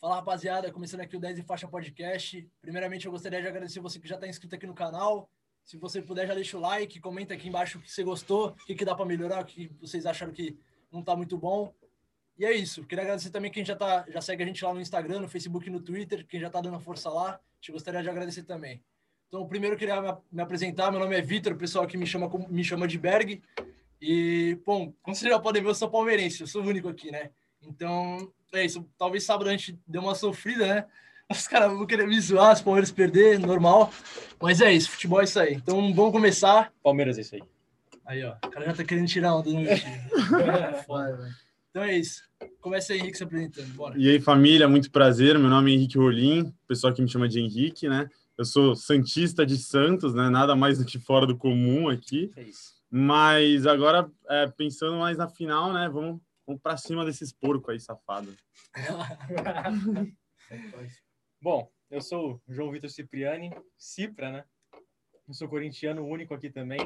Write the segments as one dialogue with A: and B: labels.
A: Fala rapaziada, começando aqui o 10 em Faixa Podcast. Primeiramente, eu gostaria de agradecer você que já está inscrito aqui no canal. Se você puder, já deixa o like, comenta aqui embaixo o que você gostou, o que, que dá para melhorar, o que vocês acharam que não está muito bom. E é isso. Queria agradecer também quem já, tá, já segue a gente lá no Instagram, no Facebook, no Twitter, quem já está dando força lá. Te gostaria de agradecer também. Então, primeiro eu queria me, me apresentar. Meu nome é Vitor, o pessoal aqui me chama, como- me chama de Berg. E, bom, como vocês já podem ver, eu sou palmeirense, eu sou o único aqui, né? Então, é isso. Talvez sábado a gente deu uma sofrida, né? Os caras vão querer me zoar, se o Palmeiras perder, normal. Mas é isso, futebol é isso aí. Então, vamos começar.
B: Palmeiras, é isso aí.
A: Aí, ó, o cara já tá querendo tirar onda do meu time. Vai, vai. Então é isso. Começa aí, Henrique, se apresentando. Bora.
C: E aí, família, muito prazer. Meu nome é Henrique Rolim, pessoal que me chama de Henrique, né? Eu sou Santista de Santos, né? Nada mais do que fora do comum aqui.
B: É isso.
C: Mas agora, é, pensando mais na final, né? Vamos, vamos para cima desses porcos aí, safado.
B: Bom, eu sou o João Vitor Cipriani, Cipra, né? Eu sou corintiano único aqui também.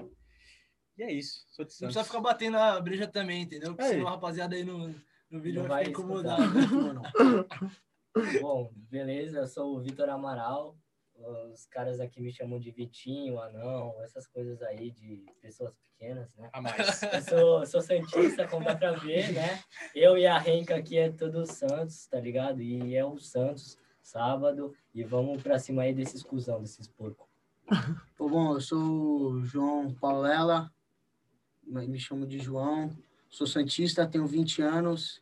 B: E é isso, sou de
A: Você não
B: Santos.
A: precisa ficar batendo a breja também, entendeu? Porque
B: Aí.
A: senão a rapaziada aí no, no vídeo
D: Não
A: vai
D: vai
A: ficar
D: escutar.
A: incomodada.
D: Bom, beleza, eu sou o Vitor Amaral. Os caras aqui me chamam de Vitinho, Anão, essas coisas aí de pessoas pequenas, né?
B: A mais.
D: Eu sou, sou Santista, como dá pra ver, né? Eu e a Renca aqui é tudo Santos, tá ligado? E é o Santos, sábado. E vamos pra cima aí desses cuzão, desses porcos.
E: Pô, bom, eu sou o João Paulela, ma- me chamo de João, sou Santista, tenho 20 anos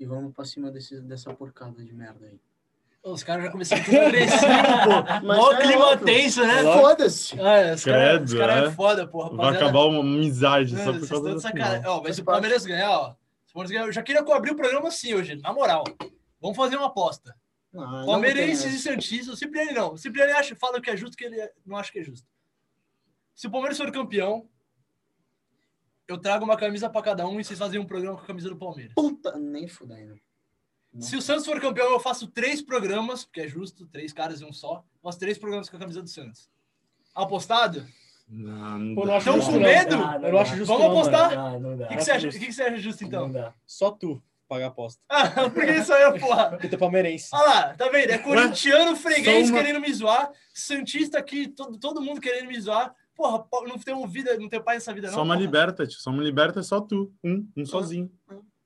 E: e vamos pra cima desse, dessa porcada de merda aí.
A: Ô, Os caras já começaram tudo agressivo, pô.
E: Mas
A: Mó
E: é
A: clima
E: óbvio.
A: tenso, né?
E: Foda-se!
A: Ah, é, os caras
C: Credo,
A: cara é
C: é.
A: foda, porra.
C: Vai acabar uma amizade só
A: Mano,
C: por
A: vocês
C: causa
A: estão de
C: da
A: sacanagem.
C: final.
A: Ó, mas se o Palmeiras ganhar, ó. Se o Palmeiras ganhar, eu já queria abrir o programa assim hoje, na moral. Vamos fazer uma aposta.
E: Ah, não
A: Palmeirenses
E: tem
A: e Santistas, o Cipriani não. O Cipriani acha, fala que é justo, que ele não acha que é justo. Se o Palmeiras for campeão, eu trago uma camisa pra cada um e vocês fazem um programa com a camisa do Palmeiras.
E: Puta, nem fudendo.
A: Se o Santos for campeão, eu faço três programas, porque é justo, três caras e um só. Faço três programas com a camisa do Santos. Apostado?
C: Não, não
B: Pô,
C: dá.
B: não acho
A: Tão
B: justo,
A: com
B: não.
A: medo?
B: Eu não acho justo,
A: Vamos
B: não, mano.
A: apostar?
D: Não dá, não dá.
A: O que, que você acha- o que que você acha justo, então?
D: Não dá.
B: Só tu pagar a aposta.
A: Ah, por que sou eu, porra?
B: Porque tu é palmeirense.
A: Olha lá, tá vendo? É corintiano, freguês
C: só Né? uma-
A: querendo me zoar, Santista aqui, todo, todo mundo querendo me zoar. Porra, pa- não tem vida, não tem paz nessa vida, não.
C: Só uma
A: porra.
C: liberta, tio. Só uma liberta é só tu. Um, um sozinho.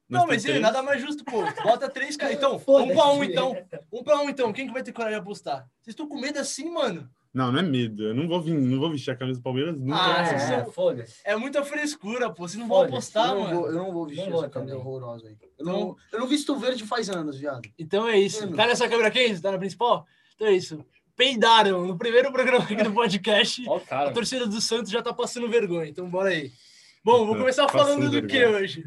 A: Não,
C: tem
A: mas ele,
C: três.
A: nada mais justo, pô. Bota três caras. Então, um
D: Foda-se.
A: pra um, então. Um pra um, então. Quem que vai ter coragem de apostar? Vocês estão com medo assim, mano?
C: Não, não é medo. Eu não vou, vir, não vou vestir a camisa do Palmeiras nunca.
A: Ah,
C: nessa
A: vocês
D: é,
A: são-
C: vida.
D: foda-se.
A: É muita frescura, pô. Vocês não vão
D: Olha,
A: apostar,
E: eu, não
A: mano.
E: vou, eu não vou vestir
D: Não vou
E: essa camisa
D: também.
E: horrorosa aí. Então- Eu não, eu não visto verde faz anos, viado.
A: Então é isso.
E: Mano.
A: Tá nessa câmera aqui? Tá na principal? Então é isso. Peidaram no primeiro programa aqui do podcast.
B: Ó o cara.
A: A torcida do Santos já tá passando vergonha, então bora aí. Bom, vou começar
C: Tá Passando
A: falando do que
C: vergonha.
A: hoje?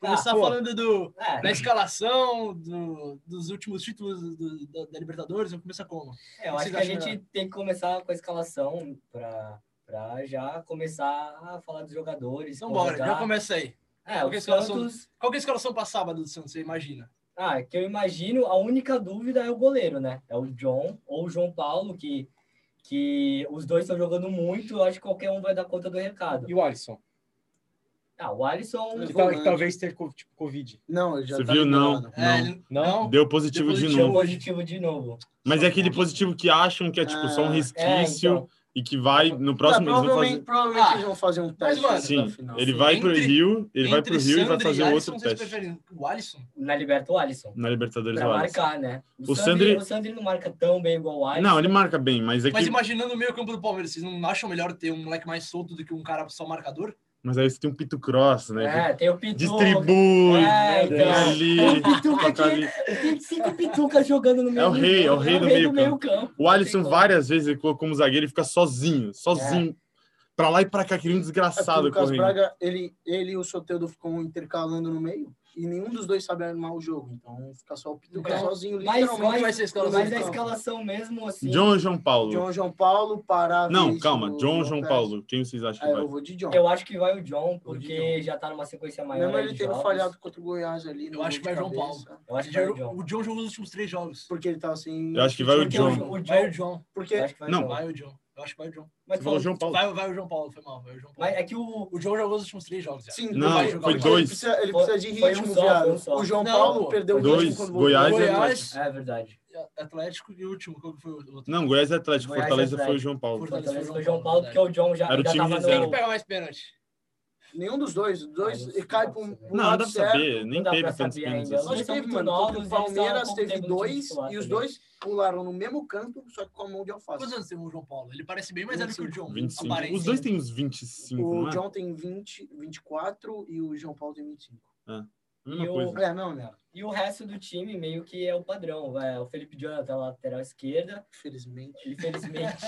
A: Começar
B: Ah, pô.
A: falando do,
D: É,
A: da escalação, do- dos últimos títulos do- da, da Libertadores. Vamos começar como?
D: É, eu
A: O que
D: acho que a
A: vocês acham
D: gente tem que começar com a escalação para pra já começar a falar dos jogadores.
A: Então bora, já
D: comentar.
A: começa aí.
D: É,
A: Qual que é a
D: o
A: escalação?
D: Santos...
A: Qual que é a escalação pra sábado do Santos, você imagina?
D: Ah, que eu imagino, a única dúvida é o goleiro, né? É o John ou o João Paulo, que, que os dois estão jogando muito. Eu acho que qualquer um vai dar conta do recado.
B: E o Alisson?
D: Ah, o Alisson...
E: Ele
B: Que,
E: Volante.
B: tal- que talvez tenha co- tipo, Covid.
E: Não, ele já
C: Você
E: tá
C: viu? Não.
E: liberado.
A: É, ele-
B: Não?
C: Deu positivo
A: Deu
C: de
A: positivo.
C: novo.
D: Deu um positivo de novo.
C: Mas é aquele positivo que acham que é tipo só um
E: Ah,
D: É,
C: resquício
D: então.
C: e que vai no
E: Tá,
C: próximo eles vão
E: provavelmente
C: fazer.
E: provavelmente
A: Ah,
E: eles vão fazer um
A: mas,
E: teste
A: mano,
E: antes da
C: Sim,
E: final.
C: ele vai pro
A: Entre-
C: Rio, ele vai
A: entre
C: pro Rio e vai
A: Sandri
C: fazer
A: Alisson,
C: outro
A: vocês
C: teste
A: preferem O Alisson?
D: Na liberta, o Alisson.
C: na Libertadores
D: Pra
C: do Alisson.
D: marcar, né?
C: O Sandri-
D: O Sandri não marca tão bem igual o Alisson.
C: Não, ele marca bem, mas é
A: Mas
C: que
A: imaginando o meio campo do Palmeiras, vocês não acham melhor ter um moleque mais solto do que um cara só marcador?
C: mas aí você tem um pito cross, né?
D: É, tem o Pitu.
C: Que Distribui né,
D: É, então.
C: ali,
D: Pituca
C: toca ali.
D: 25 pitucas jogando no meio
C: o rei, é o rei do meio-campo.
D: campo.
C: O Alisson várias vezes ele colocou como zagueiro ele fica sozinho, sozinho. Pra lá e pra cá, que nem um
E: É porque o
C: desgraçado
E: Lucas
C: correndo.
E: Braga, ele, ele e o Soteldo ficam intercalando no meio e nenhum dos dois sabe armar o jogo. Então fica só o Pituca
D: Mas-
E: sozinho,
D: Mas,
E: literalmente.
D: mas,
A: vai ser a escalação
D: mas
A: do
D: a
A: campo?
D: escalação mesmo, assim.
C: John ou João Paulo?
E: John João Paulo, Pará.
C: Não,
E: Vinícius,
C: calma. John ou João
E: Lopes.
C: Paulo? Quem vocês acham
E: Ah,
C: que vai?
E: eu vou de John.
D: Eu acho que vai o John, porque
E: John.
D: já tá numa sequência maior.
E: Mesmo
D: aí
E: ele
D: de
E: tendo
D: jogos.
E: falhado contra o Goiás ali.
A: Eu
E: no
A: acho
E: gol
A: que
E: de
A: vai João
E: cabeça,
A: Paulo.
D: Eu acho que vai o John.
A: O John jogou os últimos três jogos.
E: Porque ele tava sem.
C: Eu acho que vai o
E: Porque
C: John.
D: O John.
A: Vai o John.
E: Porque
D: Eu acho que vai o
C: Não.
D: John.
A: Vai o John. Eu acho que vai o João.
D: Mas
C: Você falou João Paulo.
A: Vai, vai o João Paulo, foi mal. Vai o João Paulo.
D: Mas é que o.
A: O João jogou os últimos três jogos. já.
E: Sim,
C: Não,
E: vai
A: foi
E: jogar.
C: dois.
E: Ele precisa, ele
D: Foi-
E: precisa de
D: foi um
E: ritmo,
D: só,
E: viado.
D: foi um só.
E: O João
A: Não,
E: Paulo
A: pô.
E: perdeu o né?
C: Dois,
E: ritmo quando voltou.
C: Goiás e
A: Goiás,
D: É verdade.
A: Atlético e o último, qual que foi o outro?
C: Não, Goiás e Atlético.
D: Goiás e
C: Fortaleza
D: Atlético.
C: foi o João Paulo.
A: Fortaleza
D: Fortaleza
A: foi
D: foi o
A: João
D: João
A: Paulo,
D: Paulo, porque o John já,
C: Era o
D: já
C: time
D: tava
A: Quem
C: reserva.
A: que
D: no.
A: pega mais pênalti?
E: Nenhum dos dois. Os dois
D: Ah, não
E: cai
D: dá
E: para
D: pra
E: um
D: saber.
E: pro
C: Não,
E: lado
C: dá pra
E: certo.
C: saber. Nem
D: não dá
C: teve
D: pra
C: tantos
D: saber
C: pênaltis.
D: ainda.
C: assim.
E: Lógico que
D: Eles são
E: teve,
D: é muito
E: mano.
D: novos,
E: porque
D: eles
E: o
D: estavam
E: Palmeiras
D: com
E: teve
D: tempo de
E: dois
D: titular
E: e
D: também.
E: os
D: é.
E: dois pularam no mesmo canto, só que com a mão de
A: Quantos
E: alface.
A: anos tem o João Paulo? Ele parece bem mais velho que o John.
C: 25.
A: aparente.
C: Os dois têm uns 25,
E: O
C: não é?
E: John tem 20, 24 e o João Paulo tem 25.
C: A mesma
D: e o-
C: coisa.
E: É, não, né?
D: E o resto do time meio que é o padrão. Vai. O Felipe Jonathan, tá lateral esquerda.
E: Felizmente.
D: Infelizmente.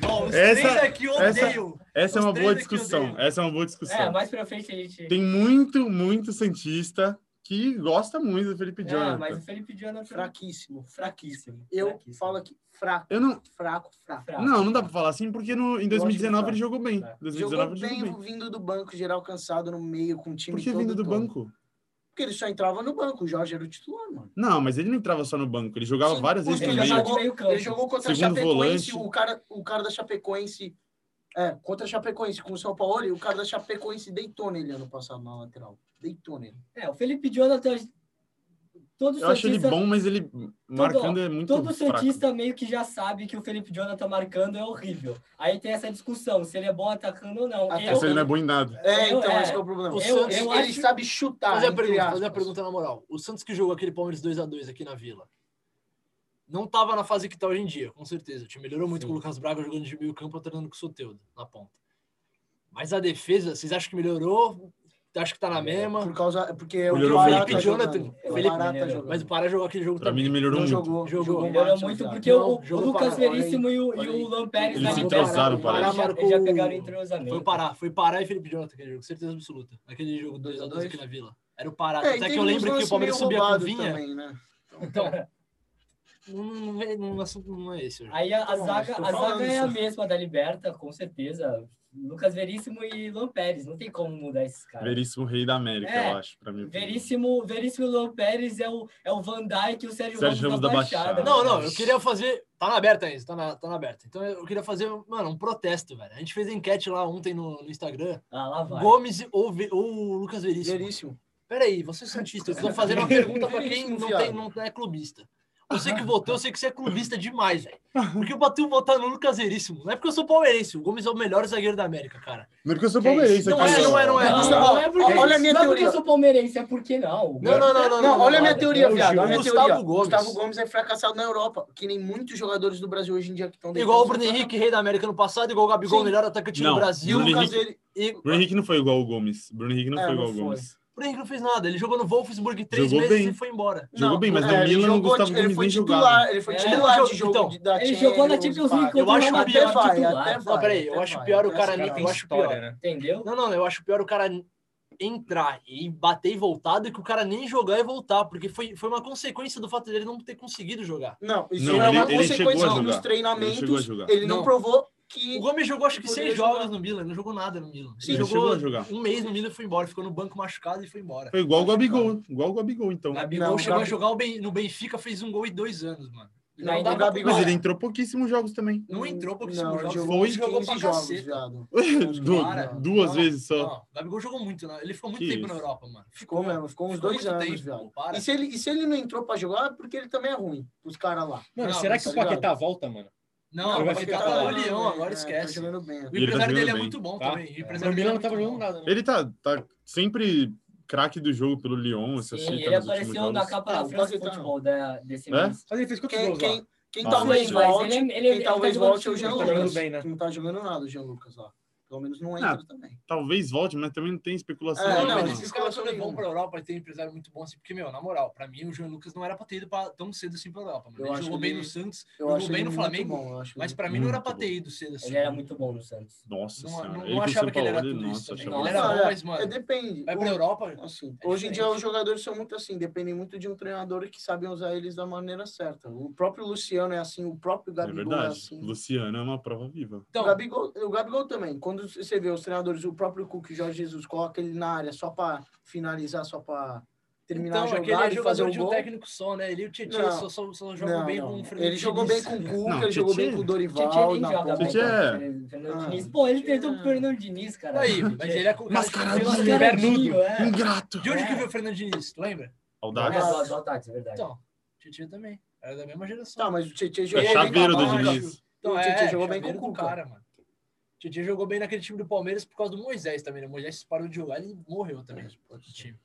A: Bom, os
C: Essa-
A: três aqui
C: essa-
A: odeiam.
C: Essa é
A: Os
C: uma
A: três
C: boa
A: é que eu
C: discussão.
A: dei.
C: Essa é uma boa
D: é,
C: discussão.
D: mais pra frente a gente.
C: Tem muito, muito Santista que gosta muito do Felipe
D: É, mas
C: Jonathan.
D: o Felipe Jonathan.
E: Fraquíssimo.
D: Fraquíssimo.
E: Eu
D: fraquíssimo.
E: falo aqui, fraco,
C: Eu não,
E: fraco, fraco.
D: Fraco.
C: não, não dá pra falar assim, porque no, em 2019 ele jogou bem.
D: Tá.
C: 2019
E: Jogou
C: ele jogou
E: bem
C: bem.
E: vindo do banco, geral cansado no meio, com o time
C: Por que
E: todo
C: vindo do
E: todo.
C: banco?
E: Porque ele só entrava no banco, o Jorge era o titular, mano.
C: Não, mas ele não entrava só no banco, ele jogava
E: Sim,
C: várias
E: os
C: vezes
E: que
C: no
D: Ele
E: já
C: meio.
D: jogava de
E: jogou-
D: meio campo.
E: Ele jogou contra a
C: Segundo
E: Chapecoense,
C: volante.
E: o cara, o cara da Chapecoense. É, contra a Chapecoense com o São Paulo, e o cara da Chapecoense deitou nele ano passado na lateral. Deitou nele.
D: É, o Felipe Jonathan. Todo
C: Eu acho ele
D: Santista-
C: bom, mas ele marcando é muito
D: Todo
C: fraco.
D: Santista meio que já sabe que o Felipe Jonathan marcando é horrível. Aí tem essa discussão, se ele é bom atacando ou não.
E: Ah,
D: Eu-
C: Mas ele não é bom em nada.
E: É,
D: Eu-
E: então,
D: é,
E: esse que é o problema.
A: eu-
E: O Santos,
D: eu
E: ele
D: acho-
E: sabe chutar.
A: Fazer a
E: entre
A: pergunta, fazer a
E: aspas.
A: pergunta na moral. O Santos que jogou aquele Palmeiras 2x2 aqui na Vila, não tava na fase que tá hoje em dia, com certeza. O time melhorou muito
D: Sim.
A: com o Lucas Braga jogando de meio campo, alternando com o Soteudo na ponta. Mas a defesa, vocês acham que melhorou? Acho que tá
C: É,
A: na mesma.
E: Por causa. é Porque
C: O
E: o
C: Felipe
E: Pará tá
A: Jonathan,
E: jogando.
A: o
E: O
D: Felipe
E: Pará tá
D: Mineiro.
E: jogando.
A: Mas o Pará jogou aquele jogo
C: Pra
A: também.
C: mim ele melhorou
E: não
C: muito.
E: jogou.
A: Jogou.
E: jogou né?
D: Melhorou
E: mais,
D: muito
E: Thiago.
D: porque o-
E: Não,
D: o,
A: jogou
D: Lucas
E: parado, olha aí.
D: Veríssimo e o, e
E: Olha
D: o
E: aí.
D: Luan Pérez
C: Eles
D: na
C: entrosaram,
D: Copa, eles
A: parece.
D: já, eles já pegaram entrosamento.
A: Foi o Pará, foi Pará e Felipe Jonathan aquele jogo, certeza absoluta. Aquele jogo 2x2
E: 2x2
A: aqui na Vila. Era o Pará.
E: É, e
A: Até
E: tem
A: que eu
E: uns
A: lembro que o
E: lances
A: Palmeiras
E: meio
A: subia com
E: roubados
A: vinha.
E: também, né?
A: Então, não, não, vem- não, o assunto não é esse hoje.
D: Aí a, a
E: Então, mas
D: zaga,
E: tô
D: a
E: falando
D: zaga é a
E: isso.
D: mesma da Liberta, com certeza. Lucas Veríssimo e Luan Pérez, não tem como mudar esses caras.
C: É. Veríssimo rei da América,
D: É,
C: eu acho, pra mim.
D: Veríssimo, Veríssimo e Luan Pérez é o, é o Van Dijk e o Sérgio,
C: Sérgio
D: Ramos da,
C: Ramos da Baixada.
D: Baixada. cara.
A: Não, não, eu queria fazer. Tá na aberta isso, tá na, tá na aberta. Então eu queria fazer, mano, um protesto, velho. A gente fez enquete lá ontem no, no Instagram.
D: Ah, lá vai.
A: Gomes ou, Ve- ou Lucas Veríssimo.
E: Veríssimo.
A: Peraí, você é santista. Eu tô fazendo uma pergunta pra quem não, tem, não é clubista. Você que votou, eu sei que você é clubista demais, velho. Porque eu bati um votar no Lucas Veríssimo. Não é porque eu sou palmeirense. O Gomes é o melhor zagueiro da América, cara.
C: Não é porque eu sou
D: Que
C: palmeirense
A: isso?
C: aqui, né?
A: Não é, não é, não é.
D: Não,
E: Gustavo,
D: não é porque,
E: olha a minha
D: não é porque
E: teoria.
D: eu sou palmeirense, é porque não.
A: Não, não, não, não.
E: Não, olha a minha
A: não.
E: teoria,
A: O
E: viado. Olha a minha
A: Gustavo
E: teoria.
A: Gomes.
E: Gustavo Gomes é fracassado na Europa, que nem muitos jogadores do Brasil hoje em dia que estão
A: Igual o Bruno Henrique, rei da América no passado, igual o Gabigol,
E: Sim.
A: melhor atacante
C: Não,
A: do Brasil.
E: o
C: Bruno
E: Lucas
C: Henrique-
E: ele-
A: E
C: Bruno Henrique não foi igual o Gomes. Bruno Henrique não
E: É,
C: foi igual
E: não
C: o
E: foi.
C: Gomes.
A: o Bruno Henrique não fez nada. Ele jogou no Wolfsburg três
C: Jogou
A: meses
C: bem.
A: e foi embora.
E: Não,
C: Jogou bem, mas no
E: é, ele
C: Milan o
E: jogou-
C: Gustavo
E: ele
C: Gomes
E: foi
C: nem jogava.
E: titular, Ele foi
D: É,
E: titular
A: ele jogou-
E: de jogo
A: então,
E: de- da
D: Ele jogou na
E: Champions,
D: Champions League
E: pá.
D: contra
A: Eu acho
D: o Real Madrid,
A: pior-
E: até
D: era
E: vai,
D: titular.
E: até vai.
A: Não, peraí, eu
E: até
A: acho
E: vai,
A: pior o
E: até
A: cara
E: vai.
A: nem-
B: Cara, tem
A: eu acho
B: história,
A: pior.
B: né?
D: Entendeu?
A: Não, não, eu acho pior o cara entrar e bater e voltar do que o cara nem jogar e voltar, porque foi, foi uma consequência do fato dele não ter conseguido jogar.
E: Não, isso
C: Não,
E: é uma
C: ele- ele chegou a
E: consequência que
C: jogar.
E: nos
C: Ele
E: treinamentos
C: chegou a
E: ele
C: jogar.
E: não,
A: Não.
E: provou
A: O
E: que
A: Gomes jogou acho que
E: Ele
A: seis
E: poderia
A: jogos no Milan, ele não jogou nada no Milan. Ele
C: Ele chegou
A: jogou
C: a jogar.
A: um mês no Milan e foi embora, ficou no banco machucado e foi embora.
C: Foi igual o Gabigol. Igual o Gabigol, então.
A: O Gabigol
E: Não, o
A: chegou
E: Gabi-
A: a jogar o Ben- no Benfica, fez um gol em dois anos, mano.
E: Não,
A: Não,
E: o
A: dá pra-
E: Gabigol-
C: Mas ele entrou pouquíssimos jogos também.
A: não entrou porque
E: não,
A: jogos,
E: jogou
A: ele jogou
E: 15
A: pra
E: jogos,
A: cacete.
E: viado.
C: Du-
A: Para.
C: Duas
A: Não,
C: vezes só.
A: Não, o Gabigol jogou muito, né? ele ficou muito
C: Que
A: tempo na
C: isso.
A: Europa, mano.
E: Ficou mesmo, ficou uns
A: Ficou
E: dois
A: muito
E: anos,
A: tempo,
E: viado.
A: para.
E: E se, ele, e se ele não entrou pra jogar, é porque ele também é ruim, os caras lá.
B: Mano,
A: Não,
B: será
A: mas
B: que
E: tá
B: o Paquetá
E: ligado?
B: volta, mano?
A: Não,
B: Ele
A: o
B: vai
A: Paquetá
B: ficar
A: tá
B: lá,
A: no Leão,
E: né?
A: agora
E: É, tá
A: esquece.
E: jogando bem.
A: O
C: Ele tá
A: empresário dele é
C: jogando bem.
A: muito bom
B: Tá.
A: também. O
B: Mas o
A: empresário dele
B: Milan
A: é
B: não tava
A: muito
B: jogando
A: bom.
B: nada, né?
C: Ele tá, tá sempre craque do jogo pelo Lyon. Essa
D: Sim,
C: chita
D: ele
C: nos últimos
D: apareceu na
C: jogos.
D: capa
E: Ah,
D: da
E: o
D: França
E: Paquetá não.
D: Futebol da,
C: É?
D: desse mês.
B: Mas ele fez quantos
E: Quem,
B: gols lá?
E: quem, quem
C: Ah,
E: talvez
C: sim,
D: mas ele-
E: volte,
D: ele- ele
E: quem
D: tá
E: talvez
D: jogando
E: volte é o Jean
D: super
B: bem, tá
E: Lucas.
B: jogando bem, né?
E: que Não tá jogando nada o Jean Lucas lá. Pelo menos não entra também.
C: Talvez volte, mas também não tem especulação. né,
E: É,
A: Não,
E: não,
A: mas
E: não.
A: esses caras quando vão pra Europa e tem empresário muito bom assim, porque, meu, na moral, pra mim o João Lucas não era pra ter ido pra, tão cedo assim pra Europa. Mano.
E: Eu
A: Ele
E: acho
A: jogou bem
E: ele-
A: no Santos,
E: Eu
A: Jogou
E: acho
A: bem
E: ele
A: no
E: muito
A: Flamengo,
E: bom, eu acho
A: mas
E: ele-
A: pra mim não era
C: Muito
A: pra
C: bom.
A: ter ido cedo assim.
D: Ele era muito bom no Santos.
C: Nossa
A: Não-
C: senhora.
A: não-
C: ele
A: não
C: com o
A: achava
C: São
A: que ele era
C: Paulo,
A: tudo isso né?
C: nossa,
A: também.
C: achava
A: Ele
C: que-
A: era bom,
E: Nossa,
A: mas, mano,
E: É, depende.
A: vai
E: O-
A: pra Europa,
E: assim,
A: é
E: hoje em dia
A: diferente.
E: os jogadores são muito assim, dependem muito de um treinador que sabe usar eles da maneira certa. O próprio Luciano é assim, o próprio
C: É
E: Gabigol é,
C: verdade.
E: assim.
C: Luciano é uma prova viva.
A: então,
E: o, Gabigol, o Gabigol também. Quando você vê os treinadores, o próprio Cook, o Jorge Jesus, coloca ele na área só para finalizar, só para terminar
A: Então,
E: a
A: aquele é
E: jogada e fazer
A: jogador
E: o
A: de um
E: gol.
A: técnico só, né? Ele e o Tietchan
E: Não.
A: só, só, só jogam
E: Não,
A: bem
E: não.
A: com o Fernando
E: Ele jogou bem
A: Diniz.
E: com o Cuca,
C: Não,
E: ele jogou
C: Tietchan-
E: bem com o
D: Tietchan
E: Dorival.
D: nem
E: na
D: joga
E: ponta.
D: bem.
C: Tietchan
D: cara.
E: é-
D: Fernando
E: Ah.
D: Diniz. Pô, ele tentou com o Fernando Diniz, cara.
A: Aí, mas ele é com o cara que
C: Mascarado.
A: veio lá-
D: Mascaradinho, é.
C: Ingrato!
A: De onde que veio o Fernando Diniz? Tu lembra?
C: Saudades.
D: É, do- do Aldax, é verdade.
A: Então, o Tietchan também. Era da mesma geração.
E: Tá, mas o Tietchan jogou
C: É
E: bem com a
C: chaveiro do
E: bola.
C: Diniz.
A: Então,
E: o
A: é,
E: Tietchan jogou bem
A: chaveiro
E: com o
A: do
E: Cuca.
A: cara, mano. O Tietchan jogou bem naquele time do Palmeiras por causa do Moisés também, né? O Moisés parou de jogar, ele morreu também do time.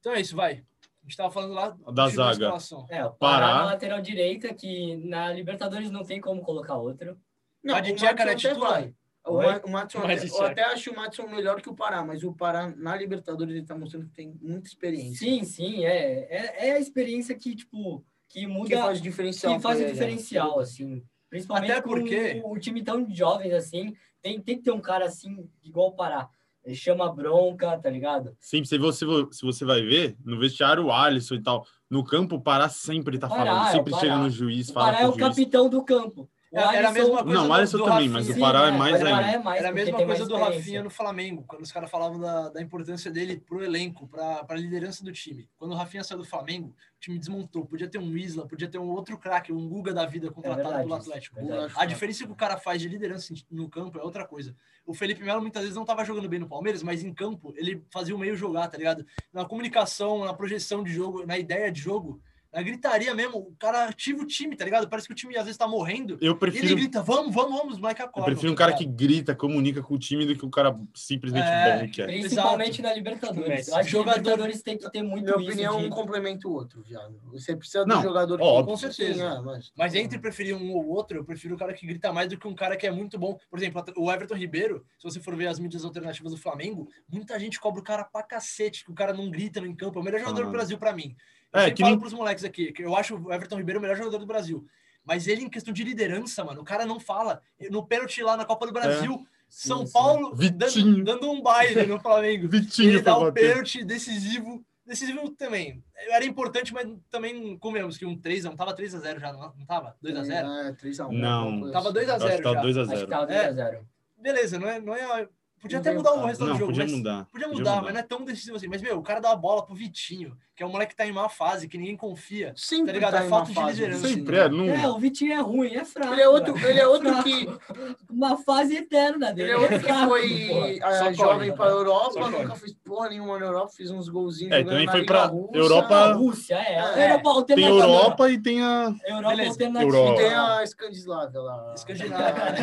A: Então é isso, vai. A gente tava falando lá
C: Da
A: continua a
C: zaga.
A: escalação.
D: É, o
C: Pará.
D: Pará na lateral direita, que na Libertadores não tem como colocar outro.
E: Não,
A: Mas de Tcheca era
E: até
A: é titular?
E: vai. O,
D: Oi?
E: Ma- o Matson,
B: Mas
E: até-
B: de
E: eu
A: é.
B: Tcheca.
E: até acho o Matson melhor que o Pará, mas o Pará na Libertadores ele tá mostrando que tem muita experiência.
D: Sim, sim, é. É, é a experiência que, tipo, que
E: que
D: muda,
E: faz o
D: que
E: diferencial.
D: faz
E: pra
D: o
E: ele, né?
D: diferencial, assim. Principalmente
A: Até porque-
D: com um, um time tão de jovens, assim, tem, tem que ter um cara, assim, igual o Pará. Ele chama bronca, tá ligado?
C: Sempre, se você, se você vai ver, no vestiário o Alisson e tal. No campo, o Pará sempre tá
D: Pará,
C: falando,
D: é o
C: sempre
D: Pará.
C: chega no juiz,
D: O
C: fala
D: Pará é
C: pro
D: o
C: juiz.
D: capitão do campo. O
A: Era- era a mesma
D: Alisson-
A: coisa
C: Não,
A: do-
C: o Alisson
A: do
C: também, mas
A: Rafinha.
C: o Pará é
D: né?
C: mais
D: O Pará
C: ainda.
D: é mais,
A: Era a
D: porque
A: mesma coisa
D: tem mais
A: do
D: experiência.
A: Rafinha no Flamengo, quando os caras falavam da, da importância dele pro elenco, pra, pra liderança do time. Quando o Rafinha saiu do Flamengo, o time desmontou. Podia ter um Isla, podia ter um outro craque, um Guga da vida
D: É
A: contratado
D: verdade,
A: pelo
D: isso,
A: Atlético.
D: verdade.
E: Acho
A: A
E: que-
A: diferença que o cara faz de liderança no campo é outra coisa. O Felipe Melo muitas vezes não tava jogando bem no Palmeiras, mas em campo ele fazia o meio jogar, tá ligado? Na comunicação, na projeção de jogo, na ideia de jogo, na gritaria mesmo, o cara ativa o time, tá ligado? Parece que o time às vezes tá morrendo.
C: Eu
A: E ele
C: prefiro,
A: grita, vamos, vamos, vamos, Mike
C: eu
A: acorda.
C: prefiro um
A: tá
C: cara
A: ligado?
C: que grita, comunica com o time, do que um cara simplesmente
A: É,
C: bom que é.
D: Principalmente
A: Exato.
D: na Libertadores.
B: Messi.
D: Eu Acho que
A: Jogador-
D: Libertadores tem que ter muito
E: Minha
D: isso
E: opinião,
D: de-
E: um complementa o outro, viado. Você precisa do
C: Não,
E: jogador
C: óbvio.
A: Com certeza.
E: Sim, é, mas...
A: Mas
C: Uhum.
A: entre preferir um ou outro, eu prefiro o cara que grita mais do que um cara que é muito bom. Por exemplo, o Everton Ribeiro, se você for ver as mídias alternativas do Flamengo, muita gente cobra o cara pra cacete, que o cara não grita no campo. É o melhor jogador
C: Ah.
A: do Brasil pra mim. Eu
C: É,
A: sempre
C: que
A: falo
C: nem-
A: pros moleques aqui, que eu acho o Everton Ribeiro o melhor jogador do Brasil. Mas ele, em questão de liderança, mano, o cara não fala. No pênalti lá na Copa do Brasil, São
D: sim.
A: Paulo dando,
C: É, Vitinho.
A: dando um baile no Flamengo.
C: Vitinho
A: ele dá
C: foi
A: um
C: bater.
A: pênalti decisivo. Decisivo também. Era importante, mas também comemos que um 3 a 1 tava 3 a 0 já, não não tava? 2 a 0
E: É, 3x1.
C: Não.
A: Tava 2 a
C: Eu Acho
A: 0
C: que tá
A: já.
C: 2 a
D: Acho que
C: 0
A: É.
D: tá 2x0.
A: Beleza, não é, não é podia
E: Não
A: até
E: veio
A: mudar o
E: mudar.
A: resultado do
C: Não,
A: jogo,
C: podia
A: mas
C: mudar.
A: podia mudar, mas não é tão decisivo assim. Mas meu, o cara dá a bola pro Vitinho, que é um moleque que tá em má fase, que ninguém confia.
E: Sempre
A: Tá ligado?
E: tá
A: É
E: em
A: falta
E: má
A: de
E: fase,
A: liderança,
C: Sempre
E: né?
C: é, não...
D: É, o Vitinho é ruim, é fraco.
E: Ele é outro, ele é outro
D: Fraco.
E: que,
D: Uma fase eterna dele.
E: ele é outro que
D: fraco,
E: foi
D: porra.
E: ah,
B: Só
E: jovem
C: né?
B: corre. né?
E: pra Europa,
B: Só corre.
E: nunca fez porra nenhuma na Europa, fiz uns golzinhos.
C: É,
E: jogando
C: também
E: na
C: foi
E: Liga
C: pra
E: Russa.
C: Europa-
D: A Rússia, é.
E: É.
D: Europa
C: Tem
D: alternativa.
C: Europa e tem a...
D: Europa
A: Beleza.
D: alternativa.
C: Europa.
E: Tem a Escandinávia lá.
A: Escandinávia, né?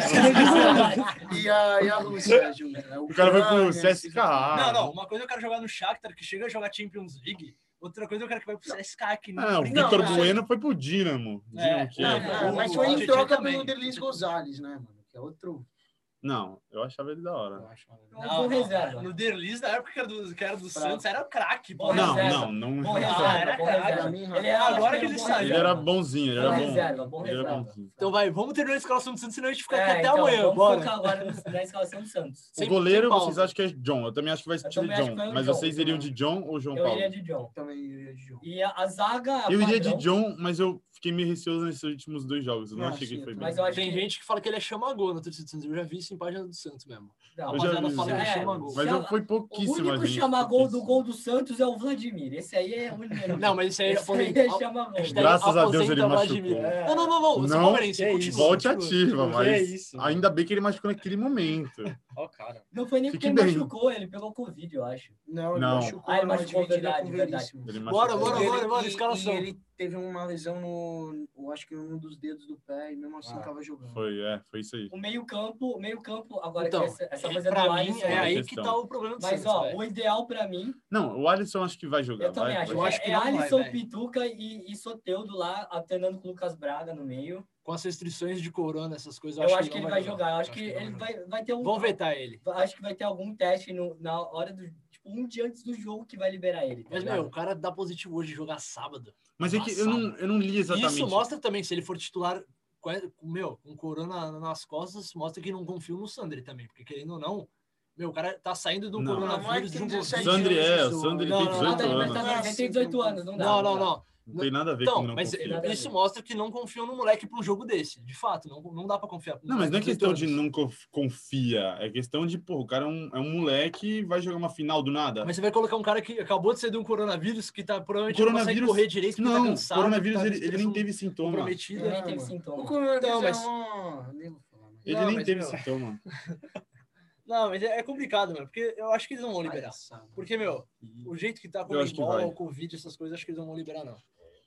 E: E a, e a Rússia junto. né?
C: O cara vai pro
E: Ucrânia,
C: CSKA.
A: não, não, uma coisa eu quero jogar no Shakhtar, que chega a jogar Champions League. Outra coisa eu quero que vai pro CSKA, que
C: Ah, o
A: brinca
E: não,
C: Vitor
E: não.
A: mais.
C: Bueno foi pro Dinamo. Dinamo que
A: não,
C: é.
E: Ah,
A: não.
E: mas
A: O
E: foi em
A: Tietchan
E: troca pelo
A: também.
E: Derlis Gonzalez, né, mano? Que é outro.
C: Não, eu achava ele da
E: eu
C: hora.
E: acho, mano.
A: Não,
D: Bom
A: não,
D: reserva.
A: no Derlis, na época que era do, que era do Santos, era craque.
D: Bom
A: pô.
C: Não,
D: reserva.
C: não, não.
D: Bom
A: Ah,
D: reserva,
A: era
D: bom
A: craque.
D: reserva. Ele é-
A: Agora que
D: um
A: ele
D: bom
A: saiu.
C: Ele
D: reserva.
C: era bonzinho, ele era
D: Bom
C: bom.
D: reserva, bom
C: Ele era
D: reserva.
C: bonzinho.
A: Então vai, vamos terminar a escalação do Santos, senão a gente fica aqui
D: É,
A: até
D: então,
A: amanhã.
D: Vamos
A: Bora.
D: focar agora no- na escalação do Santos.
C: O
A: Sem-
C: goleiro,
A: sem pausa.
C: vocês acham que é John. Eu também acho que vai ser
D: também acho
C: John.
D: que vai o
C: Mas
D: John.
C: vocês iriam de John ou João
D: Eu
C: Paulo?
D: iria de John.
E: Também iria de jogo.
D: E a, a zaga.
C: Eu iria de
D: padrão,
C: John, mas eu fiquei meio receoso nesses últimos dois jogos. Eu não
E: Ah,
C: achei que
E: sim,
C: foi bem.
D: Mas eu acho
A: Tem
D: que.
A: gente que fala que ele é chamagol na torcida do Santos. Eu já vi isso em página do Santos mesmo.
D: Não,
C: Eu já
A: rapaziada
C: vi
A: fala que
D: isso.
A: chama gol.
C: Mas
D: assim, Se
C: eu
D: a-
C: fui
D: O
C: pouquíssimo.
D: único chamar gol do gol do Santos é o Vladimir. Esse aí é o único.
A: Não, mas isso aí é
D: esse aí
A: japonês.
D: é chama gol.
A: Hashtag
C: Graças a Deus
A: aposenta
C: ele
A: o
C: machucou.
A: Vladimir. Não, não, não, não. Você é
C: Não,
A: palmeirense,
B: que é
A: continua,
B: isso.
C: Volte
A: continua.
C: ativa,
B: Que
C: mas
B: isso, mano.
C: ainda bem que ele machucou naquele momento.
B: Ó, o cara.
D: Não foi nem
C: Fique
D: porque ele
C: bem.
D: machucou, ele pegou Covid, eu acho.
E: Não, ele
C: Não.
E: machucou.
D: Ah, ele
E: numa
D: machucou,
E: dividida
D: verdade,
E: com o
D: verdade.
E: Veríssimo.
C: Ele
A: Bora,
C: machucou.
A: bora,
E: E ele-
A: bora, bora,
E: e-
A: escalação.
E: E ele teve uma lesão no, eu acho que num dos dedos do pé e mesmo assim
D: Ah.
E: tava jogando.
C: Foi, é, foi isso aí.
D: O meio-campo, meio-campo, agora
A: Então,
D: que essa, essa coisa do
A: pra mim,
D: Alisson.
A: é
C: outra
A: aí que
C: questão.
A: tá o problema do
D: Mas
A: Santos,
D: ó,
A: velho.
D: o ideal pra mim,
C: Não, o Alisson acho que vai jogar.
D: eu também
C: vai-
D: acho.
C: vai-
A: eu acho
D: é
A: que
D: é
A: não vai,
D: Alisson,
A: velho.
D: Pituca e, e Soteudo lá, alternando com o Lucas Braga no meio.
A: Com as restrições de corona, essas coisas,
D: Eu,
A: eu,
D: acho, que, ele vai jogar. Eu acho, que,
A: ele
D: ele vai, vai ter um.
A: Vão vetar ele.
D: Acho que vai ter algum teste no- na hora do. Tipo, um dia antes do jogo que vai liberar ele. tá
A: Mas,
D: ligado?
A: meu, o cara dá positivo hoje de jogar sábado.
C: Mas é que eu não, eu não li exatamente.
A: Isso mostra também, se ele for titular, é, com- meu, com corona nas costas, mostra que não confia no Sandri também. Porque, querendo ou não, Meu, o cara tá saindo do
C: Não. é
A: coronavírus de um
C: O
A: governo.
C: Sandri é, o
E: Não,
C: Sandri
A: não,
C: tem
A: não,
C: 18
A: não,
C: anos.
A: não,
D: Ele tem 18 anos, não dá.
A: Não, não, não.
C: Não tem nada a ver
A: Então,
C: com não
A: mas
C: confia.
D: confia.
A: isso mostra que não confiam no moleque para um jogo desse. De fato, não, não dá para confiar.
C: Não, mas não é
A: Tem
C: questão de
A: todos.
C: não conf- confia. É questão de, pô, o cara é um, é um moleque e vai jogar uma final do nada.
A: Mas você vai colocar um cara que acabou de sair de um coronavírus, que tá provavelmente
C: O
A: não consegue
C: coronavírus-
A: correr direito, que tá
C: não,
A: cansado.
C: o coronavírus
A: tá
C: ele, ele nem teve sintoma.
A: comprometida.
C: É.
D: Ele nem teve
E: Não,
D: sintoma.
E: O coronavírus
A: Não, Então, mas-
E: é um... Nem vou falar, mas...
C: Ele
A: Não,
C: nem
A: mas,
C: teve
A: meu,
C: sintoma.
A: Não, mas é, é complicado, mano, porque eu acho que eles não vão liberar.
E: Palhaçada.
A: Porque, meu, o jeito que tá com
C: Eu
A: o
C: acho que
A: futebol,
C: vai.
A: o Covid, essas coisas, acho que eles não vão liberar, não.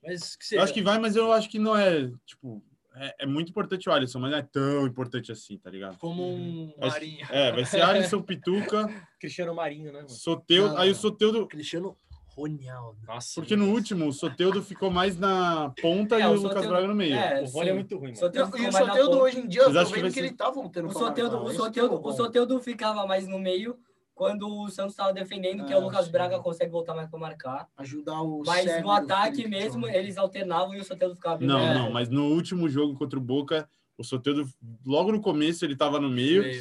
A: Mas que seja.
C: Eu acho que vai, mas eu acho que não é, tipo, é, é muito importante o Alisson, mas não é tão importante assim, tá ligado?
A: Como um
C: Acho-
A: Marinho.
C: É, vai ser Alisson, Pituca,
B: Cristiano Marinho, né, mano?
C: Soteudo,
A: Não,
C: aí o
A: não.
C: Soteudo,
A: Cristiano Ronaldo.
B: Nossa.
C: porque no último o Soteudo ficou mais na ponta
D: É,
C: e
D: o
C: o Lucas
D: Soteldo-
C: Braga no meio.
D: É,
B: O vôlei é
D: sim.
B: muito ruim, mano.
D: Soteldo
E: Não, e
D: ficou
E: o
D: mais na
E: Soteudo
D: ponta.
E: hoje em dia, eu
C: Vocês
E: tô
C: acham que
E: vendo
C: vai
E: que
C: ser-
E: ele tá voltando
D: O
E: pra
D: Soteudo,
E: marcar.
D: o
E: Isso que é
D: Soteudo,
E: bom.
D: o Soteudo ficava mais no meio quando o Santos estava defendendo, que
E: Ah,
D: o Lucas
E: sim.
D: Braga consegue voltar mais para marcar.
E: Ajudar o
D: Mas
E: Sérgio
D: no ataque
E: Felipe
D: mesmo,
E: Jonathan.
D: eles alternavam e o Soteudo ficava bem
C: Não,
A: é.
D: mais
C: não, mas no último jogo contra o Boca, o Soteudo, logo no começo, ele tava no
A: né?
C: meio, e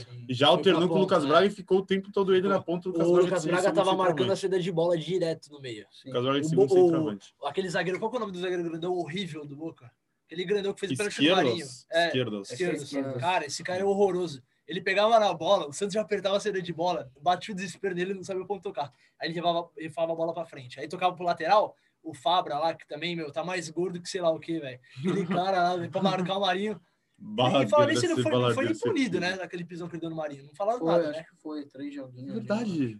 A: Foi
C: já
A: pra
C: alternou com o
A: ponta,
C: Lucas
A: né?
C: Braga e ficou o tempo todo ele na ponta.
A: O Lucas
C: de
A: Braga
C: centroavante.
A: tava marcando a saída de bola direto no meio.
C: O Lucas Braga de
A: O
C: segundo
A: Bo- o-
C: centroavante.
A: Aquele zagueiro, qual que é o nome do zagueiro grandão horrível do Boca? Aquele grandão que fez o pênalti no Marinho.
C: Esquerdos,
A: É,
C: esquerdos.
A: esquerdo.
E: Esquerdo.
A: Cara, esse cara é horroroso. Ele pegava na bola, o Santos já apertava a saída de bola, batia o desespero nele, não sabia como tocar. Aí ele levava, ele levava a bola pra frente. Aí tocava pro lateral, o Fabra lá, que também, meu, tá mais gordo que sei lá o que, velho. Aquele cara lá, velho, pra marcar o Marinho. E falaram
C: Baladeira,
A: isso, ele
C: ser
A: não foi, não foi
C: baladeira,
A: nem
C: ser
A: punido,
C: punido.
A: né, naquele pisão que ele deu no Marinho. Não falaram
E: Foi,
A: nada,
E: acho
A: né?
E: que foi três joguinhos.
C: É Verdade.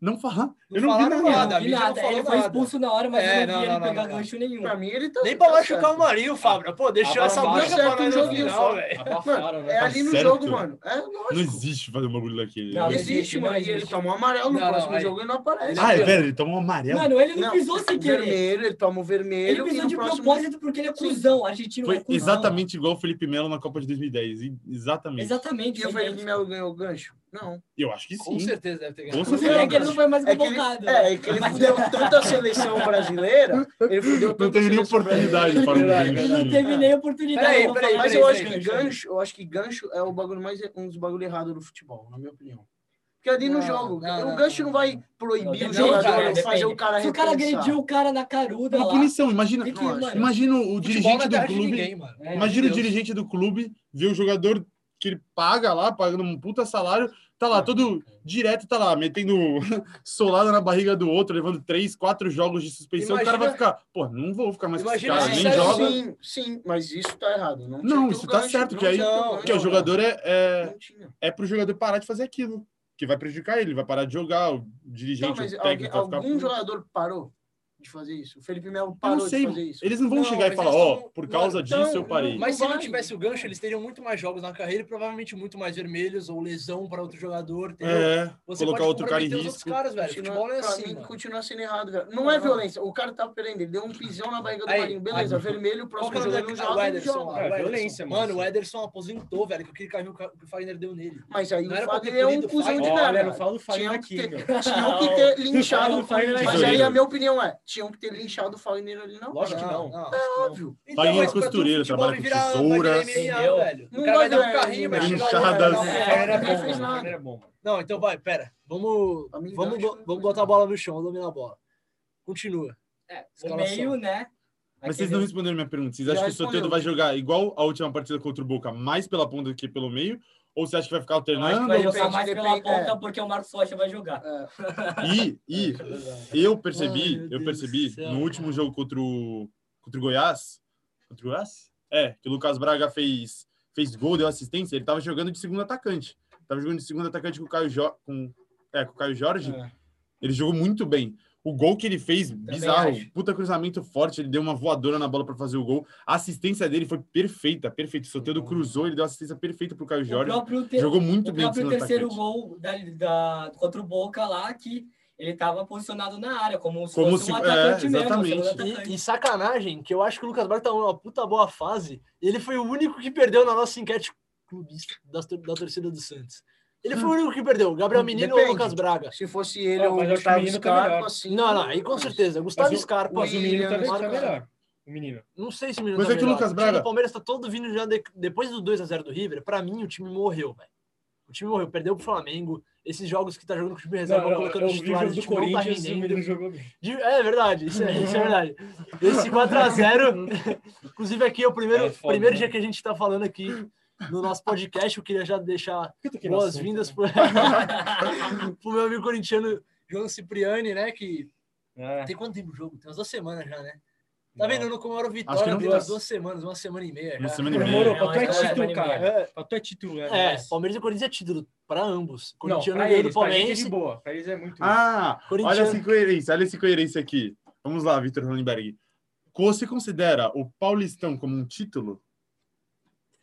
C: Não falar.
A: Não
C: eu não vi
A: falaram
C: nada.
A: nada.
D: Não vi
A: a mídia não
D: nada.
A: falou
D: Ele foi
A: nada.
D: expulso na hora, mas
A: É,
D: eu não,
A: não,
D: vi ele
A: não,
D: pegar
A: não, não.
D: gancho nenhum.
E: Pra mim, ele tá.
A: Nem pra
E: tá
A: machucar
E: certo.
A: o Marinho, Fabra. Pô, deixou
B: Ah,
A: essa
B: tá
A: banca
B: certo
A: pra
E: um
A: nós no
E: joguinho
A: final,
E: só.
A: velho.
B: Abafaram, né?
E: É ali no
C: certo.
E: jogo, mano. É
C: Não
E: lógico.
C: existe fazer um bagulho daquele.
D: Não,
E: Não
D: existe,
E: existe,
D: não
E: mano. E
D: existe.
E: ele tomou amarelo no
A: Não, não,
E: próximo
A: aí-
E: jogo e não aparece.
C: Ah, é velho, ele tomou um amarelo.
D: Mano, ele não, pisou sem querer.
E: Vermelho, ele toma o
D: Ele
E: vermelho. e
D: pisou
E: no
D: de
E: próximo-
D: propósito porque ele é cuzão. Argentino é
C: Foi
D: cuzão.
C: exatamente igual o Felipe Melo na Copa de 2010. e- Exatamente.
D: Exatamente.
E: E o
D: foi
E: Felipe Melo ganhou o gancho? Não.
C: Eu acho que
A: Com
C: sim.
A: certeza deve ter ganhado.
C: Com certeza.
D: É que ele não foi mais
E: É que ele,
D: convocado. né?
E: é, é que ele fudeu tanto a seleção brasileira, é um ele fudeu tanto
C: Não teve
E: a
C: nem
E: seleção
C: oportunidade para um o
E: Verdade,
D: Ele não
C: Argentina.
D: teve nem oportunidade.
A: Peraí,
D: eu vou
A: peraí,
D: falar
E: Mas
A: peraí,
E: eu
D: isso,
E: acho que gancho, eu acho que gancho é o bagulho mais um dos bagulho errado do futebol, na minha opinião. Porque ali no
A: Não,
E: jogo,
A: não,
E: o
A: não,
E: gancho
A: não.
E: não vai proibir
D: Não,
E: o
A: depende,
E: jogador
A: cara,
E: de fazer
D: depende.
E: o cara
D: Se o cara
E: repensar.
D: agrediu o cara na caruda
C: Uma
D: lá.
C: punição. Imagina,
D: tem que,
E: Não acho.
D: mano,
C: imagina o
A: Futebol não
C: dirigente
A: é
C: do
A: terra de
C: clube.
A: ninguém, mano.
D: É,
C: Imagina o
A: Deus.
C: dirigente do clube ver o jogador que ele paga lá, pagando um puta salário, tá lá todo direto, tá lá, metendo solada na barriga do outro, levando três, quatro jogos de suspensão.
A: Imagina-
C: o cara vai ficar, pô, não vou ficar mais com esse
A: Imagina
C: cara,
A: se é assim,
C: nem
A: sai
E: isso,
C: joga.
E: Sim, sim, mas isso tá errado. Não,
C: Não,
E: tinha que ter
C: isso
E: o
C: tá
E: gancho,
C: certo, que
E: não
C: aí-
E: tinha que ter o
A: não,
C: Porque o
E: gancho,
C: jogador é, é,
E: Não tinha.
C: é pro jogador parar de fazer aquilo, que vai prejudicar ele, vai parar de jogar, o
E: Não,
C: dirigente,
E: mas
C: o
E: alguém-
C: técnico tá vai ficar...
E: algum jogador parou de fazer isso. O Felipe Melo parou
C: sei,
E: de fazer isso.
C: Eles não vão
A: Não,
C: chegar e
A: mas
C: falar,
A: eles
C: ó,
A: tão-
C: por
A: mano,
C: causa disso
E: não,
C: eu parei.
E: não-
A: Mas se não
E: Vai.
A: tivesse o gancho, eles teriam muito mais jogos na carreira e provavelmente muito mais vermelhos ou lesão para outro jogador. entendeu?
C: É,
A: Você
C: colocar
A: pode
C: outro cara em
A: comprometer os
C: risco.
A: outros caras, velho.
E: Continua-
A: Futebol não é
E: pra
A: assim,
E: mim,
A: mano.
E: continua sendo errado, velho. Não,
A: Não.
E: é violência. O cara tá prendendo, ele deu um pisão na barriga do
A: Aí,
E: Marinho. Beleza,
C: aí.
E: vermelho, o
A: Qual que
E: próximo
A: é o nome
E: jogo ele
A: daquele- ah,
E: joga,
A: o
E: ele
A: Ederson
E: joga.
A: lá?
B: É,
A: o Ederson.
B: violência, mano.
A: Mano, o Ederson aposentou, velho, com aquele carrinho que o Fagner deu nele.
E: Mas aí
A: Não
E: o
A: era pra
E: Fagner
A: ter
E: é um
A: punido o
E: cuzão de
A: Fagner.
B: Olha,
E: merda.
B: não fala o Fagner
E: Tinha que
B: aqui, meu.
E: ter, tinham que ter
B: Não,
E: linchado o Fagner. Mas aí
C: Tesoureiro.
E: a minha opinião é, tinham que ter linchado o Fagner ali na hora.
B: Lógico que não.
E: Óbvio.
A: Então,
C: Fagner é
A: mas pra tu,
C: costureiro,
A: futebol
C: trabalha com
A: vai virar- vai
C: tesouras.
A: virar MMA,
D: Entendeu?
A: velho. O
E: Não
A: cara vai
E: vai
A: dar um
E: ganhar
A: carrinho, vai
E: MMA.
A: chegar lá,
C: Inchadas.
A: vai dar um
E: É,
A: pé,
E: era
A: né?
E: bom,
B: mano.
E: mano.
B: Fagner é bom, mano.
A: Não, então vai, pera. Vamos,
E: Pra mim,
A: vamos,
E: gancho não
A: vamos
E: foi
A: botar a
E: nada.
A: bola no chão, dominar a bola. Continua.
D: É, o
A: Escalação.
D: meio, né?
C: Mas
D: Aquele-
C: vocês não responderam minha pergunta. Vocês
E: Já
C: acham que o Soteldo
E: respondeu.
C: vai jogar igual a última partida contra o Boca, mais pela ponta do que pelo meio? Ou você acha que vai ficar
D: Eu acho que
C: alternando?
D: vai
E: Depende,
D: jogar mais pela
E: depende,
D: ponta
E: é.
D: porque o Marcos Rocha vai jogar.
C: É. E, e eu
A: Ai,
C: percebi,
A: meu Deus
C: eu
A: do
C: percebi
A: céu,
C: no último jogo contra o, contra o Goiás. Contra o Goiás? É, que o Lucas Braga fez, fez gol, deu assistência. Ele tava jogando de segundo atacante. Tava jogando de segundo atacante com o Caio, jo com, é, com o Caio Jorge. Ele jogou muito bem. O gol que ele fez, bizarro.
D: acho.
C: Puta cruzamento forte. Ele deu uma voadora na bola para fazer o gol. A assistência dele foi perfeita, perfeita. O Soteldo cruzou, ele deu assistência perfeita pro Caio
D: O
C: Jorge.
D: próprio, te...
C: Jogou muito
D: o
C: bem de
D: próprio
C: segundo
D: terceiro
C: atacante.
D: gol da, da- contra o Boca lá, que ele estava posicionado na área, como se
C: Como
D: fosse
C: se-
D: um
C: é,
D: atacante mesmo. um segundo
C: exatamente.
D: atacante.
A: E, e sacanagem, que eu acho que o Lucas Braga tá numa puta boa fase. e Ele foi o único que perdeu na nossa enquete clubista da, tor- da torcida do Santos. Ele
B: Hum.
A: foi o único que perdeu. Gabriel Menino ou
E: Depende.
A: Lucas Braga?
E: Se fosse ele
B: Ah,
E: ou
B: mas
E: o
B: eu acho que o
E: Gustavo
B: menino tá
E: Scarpa,
B: melhor.
E: assim...
A: Não, não, aí com certeza. Gustavo
B: Mas o-
A: Scarpa.
B: Mas o menino também tá
E: Williams, cara.
B: melhor. O menino.
A: Não sei se o menino
C: Mas
A: tá
C: é que o
A: melhor.
C: Lucas
A: time do
C: Braga-
A: Palmeiras tá todo vindo já de- depois do 2 a 0 do River, pra mim o time morreu, velho. O time morreu, perdeu pro Flamengo. Esses jogos que tá jogando com o time reserva,
B: Não, não,
A: colocando
B: eu
A: os
B: vi o
A: titulares,
B: jogo
A: o
B: do
A: time não tá
B: Corinthians e o
A: rendendo.
B: menino jogou bem.
A: De- É verdade, isso é, isso é verdade. Esse 4x0, inclusive aqui é o primeiro,
B: É foda,
A: primeiro
B: né?
A: dia que a gente está falando aqui no nosso podcast. Eu queria já deixar
B: Por que eu toquei no assunto?
A: boas-vindas pro, pro meu amigo corintiano João Cipriani, né? Que
B: Ah,
A: tem quanto tempo o jogo? Tem umas duas semanas já, né? Tá
B: não.
A: vendo? Eu não comemoro
C: Acho que
A: vitória
C: não
A: tem
C: duas.
A: umas duas semanas, uma semana e meia.
C: Uma
A: já.
C: semana e
B: Demorou,
C: meia.
B: pra tu é
D: Não, mas-
B: título, cara.
A: É,
B: Pra tu é título, né?
A: é, Palmeiras e Corinthians é título para ambos.
B: Não,
A: Corintiano
B: pra
A: ganhou do
B: eles, pra gente é
A: Palmeiras.
B: de boa. assim- Pra eles é muito
C: Ah, olha
A: Corintiano.
C: essa incoerência, olha essa incoerência aqui. Vamos lá, Vitor Hollenberg. Você considera o Paulistão como um título?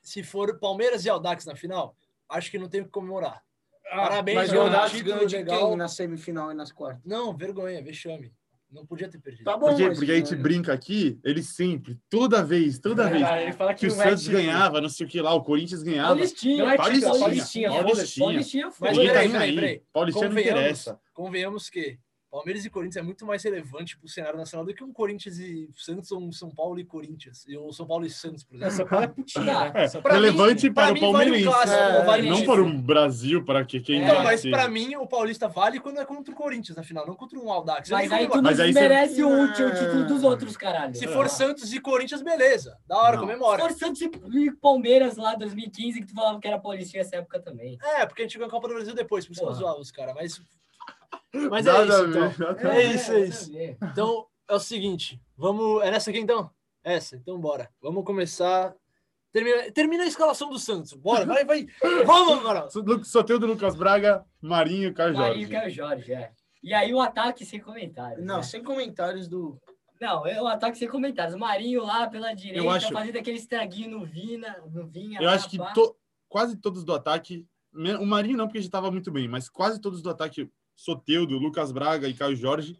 A: Se for Palmeiras e Aldax na final, acho que não tem o que comemorar.
B: Ah,
A: Parabéns,
E: Mas o
A: Leonardo,
E: Audax
A: título
E: ganhou de
A: legal.
E: quem na semifinal e nas quartas?
A: Não, vergonha, vexame. Não podia ter perdido.
E: Tá bom,
C: Porque,
E: mas-
C: porque a
A: assim?
C: gente brinca aqui, ele sempre, toda vez, toda vez.
B: Cara, ele fala que,
C: Que o
B: não é
C: Santos
B: título.
C: ganhava, não sei o que lá, o Corinthians ganhava.
D: Paulistinha,
B: Não é
D: Paulistinha,
B: título,
D: Paulistinha,
C: Paulistinha,
D: foda-se,
C: Paulistinha.
D: Paulistinha,
A: Mas
C: Ninguém tá
A: peraí,
C: nem
A: peraí,
C: aí.
A: peraí.
C: Paulistano não
A: Convenhamos.
C: interessa.
A: Convenhamos que Palmeiras e Corinthians é muito mais relevante pro cenário nacional do que um Corinthians e Santos ou um São Paulo e Corinthians. Ou São Paulo e Santos, por
C: tá-
A: exemplo.
B: São Paulo é putinha, né?
C: É,
B: São Paulo-
C: relevante para
A: mim
C: o palmeirense.
A: Vale o clássico,
E: É,
A: vale o
C: não
A: título.
C: para o Brasil, para que quem
A: Então,
C: quer
A: mas
C: ser.
A: para mim o Paulista vale quando é contra o Corinthians na final, não contra um Aldax. Eu
D: Mas
A: não
D: aí tu
A: comemoro.
D: não
C: Mas aí você-
D: merece o, último título dos outros, caralho.
A: Se for Santos e Corinthians, beleza. Da hora,
C: Não.
D: Se
A: comemora.
D: for Santos e Palmeiras lá 2015, que tu falava que era Paulistinha essa época também.
A: É, porque a gente ganhou a Copa do Brasil depois, por isso que eu
D: Porra.
A: zoava os caras. Mas, mas é
C: Nada a
A: isso,
C: ver,
A: então.
C: nada a
A: É
C: ver.
A: isso, é isso.
D: ver.
A: Então, é o seguinte, vamos. É nessa aqui então? Essa, então bora. Vamos começar. Termina, termina a escalação do Santos. Bora, vai, vai. Vamos agora.
C: Só- Lu- Só tem o do Lucas Braga, Marinho e Caio Jorge.
D: Marinho que é o Jorge, é. E aí o ataque sem comentários.
E: Não,
D: né?
E: sem comentários do.
D: Não, é o ataque sem comentários. Marinho lá pela direita,
C: Eu acho-
D: fazendo aquele estraguinho no Vina, no Vinha.
C: Eu
D: lá,
C: acho que
D: pá.
C: to- quase todos do ataque, me- o Marinho não, porque já estava muito bem, mas quase todos do ataque, Soteudo, Lucas Braga e Caio Jorge,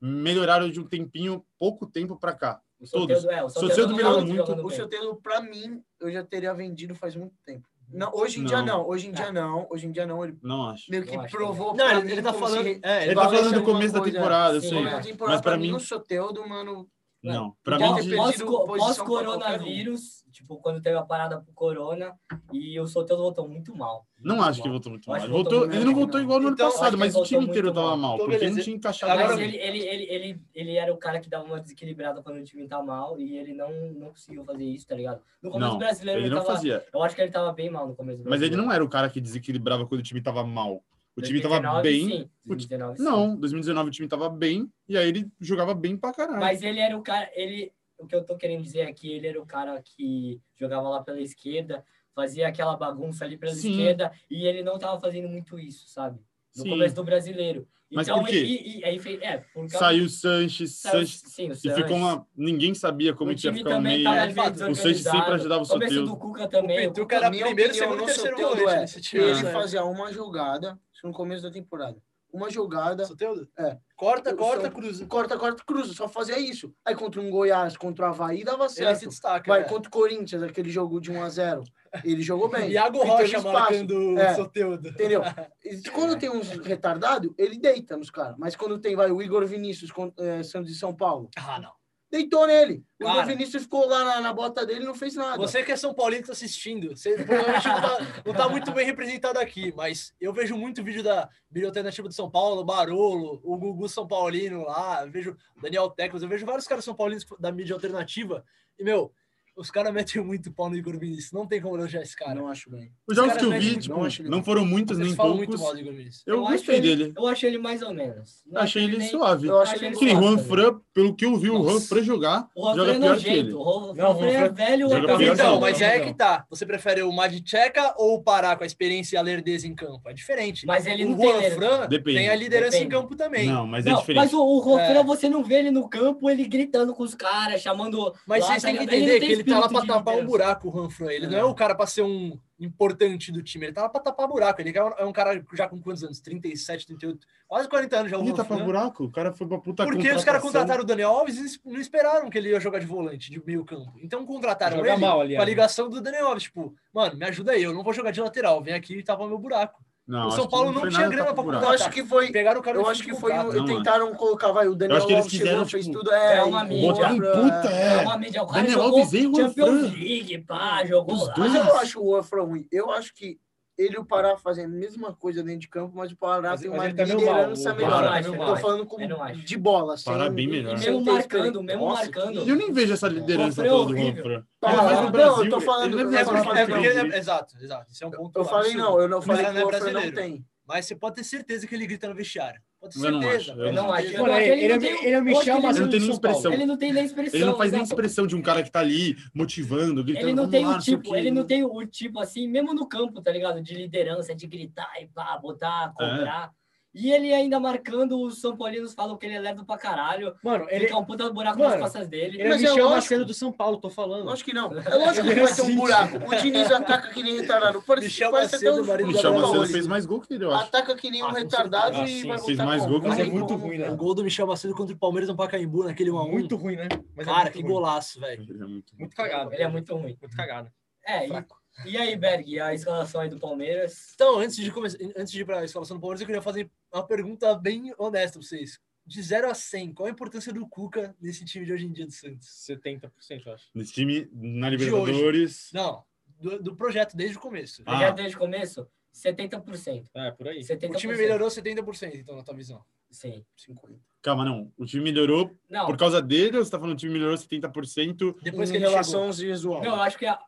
C: melhoraram de um tempinho, pouco tempo para cá.
D: O
C: todos.
D: Soteldo, é, o
C: Soteldo
D: Soteldo
C: melhorou
D: tá
C: muito,
D: jogando
E: O
D: bem.
E: Soteldo, pra mim, eu já teria vendido faz muito tempo. Não, hoje em
C: Não.
E: dia não, hoje
A: É.
E: em dia não, hoje em dia não. Ele
C: Não acho.
E: meio que
D: Eu acho
E: provou.
A: Não,
E: pra
A: ele,
E: mim
A: ele tá
E: como assim?
A: falando.
E: se-
A: É,
C: Ele
A: ele tá
C: tá
E: vai
C: falando
E: fazer
C: do começo
E: alguma
C: da
E: coisa.
C: temporada, eu
D: Sim,
C: sei.
D: é.
E: Começo de temporada,
C: Mas pra mim-
E: o Soteldo, mano.
C: Não, pra
E: Pode
C: mim,
E: ter
C: de-
E: perdido
D: Pós-
E: posição pra qualquer um.
D: Pós-coronavírus, tipo, quando teve a parada pro corona, e o Soteldo voltou muito mal.
C: não acho que voltou
D: voltou.
C: muito
D: Eu
C: mal.
D: acho que
C: Ele
D: voltou
C: voltou-
D: muito
C: ele não
E: mal,
C: voltou
E: não.
C: igual no ano
A: Então, eu acho
C: passado,
D: que
C: mas o
D: voltou
C: time inteiro
D: muito
C: tava
D: mal.
C: mal,
A: Então,
C: porque não
A: beleza.
C: tinha encaixado assim.
A: Agora-
D: Mas
C: nada.
D: ele, ele, ele, ele, ele era o cara que dava uma desequilibrada quando o time tá mal e ele não, não conseguiu fazer isso, tá ligado? No começo
C: Não,
D: brasileiro
C: Ele
D: ele
C: não
D: tava,
C: fazia.
D: Eu acho que ele tava bem mal no começo
C: Mas ele
D: brasileiro.
C: não era o cara que desequilibrava quando o time tava mal. O time tava
D: 2019,
C: bem.
D: Sim, 2019, sim.
C: Não, 2019 o time tava bem, e aí ele jogava bem pra caralho.
D: Mas ele era o cara. Ele, o que eu tô querendo dizer é que ele era o cara que jogava lá pela esquerda, fazia aquela bagunça ali pela
C: Sim.
D: esquerda, e ele não tava fazendo muito isso, sabe? No
C: Sim.
D: começo do brasileiro.
C: Mas
D: então,
C: por quê?
D: E, e- aí fez, é, por causa
C: Saiu o Sanches,
D: saiu-
C: Sanches,
D: sim, o
C: e
D: Sanches.
C: ficou uma. Ninguém sabia como
D: o
C: que ia
D: time
C: ficar o
D: também
C: meio.
D: tava meio
A: O
C: Sanches sempre
D: desorganizado.
C: ajudava o
D: começo
C: Soteldo.
D: do Cuca
A: O
D: também. o
A: Pituca era
E: minha
A: primeiro,
E: opinião,
A: segundo e
E: no
A: terceiro
E: Soteldo
A: volante
E: é-
A: nesse time.
E: Ele
A: né?
E: fazia uma jogada, isso no começo da temporada. Uma jogada,
A: Soteldo?
E: É.
A: Corta,
E: Eu
A: corta,
E: sou-
A: cruza.
E: corta, corta, cruza, só fazia isso. Aí contra um Goiás, contra o Havaí, dava
A: Ele se
E: certo.
A: destaca.
E: Vai,
A: né?
E: contra o Corinthians, aquele jogo de 1x0. Ele jogou bem.
A: Iago
E: Então,
A: Rocha
E: espaço,
A: marcando o
E: É.
A: Soteldo.
E: Entendeu? E Quando tem uns retardado, ele deita nos caras. Mas quando tem, vai, o Igor Vinícius, con- eh, Santos de São Paulo,
A: Ah, não.
E: deitou nele. O
A: Cara.
E: Igor Vinícius ficou lá na, na bota dele e não fez nada.
A: Você que é São Paulino que tá assistindo, você provavelmente não tá, não tá muito bem representado aqui, mas eu vejo muito vídeo da Mídia Alternativa de São Paulo, Barolo, o Gugu São Paulino lá, eu vejo Daniel Teclas, eu vejo vários caras São Paulinos da mídia alternativa, e, meu, os caras metem muito pau no Igor Vinícius, não tem como elogiar esse cara.
E: Não acho bem.
C: Os jogos
A: Os
C: que eu
A: caras
C: vi,
A: não-
C: tipo,
E: não acho ele-
C: não foram muitos
A: Vocês
C: nem
A: falam muito
C: poucos.
A: mal do Igor Vinícius.
C: Eu
D: acho
C: gostei
D: ele-
C: dele.
D: Eu acho ele mais ou menos. Não
C: Achei ele
D: nem-
C: suave.
E: Eu acho
D: acho
E: que
D: ele
C: Que nem
D: suave
C: Juan
D: também.
C: Fran, pelo que eu vi, o Juan
D: Nossa.
C: Fran jogar,
D: O Juan
C: joga
D: Fran é
C: pior que ele.
D: nojento. O Juan
B: Não, o
D: Fran é
B: Juan Fran-
D: velho.
C: Joga
D: pra
C: pior que
A: Então,
C: ele.
D: caralho.
A: mas é que tá. Você prefere o Madi Tcheca ou o Pará com a experiência e a lerdeza em campo? É diferente.
D: Mas ele
A: o
D: não tem.
A: Juan
D: ler-
A: Fran
C: Depende.
A: tem a liderança
D: Depende.
A: em campo também.
C: Não, mas é
D: Não,
C: diferente.
D: mas o, o Juan
A: É.
D: Fran, você não vê ele no campo, ele gritando com os caras, chamando.
A: Mas
D: lá,
A: vocês
D: tá
A: têm que
D: ligado?
A: entender
D: não tem
A: que ele tá lá pra
D: espírito de
A: tapar um
D: liderança.
A: buraco, o Ranfran. Ele não é
D: É.
A: o cara pra ser um importante do time. Ele tá lá pra tapar buraco. Ele é um- é um cara já com quantos anos? 37, 38, quase 40 anos já. o
C: Ele tá pra
A: Ranfran.
C: buraco, o cara foi pra puta
A: Porque os caras
C: contratação.
A: contrataram o Daniel Alves e não esperaram que ele ia jogar de volante, de meio campo. Então contrataram
B: Joga
A: ele
B: mal,
A: com a
B: aliás.
A: ligação do Daniel Alves. Tipo, mano, me ajuda aí, eu não vou jogar de lateral. Vem aqui e tapa meu buraco.
C: Não,
A: O
C: acho
A: São
C: que
A: Paulo não
C: foi
A: tinha
C: nada
A: grana
C: pra
A: pra
C: procurar.
E: Eu
A: contratar.
E: acho que foi.
A: Pegaram o cara
E: Eu
A: no
E: acho
A: fim
E: que
A: do
E: foi. um,
A: contrato.
C: Não,
E: tentaram colocar, vai, o Daniel
C: acho que eles
E: Alves chegou,
C: fizeram,
E: fez
C: tipo,
E: tudo. É,
D: é uma
E: e-
D: mídia.
C: Botaram um
E: Juan Fran,
C: puta,
D: É
C: é.
D: uma mídia. O cara
C: Daniel
D: jogou
C: Alves e Juan
D: Champions
C: Fran.
D: League, pá, jogou
C: Os
D: lá.
C: dois.
E: Mas eu não acho o Juan Fran ruim. Eu acho que ele e o Pará fazem a mesma coisa dentro de campo, mas o Pará
B: Mas-
E: tem
B: mas
E: uma
B: ele tá meio
E: liderança
B: mal, o
E: melhor.
C: Pará
D: tá meio
E: Tô
D: mal.
E: falando com,
D: Eu não acho.
E: de bola. Sem,
C: Pará é bem melhor.
E: e
C: E
E: sem
D: mesmo
E: ter
D: marcando,
E: experiência.
D: mesmo
E: Nossa,
D: marcando.
C: E eu nem vejo essa liderança
D: Pô, foi
C: toda do Juan
D: horrível.
C: Fran.
E: Tá,
C: Ainda mais no
E: não,
C: Brasil.
E: eu tô falando-
C: ele não
A: É
C: é
E: eu tô
A: porque, é
E: falando-
A: porque ele
C: brasileiro.
A: é- exato, exato. Isso é um ponto.
E: Eu falei
A: absurdo.
E: não, eu não falei
A: Mas
E: que
A: não é
E: o Juan Fran não
A: brasileiro.
E: tem.
A: Mas você pode ter certeza que ele grita no vestiário. Pode ter
C: Eu não
A: certeza.
C: acho,
D: Eu não acho. Eu
B: Mano,
D: não acho.
B: ele-
D: não
B: ele-
D: tem-
B: ele não me
D: lógico que
B: chama
C: Ele não tem nem
B: São Paulo.
C: expressão.
D: Ele não tem nem expressão.
C: Ele não faz nem
D: exato.
C: expressão tá de um cara que tá ali motivando, gritando.
D: Ele não
C: "Vamos
D: tem
C: lá,
D: o
C: sei
D: tipo,
C: quê".
D: ele não tem o tipo assim, mesmo no campo, tá ligado? De liderança, de gritar e pá,
C: É.
D: botar, cobrar. E ele ainda marcando, os São Paulinos falam que ele é lerdo pra caralho.
B: Mano,
D: Ele
B: ele,
D: fica um puta buraco
B: Mano,
D: nas costas dele. um
B: ele
E: Mas
B: me
E: é
B: chama
E: lógico.
B: sendo do São Paulo, tô falando.
E: Lógico que não. É lógico que vai ter um buraco. O Diniz ataca que nem um retardado. Parece,
A: Michel
E: parece até
A: Macedo,
E: um
A: marido
E: um
A: da
C: Michel
A: Pauli.
E: Paulo.
C: Marcelo fez mais gol que ele, eu acho.
E: Ataca que nem um
B: Ah, com
E: retardado
B: certeza.
E: e
B: Ah, sim,
E: vai
C: fez
E: voltar
C: mais
E: com-
C: gol que
E: não
B: Mas é
E: tem
B: muito
E: como.
B: ruim, né?
A: O gol do Michel Macedo contra o Palmeiras no Pacaembu, naquele 1x1.
B: Muito ruim, né? Mas é
A: Cara,
B: muito
A: que
B: ruim.
A: golaço, velho.
C: Ele é muito-
B: Muito cagado.
D: Ele é muito ruim.
B: Muito cagado.
D: É, e,
B: Fraco.
D: e aí, Berg, a escalação aí do Palmeiras?
A: Então, antes de, começar, antes de ir para a escalação do Palmeiras, eu queria fazer uma pergunta bem honesta para vocês. De 0 a 100, qual a importância do Cuca nesse time de hoje em dia do Santos?
B: 70%, eu acho.
C: Nesse time, na
A: hoje.
C: Libertadores.
A: Não, do, do projeto, desde o começo.
C: Ah.
D: Já desde o começo, 70%.
B: É, por aí.
D: 70%.
A: O time melhorou 70%, então, na tua visão.
D: Sim.
E: 50.
C: Calma, não. O time melhorou
D: Não,
C: por causa dele ou você tá falando que o time melhorou 70%?
A: Depois
E: em
A: que ele
E: relação
A: chegou.
E: aos Jesual.
D: não, eu acho que a.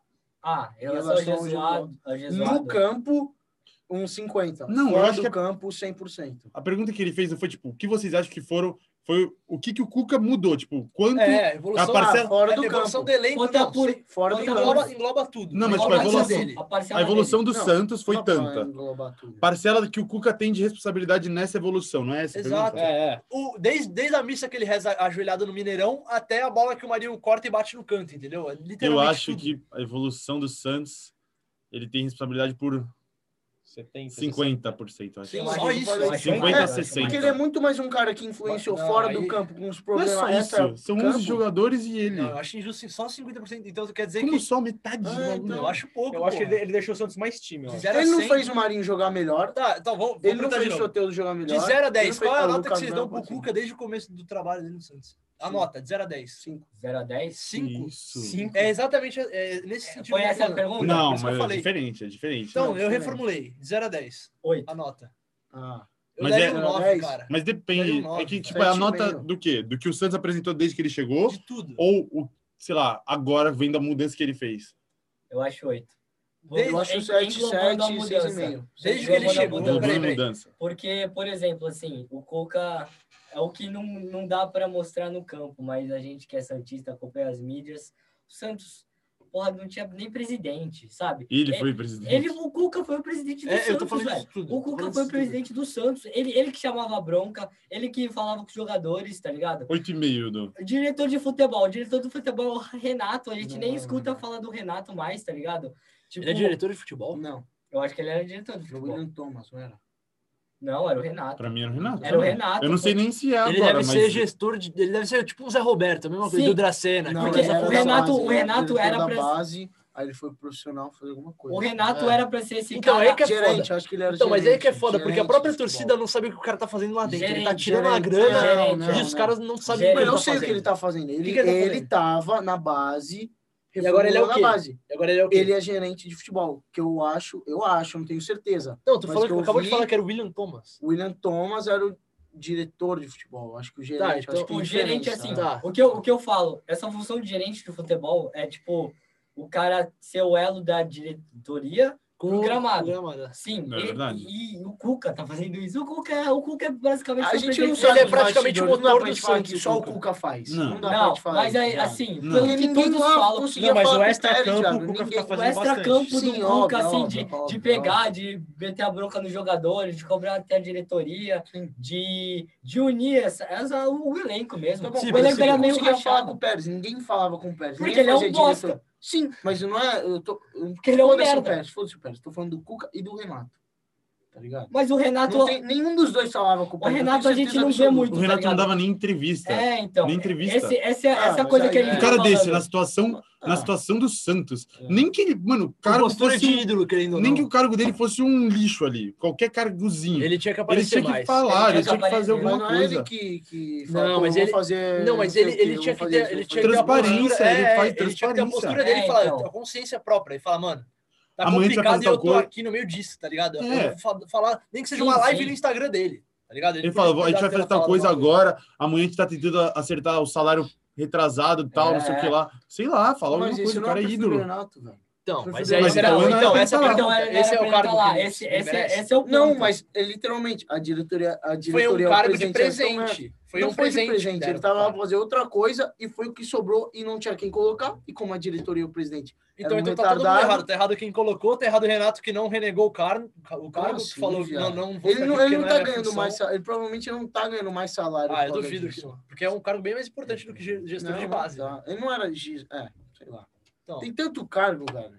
D: Ah, em relação ao
E: Em relação ao
D: Jesuado. ao
E: No
D: Jesuado.
E: campo,
A: um
E: uns 50.
C: Não, eu
E: Fora
C: acho
E: do
C: que é-
E: campo, 100%.
C: A pergunta que ele fez não foi tipo, o que vocês acham que foram? Foi o que, que o Cuca mudou? Tipo, quanto.
A: É, a evolução,
C: A parcela-
E: fora do
A: a evolução
E: campo.
A: do elenco
D: Conta
A: não,
D: por-
A: sem-
E: Fora do
D: Conta
E: campo.
A: engloba, engloba tudo.
C: Não, mas,
A: Engloba
C: tipo, a
A: tudo
C: evolução-
A: dele.
D: parcela
C: A evolução do
D: dele.
E: Não,
C: Santos foi
E: Só pra
C: tanta.
E: englobar tudo.
C: Parcela que o Cuca tem de responsabilidade nessa evolução, não é essa? a
A: Exato.
C: pergunta?
B: É, é.
A: O- desde, desde a missa que ele reza ajoelhado no Mineirão até a bola que o Marinho corta e bate no canto, entendeu? É Literalmente
C: Eu acho
A: tudo.
C: que a evolução do Santos, ele tem responsabilidade por
B: 70,
C: 50%, eu acho.
A: Sim,
D: Eu acho
A: só
D: que
A: isso.
D: foi- eu acho que foi
C: 50 a
D: mais, eu acho que foi
C: 60.
E: Porque
D: mais.
E: ele é muito mais um cara que influenciou
A: Não,
E: fora
A: aí-
E: do campo com os
C: então. Não é
E: problemas
C: só isso. São 11
E: campo.
C: jogadores e ele.
A: Não, eu acho injusto só 50%. Então quer dizer
C: Como assim?
A: que. É,
C: só metade do
E: Ah,
C: bagulho?
E: então.
A: Eu acho pouco.
B: Eu acho que
A: porra.
B: ele, é ele deixou o Santos mais time, eu
A: De
B: acho.
A: zero a
E: Ele não
A: 100.
E: fez o Marinho jogar melhor.
A: Tá, então vamos. vamos
E: Ele não
A: perguntar de
E: fez o
A: novo.
E: Soteudo jogar melhor.
A: De 0 a
E: Ele
A: 10,
E: não
A: qual
E: fez-
A: é a
E: Ah, o
A: nota que
E: Lucas
A: vocês dão pro
E: Braga,
A: Cuca desde o começo do trabalho dele no Santos? A
E: Sim.
A: nota, de 0 a 10.
E: Sim.
D: 0 é a 10?
A: cinco
C: Isso.
B: Cinco.
A: É exatamente é, nesse sentido.
D: Foi
A: que eu tô
D: essa a
A: falando.
D: pergunta?
C: Não,
A: por isso que eu
C: mas é
A: falei.
C: diferente, é diferente.
A: Então,
E: Não,
A: eu
E: sim.
A: reformulei. De 0 a 10,
D: Oito.
A: a nota.
E: Ah,
A: Eu
C: Mas
A: daria
C: é-
A: um 9,
E: 10.
A: cara.
C: Mas
A: Daria um
C: depende.
A: nove,
C: é que,
A: cara.
C: tipo, é a
E: Sete e
C: nota
E: meio.
C: do quê? Do que o Santos apresentou desde que ele chegou?
A: De tudo.
C: Ou o, sei lá, agora vem da mudança que ele fez?
D: Eu acho 8.
A: Desde-
E: eu acho 7, 7, 6,5.
A: Desde que ele
D: Vamos dar
A: chegou.
D: mudança.
A: Peraí,
C: Mudou
A: peraí.
C: mudança.
D: Porque, por exemplo, assim, o Coca é o que não, não dá para mostrar no campo, mas a gente que é Santista acompanha as mídias. O Santos, porra, não tinha nem presidente, sabe?
C: E ele
D: É-
C: foi presidente.
D: Ele, o Cuca foi o presidente do
A: É,
D: Santos,
A: eu tô falando
D: velho.
A: disso tudo.
D: O
A: tô
D: Cuca
A: falando
D: foi o
A: disso
D: presidente do Santos. Ele, ele que chamava a bronca, ele que falava com os jogadores, tá ligado?
C: 8,5 do.
D: Diretor de futebol, diretor do futebol, é Renato. A gente nem
E: Não.
D: escuta falar do Renato mais, tá ligado?
A: tudo.
D: Tipo,
A: Ele é diretor de futebol?
E: Não,
D: Eu acho que ele era diretor de
E: o
D: futebol.
E: William Thomas, não era?
D: Não, era o Renato.
C: Pra mim era o Renato.
D: Era o
C: né?
D: Renato.
C: Eu não
D: pô.
C: sei nem se é
A: Ele
C: agora,
A: deve
C: mas.
A: ser gestor de. Ele deve ser tipo um Zé Roberto, a mesma coisa,
D: Sim.
A: do Dracena.
E: Não, é,
A: que
D: porque
A: fez a
D: o
E: da
A: função.
D: Renato-
E: base,
D: o Renato
E: ele
D: era
E: da
D: pra-
E: base, aí ele foi pro profissional fazer alguma coisa.
D: O Renato
A: É.
D: era pra ser esse
A: Então,
D: cara.
A: é que é
E: gerente, acho que ele era
A: Então, mas aí que é
E: gerente,
A: foda, porque a
E: gerente
A: própria
E: de futebol.
A: torcida não sabe o que o cara tá fazendo lá dentro. ele tá
D: Gerente,
A: tirando a
D: gerente,
A: grana
E: gerente, É,
A: e
E: não,
A: os
E: não.
A: caras não sabem
D: Gerente.
A: o que
E: Mas
A: ele
E: eu
A: tá
E: sei o que
A: fazendo.
E: ele tá fazendo. Ele,
A: que ele tá
E: ele
A: fazendo?
E: tava na base.
A: E agora ele é o
E: reformulou
A: quê?
E: Na base.
A: Agora ele é o quê?
E: Ele é gerente de futebol, que eu acho, eu acho, não tenho certeza.
A: Não, tu
E: Mas
A: falou
E: que
A: que
E: eu
A: acabou de
E: vi-
A: falar que era o William Thomas.
E: O William Thomas era o diretor de futebol, acho que o gerente.
A: então,
E: acho que
D: O
E: é
D: gerente,
E: diferente,
D: assim,
A: tá.
E: tá?
D: o, que eu, o que eu falo, essa função de gerente de futebol é, tipo, o cara ser o elo da diretoria.
A: Com
D: Pro gramado.
A: gramado.
D: Sim,
C: É
D: Assim, ele-
C: verdade.
D: e, o Cuca tá fazendo isso. O Cuca, é- o Cuca é basicamente...
E: A
D: seu
E: gente não
D: presidente.
E: sabe.
A: Ele é
E: os
A: praticamente o
E: bastidores, não dá
A: motor
E: pra
A: do
E: gente falar que
A: Santos,
E: só o
A: Cuca.
E: Cuca faz.
C: Não.
E: Não, dá pra
D: Não,
E: gente falar.
D: mas
E: isso,
D: aí,
E: Thiago.
D: assim,
C: Não.
D: pelo
E: Porque
D: que
E: ninguém
D: todos
E: lá
D: falam,
E: conseguia
B: Não, mas o
E: falar do Pérez,
B: extra-campo,
E: Thiago,
B: o Cuca
E: ninguém-
B: tá
D: o
B: fazendo bastante.
D: extra-campo do
E: Sim,
D: Cuca,
E: óbvio,
D: assim,
E: óbvio,
D: de, de
E: óbvio,
D: pegar, de meter a bronca nos jogadores, de cobrar até a diretoria,
E: Sim.
D: de, de unir essa, essa- o elenco mesmo.
E: Tá bom,
A: Sim,
D: o
A: mas
D: elenco
A: assim,
D: era
E: Ninguém
D: meio
E: conseguia falar com
D: rachado.
E: o Pérez, ninguém falava com o Pérez.
D: Porque
E: ninguém
D: ele é um
E: fazia diretor.
D: bosta.
E: Sim, mas não é. Eu tô. eu-
D: Porque ele é um
E: Foda-se o
D: merda.
E: Pérez, foda-se o Pérez. Tô falando do Cuca e do Renato. Tá ligado?
D: Mas o Renato...
E: Não tem- nenhum dos dois falava com o
D: O
E: Pérez. eu
D: Renato
E: tenho
D: a gente
E: certeza
D: não vê
E: absoluta.
D: muito.
C: O Renato não
D: ligado?
C: dava nem entrevista.
D: É, então.
C: Nem entrevista.
D: Esse, esse-
E: Ah,
D: essa
E: mas
D: coisa
E: aí-
D: que ele
C: Um
E: Um
D: tá
C: cara desse, na
D: falando.
C: situação, na
E: Ah.
C: situação do Santos.
E: É.
C: Nem que ele, mano, o
A: Com
C: cargo
A: postura
E: tipo
A: é de
C: fosse
E: assim,
C: um,
A: ídolo, querendo ou
C: nem que
A: não.
C: o cargo dele fosse um lixo ali, qualquer cargozinho. Ele,
A: Ele tinha que aparecer
C: tinha que
A: mais.
C: falar,
D: Ele
C: ele tinha que
D: tinha que
C: fazer
D: aparecer.
C: alguma
E: Mas não é
C: coisa.
E: ele que, que
A: Não,
E: fala, pô,
A: mas
E: eu vou
A: ele-
E: fazer.
A: Não, mas
E: sei
A: ele,
E: o quê,
A: ele
E: eu
A: tinha
E: vou
A: que
E: fazer
A: ter,
E: isso,
A: ele
E: eu vou
A: tinha que ter
E: fazer
A: a
E: isso.
C: Transparência,
A: postura,
C: ele
A: é,
C: faz
A: Ele tinha que ter a
C: transparência.
A: postura dele
D: É,
A: e falar,
D: então.
A: a consciência própria, e falar, mano, Tá
C: Amanhã a gente vai
A: complicado
C: fazer
A: e eu
C: tal
A: tô
C: coisa.
A: aqui no meio disso, tá ligado?
C: É.
A: Eu vou fa- falar, nem que seja
D: Sim,
A: uma live
D: sim.
A: no Instagram dele, tá ligado?
C: Ele fala, a gente vai
A: podia
C: fazer
A: ter
C: tal
A: falado
C: coisa
A: uma
C: agora, amanhã a gente tá tentando acertar o salário retrasado e tal,
D: É,
C: não sei o que
D: é.
C: lá. Sei lá, falar alguma
E: Mas isso
C: coisa, o
E: não é
C: cara é
E: perfil do
C: ídolo.
E: Renato, velho.
A: Então, mas
D: Mas
A: é,
D: então
A: então,
C: era
A: então,
C: pra
A: essa é a
C: ele
A: pergunta.
D: Então,
E: um
D: era-
A: esse
D: era
A: é
D: pra
A: o
D: ele
A: cargo
D: tá lá.
A: que ele
D: Esse,
A: merece.
D: esse, é- esse é o ponto.
E: Não, mas é literalmente, a diretoria. A
A: então. foi
E: diretoria
A: um cargo de
E: presenteação, né?
A: presente. Foi
E: não
A: um presente.
E: presente.
A: deram
E: Ele tava
A: pro
E: lá
A: cara.
E: pra fazer outra coisa e foi o que sobrou e não tinha quem colocar. E como a diretoria e o presidente.
A: Então,
E: Era um
A: então tá todo mundo
E: retardado.
A: errado. Tá errado quem colocou, tá errado o Renato que não renegou o cargo, o cargo
E: assim,
A: que falou,
E: viado?
A: não, não vou
E: Ele
A: ficar
E: não,
A: aqui porque
E: ele não
A: é
E: tá
A: minha
E: ganhando
A: função.
E: mais salário. Ele provavelmente não tá ganhando mais salário.
A: Ah, eu
E: por causa
A: duvido que
E: disso.
A: não. Porque é um cargo bem mais importante do que ge- gestor
E: Não,
A: de base.
E: tá. Ele não era. gi- É, sei lá.
A: Então.
E: Tem tanto cargo, cara,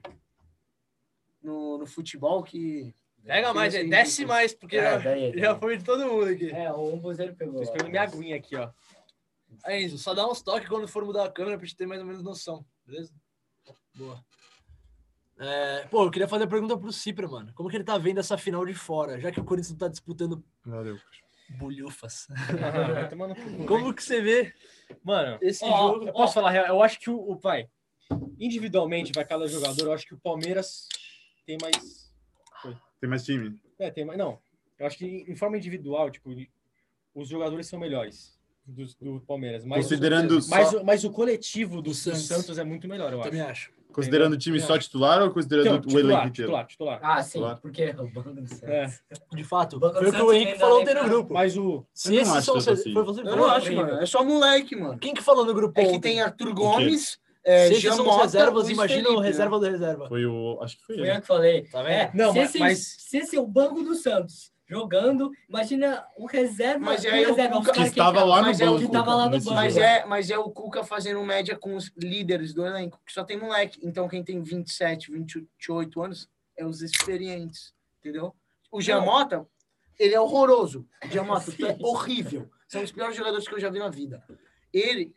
E: no, no futebol que.
A: Pega
E: que
A: mais, é
E: você-
A: desce mais, porque
D: É,
A: já,
D: daí, daí.
A: já foi de todo mundo aqui.
D: É, o Buzeiro pegou.
B: Tô esperando minha aguinha aqui, ó.
A: É Enzo, só dá uns toques quando for mudar a câmera pra gente ter mais ou menos noção, beleza? Boa. É, pô, eu queria fazer a pergunta pro Cipra, mano. Como que ele tá vendo essa final de fora, já que o Corinthians não tá disputando
C: Valeu.
A: bulhufas?
B: Vai tomar no cu.
E: é
A: Como que você vê
B: Mano,
A: esse
D: Ó,
A: jogo?
B: eu posso falar a real? Eu acho que o, o pai, individualmente, vai cada jogador, eu acho que o Palmeiras tem mais.
C: Tem mais time.
B: É, tem mais. Não. Eu acho que em forma individual, tipo, os jogadores são melhores do, do Palmeiras.
D: um
B: Mas,
C: Considerando só-
B: mas, o- mas o coletivo do,
A: Do Santos.
B: Santos. é muito melhor, eu acho.
A: Também acho.
D: um
C: Considerando o time só titular ou
B: Então,
C: considerando é o elenco
B: titular,
C: inteiro?
B: titular, titular.
D: Ah, sim,
C: Claro.
D: porque o Banco do Santos.
B: É.
A: De fato,
D: O Banco
A: foi o
D: do
A: que o
D: Santos
A: Henrique
D: ainda
A: falou
D: nem
A: ontem no
D: tá-
A: grupo.
B: Mas o.
A: Se
C: Eu não
A: esses
C: acho
A: são
C: tanto
A: seus-
C: assim.
A: foi você que
E: Eu
A: falou,
E: não
A: né?
E: acho, mano. É só moleque, mano.
A: Quem que falou no grupo
E: É que
A: ontem?
E: tem Arthur
C: quê?
E: Gomes, é,
A: Se esses
E: Jean
A: são
E: Mota,
A: os reservas,
E: Luiz
A: imagina o
E: Felipe, né?
A: reserva do reserva.
C: Foi o. Acho que foi
D: Foi
C: ele.
D: eu que falei.
A: Tá vendo?
D: É,
B: Não,
D: se,
B: mas-
D: esse,
B: mas-
D: se esse é o Banco do Santos jogando, imagina o reserva.
E: Mas
D: o
E: aí eu-
D: reserva, os
E: que
D: caras
C: estava lá
E: no
D: mas é o que
E: banco,
D: tava lá no
C: nesse
D: banco.
E: Mas
C: jogo.
E: é, mas é o Cuca fazendo média com os líderes do elenco, que só tem moleque. Então, quem tem 27, 28 anos é os experientes, entendeu? O Giamota, ele é horroroso. Giamota, tu é horrível. São os piores jogadores que eu já vi na vida. Ele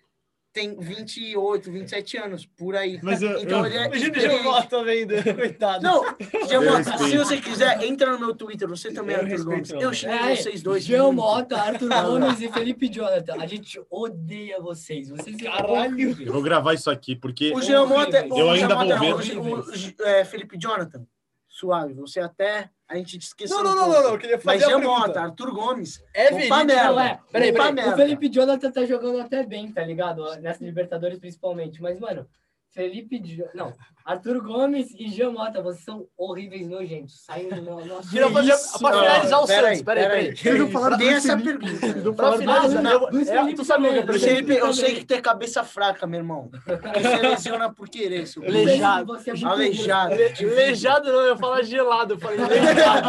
E: tem 28, 27 anos, por aí.
C: Mas eu-
E: Então,
C: eu-
E: ele é
A: Imagina o
E: experiente.
A: Giamota vendo, coitado.
E: Não, Giamota,
C: respeito.
E: se você quiser, entra no meu Twitter, você também é
B: Eu
E: Arthur Gomes.
B: respeito,
E: Eu xingo
D: É,
E: vocês dois.
D: Jean
E: muito.
D: Mota, Arthur Gomes e Felipe Jonathan. A gente odeia vocês. Vocês são
B: Caralho.
C: Eu
D: horríveis.
C: vou gravar isso aqui, porque.
E: O Jean Mota. é
D: Eu
E: o Jean
C: ainda vou
E: Mota
C: ver.
E: não, o Jean- o J- é, Felipe Jonathan, suave. Você até. A gente te esqueceu.
A: Não,
E: um
A: não, não,
E: pouco.
A: não, não, eu queria
E: Mas
A: fazer a
E: Jean
A: pergunta.
E: Mota, Arthur Gomes.
A: É
E: Opa,
A: verídico,
E: merda.
A: não é? Peraí,
E: Opa,
A: peraí.
E: merda.
D: O Felipe Jonathan tá jogando até bem, tá ligado? Nessa Libertadores principalmente. Mas, mano, Felipe. Jo- Não, Arthur Gomes e Jean Mota, vocês são horríveis, nojentos. Saindo no nosso.
A: Queria fazer
C: isso,
A: pra
E: não,
A: finalizar o
E: pera
A: Santos. Peraí,
E: aí, pera
A: peraí.
E: aí.
C: Eles não falaram
E: Tem
C: do
E: essa
C: Felipe.
E: pergunta.
A: Pra
C: Não falaram do Felipe.
A: finalizar,
D: não,
A: eu-
D: Luiz
A: é,
D: Felipe
A: tu sabia o que é
D: também, Luiz
A: presente?
E: Felipe, eu
D: também.
E: sei que tu é cabeça fraca, meu irmão. Você lesiona por querer, seu
A: Leja- Aleijado.
D: é Você é muito
E: Aleijado.
A: Le- Leijado não, eu ia falar gelado, eu falei leijado.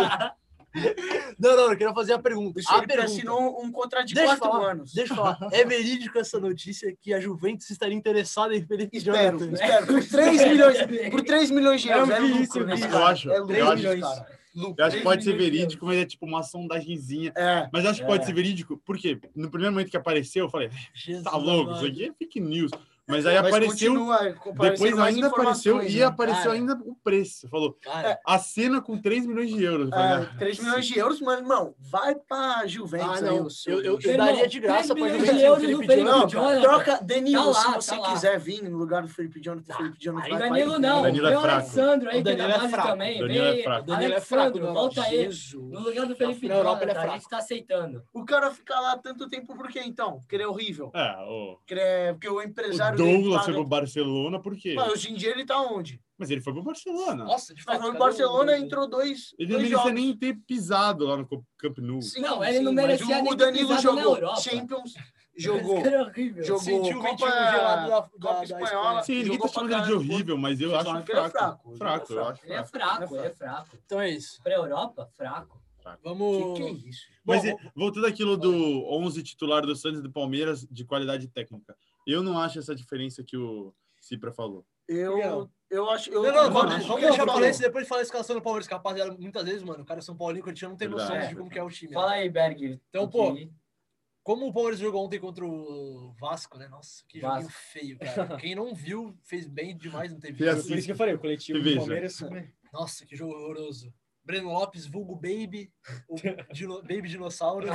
A: Não, não, eu queria fazer a pergunta.
E: Isso
A: A
E: ele
A: pergunta.
E: assinou um contrato de
A: Deixa eu
E: quatro
A: falar.
E: anos.
A: Deixa eu falar, é verídico essa notícia que a Juventus estaria interessada em Felipe
E: Espero,
A: Jonathan.
E: espero. Por 3 milhões, por 3 milhões de
B: Eu
E: euros. É
B: vi isso,
E: lucro,
B: eu
E: né?
B: vi
C: isso.
E: cara?
C: Eu acho,
E: É
C: eu
E: lucro,
C: acho isso.
E: cara.
C: Eu acho que pode ser
D: Três milhões de
C: verídico, mas é tipo uma sondagenzinha.
E: É.
C: Mas eu acho que
D: É.
C: pode ser verídico, porque no primeiro momento que apareceu, eu falei,
A: Jesus
C: tá louco, isso
A: amado.
C: aqui é fake news. Mas aí
E: Mas
C: apareceu,
E: continua aparecendo
C: depois
E: mais
C: ainda apareceu
E: informações,
C: e
E: né?
C: apareceu
A: Cara.
C: ainda o preço. Falou,
A: Cara,
C: acena com 3 milhões de euros. Eu falei,
E: É, 3 milhões de euros, mas, irmão, vai pra Juventus.
A: Ah,
E: aí,
A: não.
E: o seu
A: Eu- eu-
E: bicho.
A: eu daria de graça pra
D: Três milhões
A: Juventus
D: de
A: e
D: euros
A: Felipe
D: no Felipe
A: Jonathan.
E: Não,
D: Jonathan.
E: troca Danilo,
D: Tá lá,
E: se
D: tá
E: você
D: lá.
E: quiser vir no lugar do Felipe Jonathan, o Felipe Jonathan
D: Aí
E: vai
D: Danilo
E: pra-
D: não.
C: Danilo é
D: Vem o
C: fraco.
D: Alexandro aí,
A: O
D: que é
A: Danilo
D: da
A: é
D: base
A: fraco.
D: também.
C: Danilo é
D: Vem
C: fraco.
A: Danilo é fraco,
D: Alexandro,
A: não.
D: volta ele.
E: Jesus.
D: No lugar do Felipe
A: Na Europa ele é
D: Jonathan, a
A: fraco.
D: gente tá aceitando.
E: O cara fica lá tanto tempo por quê, então? Porque ele é horrível.
C: É, o,
E: Porque, ele é- porque o
C: o
E: empresário dele
C: Douglas
E: paga-
C: foi pro Barcelona, por quê?
E: Mas hoje em dia ele tá onde?
C: Mas ele foi pro Barcelona.
A: Nossa, de
E: Mas
A: fato.
E: o
A: Tá, cadê
E: Barcelona entrou dois,
C: Ele não
E: dois
C: merecia
E: jogos.
C: nem ter pisado lá no Camp Nou.
E: Sim,
D: Não, ele
E: sim,
D: não
E: mas
D: merecia
E: o-
D: nem
E: O
D: ter
E: Danilo
D: pisado na
E: jogou
D: Europa.
E: Champions, jogou
D: Esse cara é horrível.
E: jogou
A: Sentiu o
E: Copa-
A: ventinho gelado da- da- da
E: Copa Espanhola.
A: Espanha.
C: Sim, ninguém
E: jogou
C: tá
E: pra
C: chamando ele de
E: caralho.
C: horrível, mas eu
E: Vocês
C: acho
E: falam que ele é
C: fraco.
E: fraco.
C: Fraco, eu acho
D: Ele é
C: fraco.
D: fraco, ele é fraco.
A: Então é isso.
D: Pra Europa, fraco.
A: Vamos.
E: Que que é isso?
C: Mas
A: Bom,
C: e- voltando àquilo do 11 titular do Santos e do Palmeiras de qualidade técnica, eu não acho essa diferença que o Cipra falou.
E: Eu,
A: Miguel.
E: eu acho.
A: Não,
E: Eu
A: não, vamos,
E: concordo com
A: vamos deixar
E: o que ele
A: falar isso
E: falou.
A: depois de falar a escalação do Palmeiras, que, rapaziada. Muitas vezes, mano, o cara é São Paulino, Corinthians não tem noção
C: Verdade.
A: de como que é o time. né?
D: Fala aí, Berg.
A: Então,
D: tu
A: pô,
D: que-
A: Como o Palmeiras jogou ontem contra o Vasco, né? Nossa, que joguinho
D: Vasco.
A: feio, cara. Quem não viu, fez bem demais, não teve.
C: E assim-
B: Por isso que eu falei, o coletivo do
C: Veja.
B: Palmeiras. né?
A: Nossa, que jogo horroroso. Breno Lopes, vulgo Baby, o dino- Baby Dinossauro.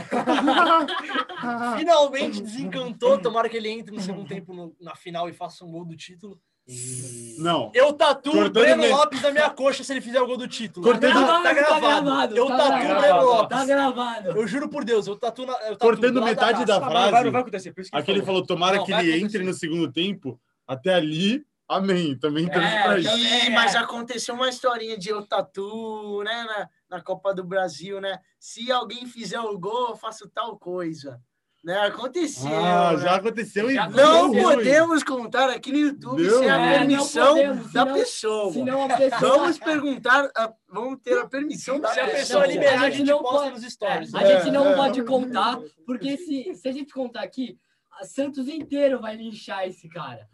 A: Finalmente desencantou. Tomara que ele entre no segundo tempo no- na final e faça um gol do título.
D: E...
C: Não.
A: Eu tatuo o
C: Cortando
A: Breno
C: mesmo.
A: Lopes na minha coxa se ele fizer o gol do título.
C: Cortando-
A: Tá
D: tá
A: gravado.
D: gravado,
A: Eu
D: tá
A: tatuo o
D: gravado.
A: Breno Lopes.
D: Tá gravado.
A: Eu juro por Deus, eu tatuo na. Eu tatuo
C: Cortando
A: do lado
C: metade
A: raça.
C: da
B: Ah, mas
C: frase.
B: Não vai, não vai acontecer, por isso que
C: Aqui ele falou, tomara
A: Não,
C: que
A: vai
C: ele
A: acontecer.
C: entre no segundo tempo. Até ali, amém. Também torço
D: É,
C: pra
D: então-
C: isso.
D: também,
E: Ih,
D: é.
E: mas aconteceu uma historinha de eu tatu, né, na, na Copa do Brasil, né? Se alguém fizer o gol, eu faço tal coisa. Né? Aconteceu.
C: Ah,
E: né?
C: já aconteceu e
D: Já
E: Não
C: deu ruim.
E: podemos contar aqui no YouTube
C: Deu ruim.
E: sem a
C: É, não
E: permissão
D: podemos,
E: da
D: senão-
E: pessoa.
D: Se não a pessoa...
E: Vamos perguntar, a- vamos ter a permissão da
A: Se a
E: pessoa.
A: pessoa
D: É, Não,
A: liberar,
D: a
A: a
D: gente
A: gente
D: não
A: posta
D: pode.
A: nos
D: É,
A: stories.
D: a gente não
C: É, é.
D: pode contar, porque se, se a gente contar aqui, a Santos inteiro vai linchar esse cara.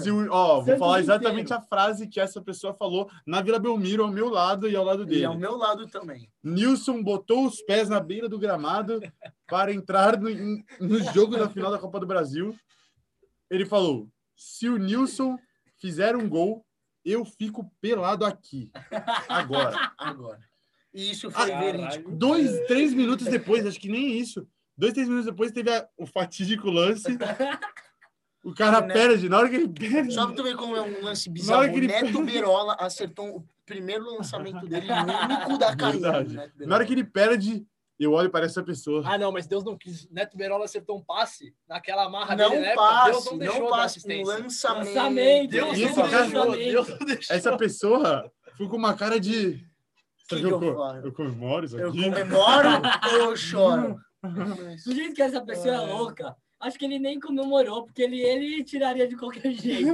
C: Se o- ó, vou
D: Santos
C: falar
D: inteiro.
C: exatamente a frase que essa pessoa falou na Vila Belmiro, ao meu lado e ao lado
E: E
C: dele.
E: ao é meu lado também.
C: Nilson botou os pés na beira do gramado para entrar no, em- no jogo da final da Copa do Brasil. Ele falou: se o Nilson fizer um gol, eu fico pelado aqui. Agora.
E: Agora. E isso foi
B: Caralho.
E: verídico.
C: Dois, três minutos depois, acho que nem isso. Dois, três minutos depois teve a- o fatídico lance. O cara
E: Né?
C: perde. Na hora que ele perde.
E: Só pra tu ver como é um lance
C: Na
E: bizarro.
C: hora que ele-
E: O Neto Berola acertou o primeiro lançamento dele, o único da carreira.
C: Verdade.
E: do Neto Berola.
C: Na hora que ele perde, eu olho para essa pessoa.
A: Ah, não, mas Deus não quis. Neto Berola acertou um passe naquela
D: Ah,
A: amarra dele
D: né?
E: Não
A: na época. Deus
E: passe,
A: não
E: não,
A: deixou da
E: passe. Um
A: assistência.
E: lançamento.
D: Lançamento.
A: Deus
C: Isso,
A: não
C: cara.
A: deixou. Deus não deixou.
C: Essa pessoa ficou com uma cara de. Sabe
E: que
C: eu,
E: eu
C: co-
E: falo?
C: eu comemoro isso
E: Eu
C: aqui?
E: comemoro ou eu choro?
D: Do jeito que essa pessoa é louca, acho que ele nem comemorou, porque ele, ele tiraria de qualquer jeito.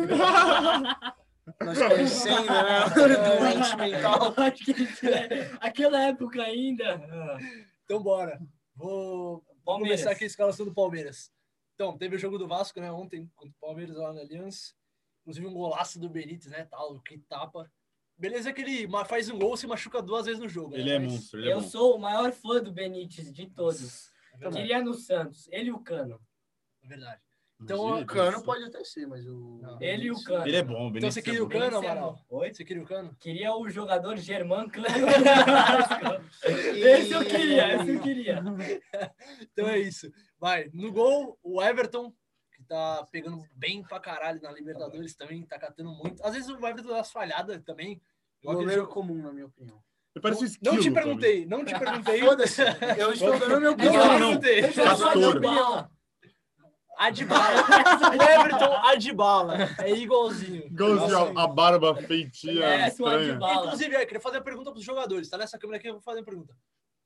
E: Nós pensando, né? Doente mental.
D: acho que ele tiraria. Aquela época ainda. ah,
A: Então, bora. Vou Vamos começar aqui a escalação do Palmeiras. Então, teve o jogo do Vasco, né, ontem, contra o Palmeiras lá na Aliança. Inclusive um golaço do Benítez, né, tal, que tapa. Beleza que ele ma- faz um gol e se machuca duas vezes no jogo. né,
C: Ele é
A: mas-
C: monstro, ele é
D: Eu
C: monstro.
D: sou o maior fã do Benítez de todos.
A: É verdade.
D: Diria no Santos. Ele e o Cano.
A: é verdade. Então,
C: Imagina,
E: O Cano
C: nossa.
E: pode até ser, mas o.
A: Não.
D: Ele e o Cano.
C: Ele é bom,
A: Então
C: Benítez
A: você
C: é
A: queria o
C: bom.
A: Cano,
D: Esse é
A: Amaral?
D: bom. Oi?
A: Você queria o Cano?
D: Queria o jogador Germán Cano. do Vasco. esse eu queria, esse eu queria.
A: Então é isso. Vai, no gol, o Everton, que tá pegando bem pra caralho na Libertadores também, tá catando muito. Às vezes o Everton dá as falhadas também.
E: Um Goleiro comum, na minha opinião.
C: Ele parece um
A: Não te
C: esquilo,
A: perguntei, não te perguntei.
E: Foda-se. Eu estou dando a minha
A: Não,
E: opinião.
A: não,
C: Não,
A: não.
C: não.
D: Eu
A: Deixa
D: sou
A: eu
C: Pastor.
A: só
D: só de bala.
A: Adbala. O Everton Adbala. É igualzinho.
C: pra mim. Igualzinho
A: Nossa.
C: a, a barba feitia
D: É, suave de
C: estranha.
D: barba.
A: Inclusive, eu queria fazer uma pergunta pros jogadores. Tá nessa câmera aqui, eu vou fazer uma pergunta.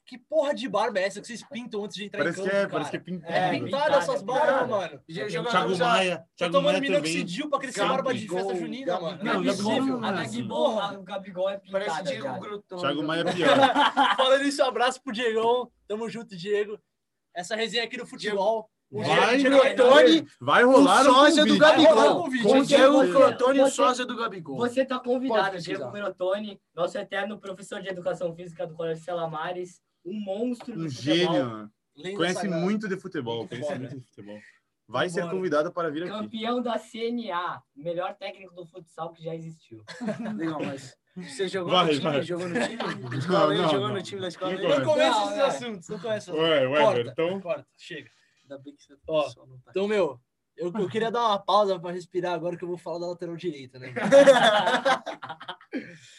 A: Que porra de barba é essa que vocês pintam antes de entrar
C: Parece
A: em
C: que
A: campo,
C: é,
A: cara?
C: parece que é pintado.
A: É
D: É,
A: pintada essas
D: pintada,
A: barbas,
E: pintada.
A: mano.
E: Gente,
D: Thiago
E: jogador
C: Thiago
E: já-
C: Maia,
A: Tô
C: Thiago
A: tá tomando
C: Maia também.
A: minoxidil pra crescer barba de
E: Gabigol,
A: festa junina, mano.
E: Gabigol.
A: Não é possível.
D: A da
C: assim.
D: Gabigol, a Gabigol é
E: Parece
D: pintada,
E: Diego
D: cara.
E: Grutão.
C: Thiago Maia é pior.
A: Falando isso, um abraço pro Diegão. Tamo junto, Diego. Essa resenha aqui do futebol. O
C: Vai,
A: Diego- tá
E: Diego Grotone,
C: Vai
E: o
C: rolar no
E: sósia
C: convite.
E: do
A: Vai rolar o
E: Gabigol.
A: convite.
E: O
D: Você-
E: Diego
D: você-
E: Grotone, o
D: você-
E: sósia do Gabigol.
D: Você está
E: Pode
D: convidado,
E: pesquisar.
D: Diego Merotoni, nosso eterno professor de educação física do Colégio Selamares, um monstro do
C: Um
D: futebol,
C: gênio. mano.
A: Lenda
C: Conhece
A: sagrada.
C: muito de futebol.
A: Muito
C: Conhece
A: bom,
C: muito de futebol. Vai ser
A: Bora.
C: convidado para vir aqui.
D: campeão da CNA, melhor técnico do futsal que já existiu.
E: Legal, mas você jogou
C: Vai,
E: no time?
C: vai.
E: Jogou no time? Da escola,
C: Não, não,
E: jogou
C: não.
E: no time da escola?
C: Não
A: Não
C: conhece.
A: começa
D: Não,
A: esses
D: é.
A: assuntos, não começa esses
C: Ué, então- ué,
A: Corta.
C: Everton.
A: Corta, chega.
E: Ainda bem que você
A: Ó,
E: só não tá aqui.
A: Então, meu, eu, eu queria dar uma pausa pra respirar agora que eu vou falar da lateral direita, né?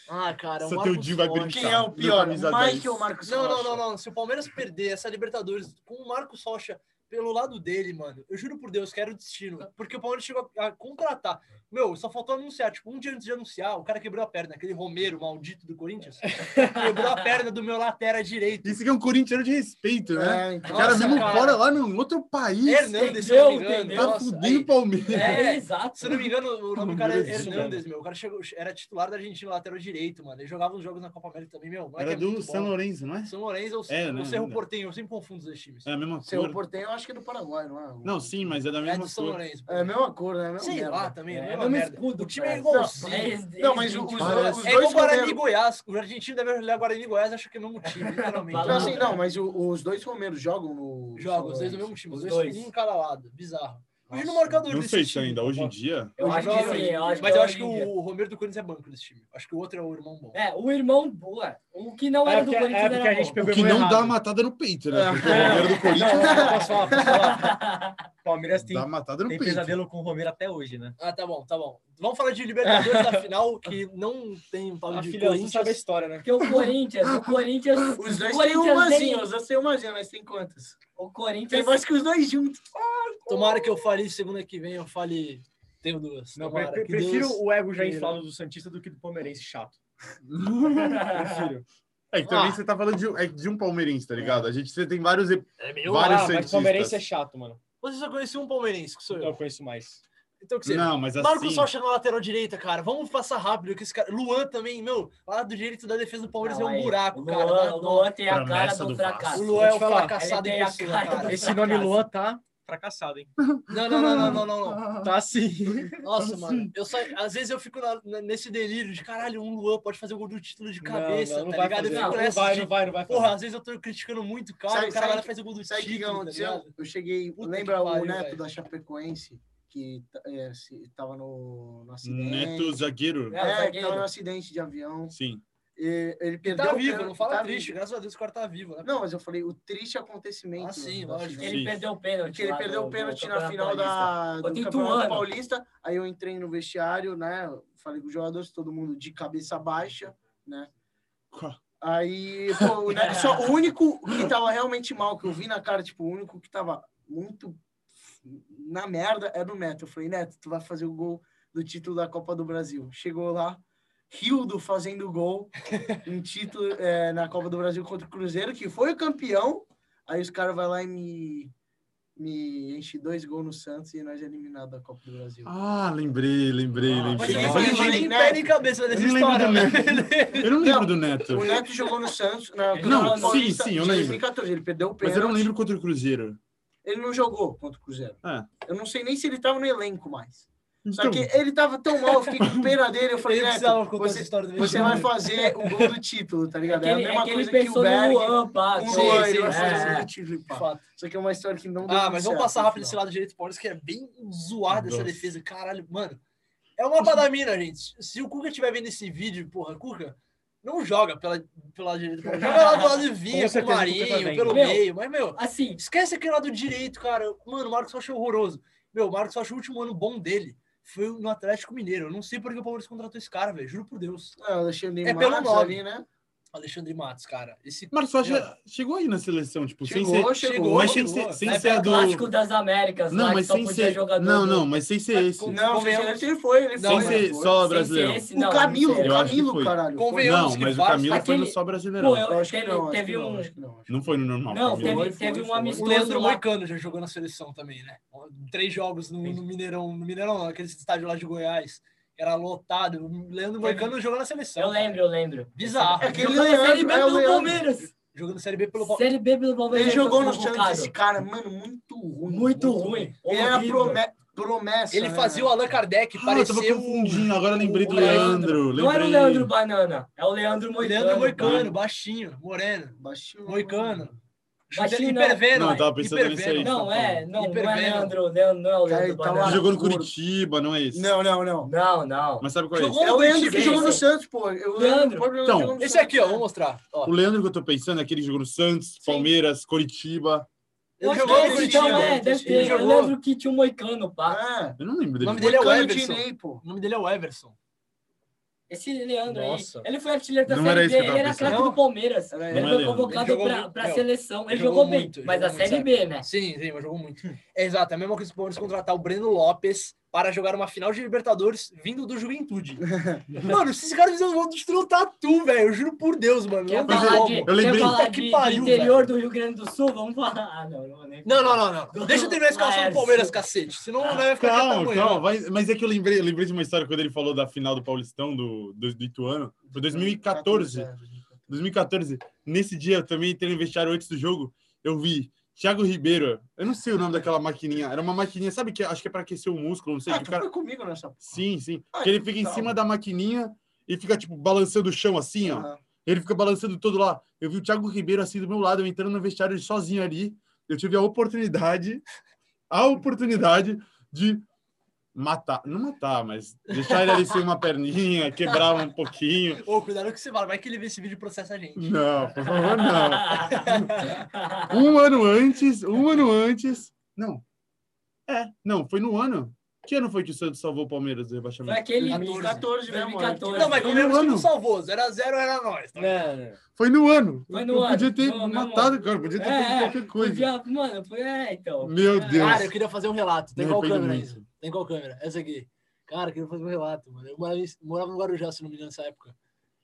A: Ah, cara, o
C: Só
A: Marcos
C: teu Dinho vai
A: Rocha.
C: brincar.
E: Quem é o
C: Meu
E: pior, o
C: camisa
E: Mike
C: 10.
E: ou o Marcos
A: Não, não,
E: Rocha?
A: não, não. Se o Palmeiras perder essa Libertadores com o Marcos Rocha pelo lado dele, mano, eu juro por Deus, que era o destino. Porque o Palmeiras chegou a a contratar. Meu, só faltou anunciar. Tipo, um dia antes de anunciar, o cara quebrou a perna. Aquele Romero maldito do Corinthians quebrou a perna do meu lateral direito.
C: Isso que é um corintiano de respeito, né?
E: É,
C: O
E: então.
C: cara
A: Nossa,
C: mesmo
A: cara.
C: fora lá num outro país.
A: Hernandes, se eu não me
D: Entendeu,
A: engano.
D: entendeu?
C: Tá
A: Nossa,
C: fudendo
A: aí.
C: o Palmeiras.
A: É.
D: É, exato.
A: Se eu não me engano, o nome do cara é
C: Isso,
A: Hernandes, meu. O cara chegou, era titular da Argentina, lateral direito, mano. Ele jogava uns jogos na Copa América também, meu. O moleque
C: Era
A: é
C: do
A: muito
C: São
A: bom.
C: Lourenço, não é?
A: São Lourenço ou
C: É,
A: o
C: né,
A: Cerro
C: ainda.
A: Portenho. Eu sempre confundo os dois times.
C: É a mesma
E: Seu
C: cor.
E: Portenho, eu acho que é do Paraguai, não é?
C: Não, sim, mas é da
A: É
C: mesma
A: do São
C: cor.
A: Lourenço.
E: É a mesma cor, né? É a mesma
A: Sei
E: merda.
A: lá também, é,
D: É,
A: a
D: é
A: mesma
D: mesmo
A: merda.
D: escudo,
A: o time é
D: cara.
A: igualzinho.
D: É,
E: Não, mas o-
D: gente,
E: os,
C: parece.
E: dois, os
A: É igual
E: dois
A: Guarani e
E: Romero.
A: Goiás. O argentino deve olhar Guarani e Goiás, acho que é o mesmo time, literalmente.
E: Não,
D: Fala.
E: assim, não, mas o- os dois Romero jogam no.
A: Jogam, os dois do mesmo time, os
D: Os
A: dois,
D: dois.
A: um em cada lado. Bizarro. Hoje no
E: Nossa,
A: marcador
C: Não
A: desse
C: sei se
A: time.
C: ainda, hoje em dia.
D: Eu acho que
A: Não,
D: sim, eu acho
A: Mas eu acho
D: é
A: que
D: o Olívia.
A: o, o Romero do Corinthians é banco desse time. Acho que o outro é o irmão bom.
D: É, o irmão boa, o que não
B: É
D: era do
B: porque- é
D: Corinthians
B: porque
D: era
B: a gente
D: bom.
B: pegou-
C: Que
B: errado.
C: não dá uma matada no peito, né? Porque o
B: É.
C: goleiro do Corinthians.
A: Posso falar, posso falar.
B: Palmeiras tem,
C: Dá matada no
B: tem
C: peito.
B: pesadelo com o Romero até hoje, né?
A: Ah, tá bom, tá bom. Vamos falar de Libertadores da final, que não tem um pau
B: A
A: de
B: filha azul sabe a
A: Corinthians.
B: história, né?
D: Porque o Corinthians, o Corinthians,
E: Os dois
D: o
E: têm
D: Corinthians
E: umazinha,
D: tem,
E: os dois têm umazinha, mas tem quantas?
D: o
E: Tem
D: Corinthians,
E: mais que os dois juntos.
A: Tomara que eu fale semana que vem, eu fale. Tenho duas.
B: Não,
A: Tomara,
B: pre-
A: que
B: prefiro
A: Deus-
B: o ego já
A: queira.
B: inflado do Santista do que do Palmeirense chato. Prefiro.
C: É que também
E: Ah.
C: você tá falando de, um- é de um palmeirense, tá ligado? A gente você tem vários. ep-
A: É meu.
C: Vai. Vários
B: ah, mas
C: Santistas.
B: Palmeirense é chato, mano.
A: Você só conheceu um palmeirense, que sou eu.
B: Eu conheço mais.
A: Então que seja.
C: Não, mas
A: Marco
C: assim.
A: Socha na lateral direita, cara. Vamos passar rápido que esse cara. Luan também, meu. Lá do direito da defesa do Palmeiras é um
D: aí,
A: buraco,
D: o
A: cara.
D: Luan-
E: né?
A: Dá-
D: O Luan tem a cara
C: Promessa
D: do
C: do Vasco.
A: O
D: fracasso.
A: Luan é
B: Vou
A: o
B: te falar,
A: fracassado
D: ele
A: em
D: tem a
A: pessoa,
D: cara
A: cara.
D: do-
B: Esse nome
D: Fracasso.
B: Luan tá fracassado, hein?
A: Não, não, não, não, não, não, não.
C: Ah,
B: Tá assim.
A: Nossa,
C: Assim.
A: mano. Eu só, às vezes eu fico na- na- nesse delírio de caralho, um Luan pode fazer o gol do título de cabeça,
B: não, não
A: tá
B: vai
A: ligado?
B: fazer.
A: Eu
B: Não, é
A: fico
B: não
A: nessa
B: vai,
A: de-
B: não vai, não vai
A: Porra,
B: fazer.
A: às vezes eu tô criticando muito o cara,
E: Sabe-
A: o cara
E: sabe
A: vai lá
E: que-
A: e faz o gol do
E: Sabe o que que
A: título, tá
E: aconteceu?
A: ligado?
E: eu cheguei,
A: Puta
E: lembra
A: que pariu,
E: o Neto
A: velho.
E: da Chapecoense, que é, se- tava no, no acidente.
C: Neto zagueiro.
D: É, o
E: É,
D: zagueiro.
E: tava no acidente de avião.
C: Sim.
E: E ele
A: Ele
E: perdeu
A: tá
E: o
A: vivo,
E: pênalti,
A: não fala
E: tá
A: triste,
E: vivo.
A: graças a Deus o cara tá vivo, né?
E: Não, mas eu falei o triste acontecimento.
A: Ah, sim,
E: do
A: lógico.
E: acidente.
D: Ele perdeu o pênalti.
E: Porque ele
D: lá do-
E: perdeu o
D: do
E: pênalti na
D: Campeonato
E: final
D: Paulista.
E: da, do
D: Contra o
E: Campeonato
D: Ituano.
E: Paulista. Aí eu entrei no vestiário, né? Falei com os jogadores, todo mundo de cabeça baixa, né? Aí, pô, o, Neto- só, o único que tava realmente mal, que eu vi na cara, tipo, o único que tava muito na merda era o Neto. Eu falei, Neto, tu vai fazer o gol do título da Copa do Brasil. Chegou lá, Rildo fazendo gol, um título é, na Copa do Brasil contra o Cruzeiro, que foi o campeão. Aí os caras vão lá e me, me enche dois gols no Santos e nós é eliminado da Copa do Brasil.
C: Ah, lembrei, lembrei,
D: Ah,
A: Mas
C: lembrei.
A: ninguém
E: Não,
A: foi
E: mas
A: ninguém
E: ele-
A: nem pé nem cabeça dessa
C: Eu não lembro
A: história, né?
C: do
A: velho.
C: Eu não lembro
E: Não.
C: do Neto.
E: O Neto jogou no Santos, na
D: Não,
E: Copa
D: sim,
E: Paulista
C: Então, sim, eu
E: de
C: lembro.
E: 2014, ele perdeu o
C: Mas
E: pênalti.
C: eu não lembro contra o Cruzeiro.
E: Ele não jogou contra o Cruzeiro.
C: Ah.
E: Eu não sei nem se ele tava no elenco mais. Só
C: Então,
E: que ele tava tão mal, eu fiquei com pena dele. Eu falei,
A: Ele precisava
E: Neto,
A: É contar essa
E: você,
A: história do né?
E: você
A: vestiário.
E: vai fazer o gol do título, tá ligado? É,
D: É que
E: a
D: ele-
E: mesma
D: é que ele
E: coisa que o
D: pensou no
E: Berg.
D: Luan, pá.
E: com né?
D: que-
E: o Luan, ele vai
D: é,
E: fazer o
D: é.
E: gol do título, assim, pá.
A: Fato.
E: Isso aqui é uma história que não deu
A: Ah,
E: muito
A: mas vamos
E: certo,
A: passar
E: no
A: rápido esse
E: final.
A: lado direito do Palmeiras, que é bem zoado essa
C: Nossa.
A: defesa. Caralho, mano. É uma badamina, gente. Se o Cuca estiver vendo esse vídeo, porra, Cuca, não joga pela, pelo lado direito. do Palmeiras. Joga lá do lado de
B: Com
A: Vinha, com o
B: certeza o Cuca tá
A: Marinho,
B: vendo.
A: pelo
D: Meu.
A: meio. Mas, meu,
D: Assim,
A: esquece aquele lado direito, cara. Mano, o Marcos Rocha é horroroso. Meu, o Marcos Rocha, é o último ano bom dele foi no Atlético Mineiro. Eu não sei por que o Palmeiras contratou esse cara, velho. Juro por Deus.
E: Ah, Alexandre
A: É
E: é
A: pelo nome.
E: ali, né?
A: Alexandre Matos, cara. Esse
C: Marcos Rocha chegou aí na seleção, tipo, sem
E: Chegou,
C: ser.
E: chegou.
C: mas sem ser, sem
D: vai
C: ser a
D: ser
C: do.
D: clássico das Américas,
C: Não,
D: lá,
C: mas
D: que só
C: sem
D: podia
C: ser.
D: jogador
C: Não,
D: do-
C: não, mas sem ser esse.
E: Não,
A: Convenhamos.
E: se ele foi, ele
A: Não,
C: Sem
E: foi.
A: mas
C: ser só
D: Sem ser
C: brasileiro.
D: esse,
E: O
D: não,
E: Camilo,
D: não sei.
E: o
C: Eu acho que
E: Camilo,
C: foi.
E: caralho.
A: Convenhamos
C: Não,
A: que
C: mas o
A: vários-
C: Camilo foi no
D: Aquele-
C: só
D: Pô,
C: brasileirão.
D: eu,
E: Eu acho que
D: teve,
E: não, acho
D: teve
E: que não,
D: um.
E: acho que é um- não, acho que
C: Não foi no normal.
D: Não,
C: Camilo.
D: teve,
E: Foi,
D: teve
E: foi,
D: um
E: foi.
A: O
D: amistoso.
A: Leandro
D: lá.
A: Moicano já jogou na seleção também, né? Três jogos no, no Mineirão, no Mineirão, não, aquele estádio lá de Goiás. Era lotado. O Leandro Moicano jogou na seleção.
D: Eu lembro, eu lembro.
A: Bizarro.
E: É aquele
D: Jogou na Série B
E: Leandro, é o
D: pelo
E: Leandro.
D: Palmeiras.
A: Jogou na Série B pelo Palmeiras.
D: Série B pelo
E: não.
D: Palmeiras.
E: Ele jogou
D: foi
E: no
D: convocado.
E: Santos, esse cara, mano, muito ruim.
D: Muito ruim.
E: Ele era
D: horrível.
E: prome- promessa.
A: Ele
E: né,
A: fazia o
E: velho?
A: Allan Kardec
C: Ah, eu
A: parecer um
C: tava
A: o
C: confundindo, agora eu lembrei do
D: o
C: Leandro.
D: Não era o
C: lembrei.
D: Leandro Banana, é o Leandro Moicano.
A: Leandro Moicano,
D: mano.
A: baixinho, moreno.
E: Baixinho.
A: Moicano.
D: Baixinho não.
A: Hiperveno.
C: Não, eu tava pensando nisso aí.
D: Não, é, não, não é
A: Hiperveno.
D: Leandro, Leandro, não é o Leandro
E: Cara, ele tá
C: Ele
E: lá.
D: Banana.
C: jogou no Curitiba, não é esse?
E: Não, não, não.
D: Não, não.
C: Mas sabe qual é
A: Jogou
C: esse?
E: É o Leandro que
D: Esse.
E: jogou no Santos, pô. Eu
D: Leandro.
E: lembro, pô, ele
C: Então,
E: jogou no
A: Esse
E: Santos,
A: aqui, ó,
E: né?
A: vou mostrar. Ó,
C: O Leandro que eu tô pensando é aquele que jogou no Santos, Palmeiras, Curitiba.
A: ele
D: Acho que
A: jogou no
D: esse,
A: Curitiba.
D: Então, é, deve
A: né? Ele
D: ter. Eu
A: jogou.
D: lembro que tinha o Moicano, pá.
E: É.
C: Eu não lembro
A: O
C: dele.
A: nome dele é o
E: Moicano
A: Everson.
E: Dinei, pô.
A: O nome dele é o Everson.
D: Esse Leandro
B: Nossa.
D: aí. Ele foi artilheiro da
C: Não
D: Série
C: era isso que eu
D: B, ele
C: tava
D: era
C: pensando.
D: craque do Palmeiras.
E: Era
D: Ele
C: Não
E: ele.
C: é
D: foi
C: Leandro.
D: convocado
A: Ele jogou
D: pra,
A: muito,
D: pra
A: não.
D: seleção. Ele,
A: Ele
D: jogou,
A: jogou
D: bem,
A: muito, ele
D: mas
A: jogou
D: a
A: muito,
D: Série B, né?
A: Sim, sim, mas jogou muito. É exato, é a mesma coisa que o Palmeiras contratar o Breno Lopes para jogar uma final de Libertadores vindo do Juventude. mano, se esses caras fizeram vão destruir um o tatu, velho. Eu juro por Deus, mano.
D: Quer
A: Não tem
D: falar
A: como.
D: de,
C: Eu lembrei.
D: quer falar
A: Puta que
D: de, de
A: pariu,
D: interior do Rio Grande do Sul? Vamos falar. Ah, não, não vou nem.
A: Não, não, não, não. Deixa eu terminar a escalação do
D: Laércio.
A: Palmeiras, cacete. Senão não vai ficar até
C: Calma,
A: amanhã.
C: calma. Mas, mas é que eu lembrei, eu lembrei de uma história quando ele falou da final do Paulistão, do, do, do Ituano. Foi
A: Hum,
C: 2014.
A: é.
E: é.
C: 2014. Nesse dia eu também entrei no vestiário antes do jogo. Eu vi Thiago Ribeiro. Eu não sei o nome daquela maquininha. Era uma maquininha, sabe que acho que é pra aquecer o músculo, não sei.
E: Ah,
C: que o
E: tu
C: cara...
E: foi comigo nessa.
C: Sim, sim.
E: Ah,
C: que ele fica em
E: tá.
C: cima da maquininha e fica, tipo, balançando o chão assim, ó.
E: Aham.
C: Ele fica balançando todo lá. Eu vi o Thiago Ribeiro assim do meu lado, eu entrando no vestiário ele sozinho ali. Eu tive a oportunidade, a oportunidade de matar, não matar, mas deixar ele ali sem uma perninha, quebrar um pouquinho.
A: Ô, cuidado com o que você fala. Vai que ele vê esse vídeo e processa a gente.
C: Não, por favor, não. Um ano antes, um ano antes. Não. É, não, foi no ano. Que ano foi que o Santos salvou o Palmeiras do
D: Foi
C: rebaixamento?
D: aquele
E: 2014, né, mano?
D: 2014.
A: Não, mas
C: Foi
A: o
C: no
A: Palmeiras que
C: ano.
A: não salvou. 0x0 era nós. tá?
B: Não, não, não.
C: Foi no ano.
D: Foi no
C: Eu
D: ano,
C: Podia ter
D: no- no
C: matado,
D: ano.
C: cara. Podia ter
D: É,
C: feito qualquer coisa.
D: Podia- Mano, foi, é, então.
C: Meu Deus.
A: Cara, eu queria fazer um relato. Tem
C: Me
A: qual
C: arrependo
A: câmera
C: muito.
A: isso? Tem qual câmera? Essa aqui. Cara, eu queria fazer um relato, mano. Eu morava, em- morava no Guarujá, se não me engano, nessa época.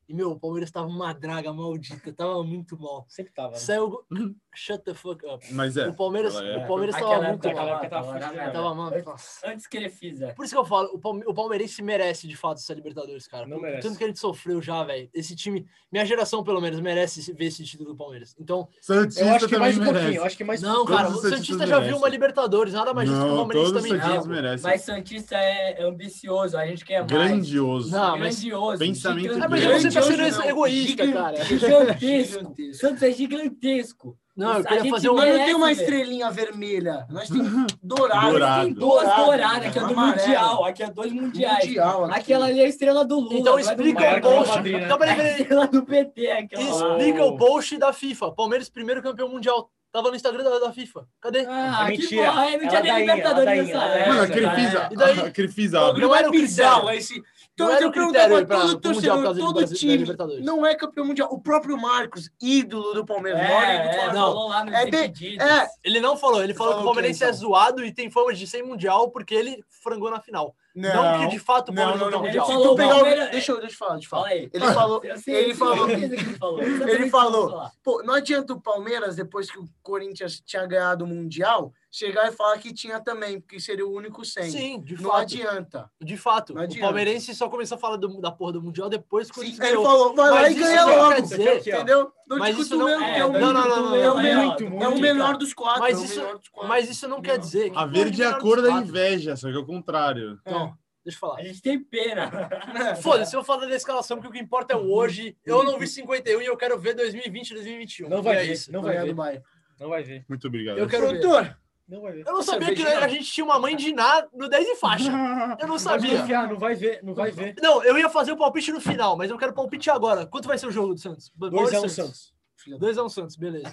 A: E, meu, o Palmeiras tava uma draga maldita. Tava muito mal.
B: Sempre tava. Né?
A: Saiu... o go-
C: Uhum.
A: Shut the fuck up.
C: Mas é.
A: O Palmeiras,
C: ela é.
A: o Palmeiras
D: Aquela
A: tava muito
D: época,
A: mal.
B: aquela época tava
D: Tava na
B: fudida,
D: merda.
A: Tava mal. Nossa.
D: Antes que ele fizesse.
A: Por isso que eu falo, o, Palme o palmeirense merece de fato essa Libertadores, cara.
B: Não
A: Por
B: merece.
A: Tanto que a gente sofreu já, velho. Esse time, minha geração pelo menos, merece esse- ver esse título do Palmeiras. Então,
C: Santista
B: Eu acho que
C: também
B: mais um pouquinho.
C: merece.
B: Eu acho que mais
A: não, cara, o
C: todos os Santistas
A: Santista já viu
C: merecem.
A: uma Libertadores, nada mais justo que o
C: Não,
A: Palmeiras
C: todos os
A: também
D: Santistas
C: Santistas
A: viu.
C: merecem.
D: Mas Santista é ambicioso, a gente quer mais.
C: Grandioso.
A: é Não, Ah, mas.
D: Grandioso.
C: pensamento
A: Ah, mas
D: gigante-
A: você tá sendo
E: Grandioso, não.
A: egoísta, cara.
D: Gigantesco.
E: Gigantesco.
D: Santos é gigantesco.
A: Não, eu
D: A
A: queria
D: gente
A: fazer um.
E: Nós não tem uma
D: Merece,
E: estrelinha vermelha. Nós tem dourado.
C: Dourado.
D: Tem duas
E: Dourado, né?
D: douradas, que é do
E: amarelo.
D: Mundial. Aqui é dois mundiais.
E: Mundial aqui.
D: Aquela ali é a estrela do Lula.
A: Então
D: não é do
A: explica
D: Maior,
A: o
B: Bayern, do
A: Bolche.
B: Real Madrid, né?
A: Não, peraí,
D: É a
A: peraí.
D: estrela do PT, aquela lá.
A: Explica
B: Oh.
A: o Bolche da FIFA. Palmeiras, primeiro campeão mundial. Tava no Instagram da, da FIFA. Cadê?
D: Ah, que
B: Mentira.
D: porra, aí não
B: Ela é
D: tinha nem
B: dainha, ela
D: Libertadores nessa
B: dainha, ela é
C: Mano, a
B: dainha.
D: época. né?
C: Crefisa.
A: é E daí?
C: A Crefisa.
E: Não,
A: Não
E: não
A: era
E: é
A: o critério.
E: bizarro esse.
A: Não
E: Então,
A: era
E: eu
A: o critério
E: perguntava
A: pra-
E: todo
A: pro Mundial por
E: torcedor,
A: causa do
E: todo
A: Brasil- da
E: time.
A: Libertadores.
E: Não é campeão mundial. O próprio Marcos, ídolo do Palmeiras. maior ídolo do
D: É, é,
E: Palmeiras.
D: falou lá nos
E: É de-
D: despedidos.
E: é,
A: Ele não falou, ele falou que
E: Falou
A: o
E: o quê,
A: Palmeirense é
E: então?
A: zoado e tem fama de sem mundial porque ele frangou na final. Não, que de fato o
C: Não,
A: Palmeiras não,
C: não,
A: tem
D: não.
A: mundial. Então,
D: Ele
E: Se tu pegar o-
D: Palmeiras-
E: Deixa eu, deixa eu falar, deixa eu falar.
D: Fala aí.
E: Ele falou,
D: Eu sei,
E: ele
D: eu sei
E: falou,
D: o que ele falou.
E: ele falou, pô, não adianta o Palmeiras, depois que o Corinthians tinha ganhado o Mundial, chegar e falar que tinha também, porque seria o único sem.
A: Sim, de
E: não
A: fato.
E: adianta.
A: De fato.
E: Não
A: O
E: adianta.
A: Palmeirense só começou a falar do- da porra do mundial depois que o
E: Sim,
A: Corinthians
E: ele
A: ganhou.
E: falou, vai lá
A: Mas
E: e
A: isso
E: ganha
A: não
E: logo,
A: quer dizer-
B: Aqui, ó.
E: entendeu? Não
A: Mas
E: te
A: isso não-
E: cotovelo,
A: é,
E: é, o
A: não,
E: melhor-
A: não, não, não,
E: é o
A: não,
E: melhor-
D: muito,
E: é o
D: muito,
E: melhor
D: cara.
E: dos quatro.
A: Mas
E: é o
A: isso-
E: melhor dos quatro.
A: Mas isso não, quer dizer. que
C: A
A: o
C: verde é a
A: Palmeiras
C: cor da
A: quatro.
C: inveja, só que é o contrário.
A: Então, deixa eu
D: A
A: falar.
D: gente tem pena.
A: Foda-se, eu vou falar da escalação, porque o que importa é o hoje. Eu não vi 51 e eu quero ver 2020, 2021.
B: Não vai
A: E é
B: ver,
A: isso.
B: não
E: Não
B: vai
E: é do
B: ver.
E: Bahia.
B: Não vai ver.
C: Muito obrigado.
A: Eu quero ver.
E: Doutor,
B: Não vai ver.
A: Eu não sabia que
E: Cervejinha.
A: a gente tinha uma mãe de Iná no 10 e faixa. Eu não
B: Pode
A: sabia.
B: confiar, não vai ver, não vai ver.
A: Não, eu ia fazer o palpite no final, mas eu quero palpite agora. Quanto vai ser o jogo do Santos?
B: 2x1 é Santos.
A: 2x1 Santos, beleza.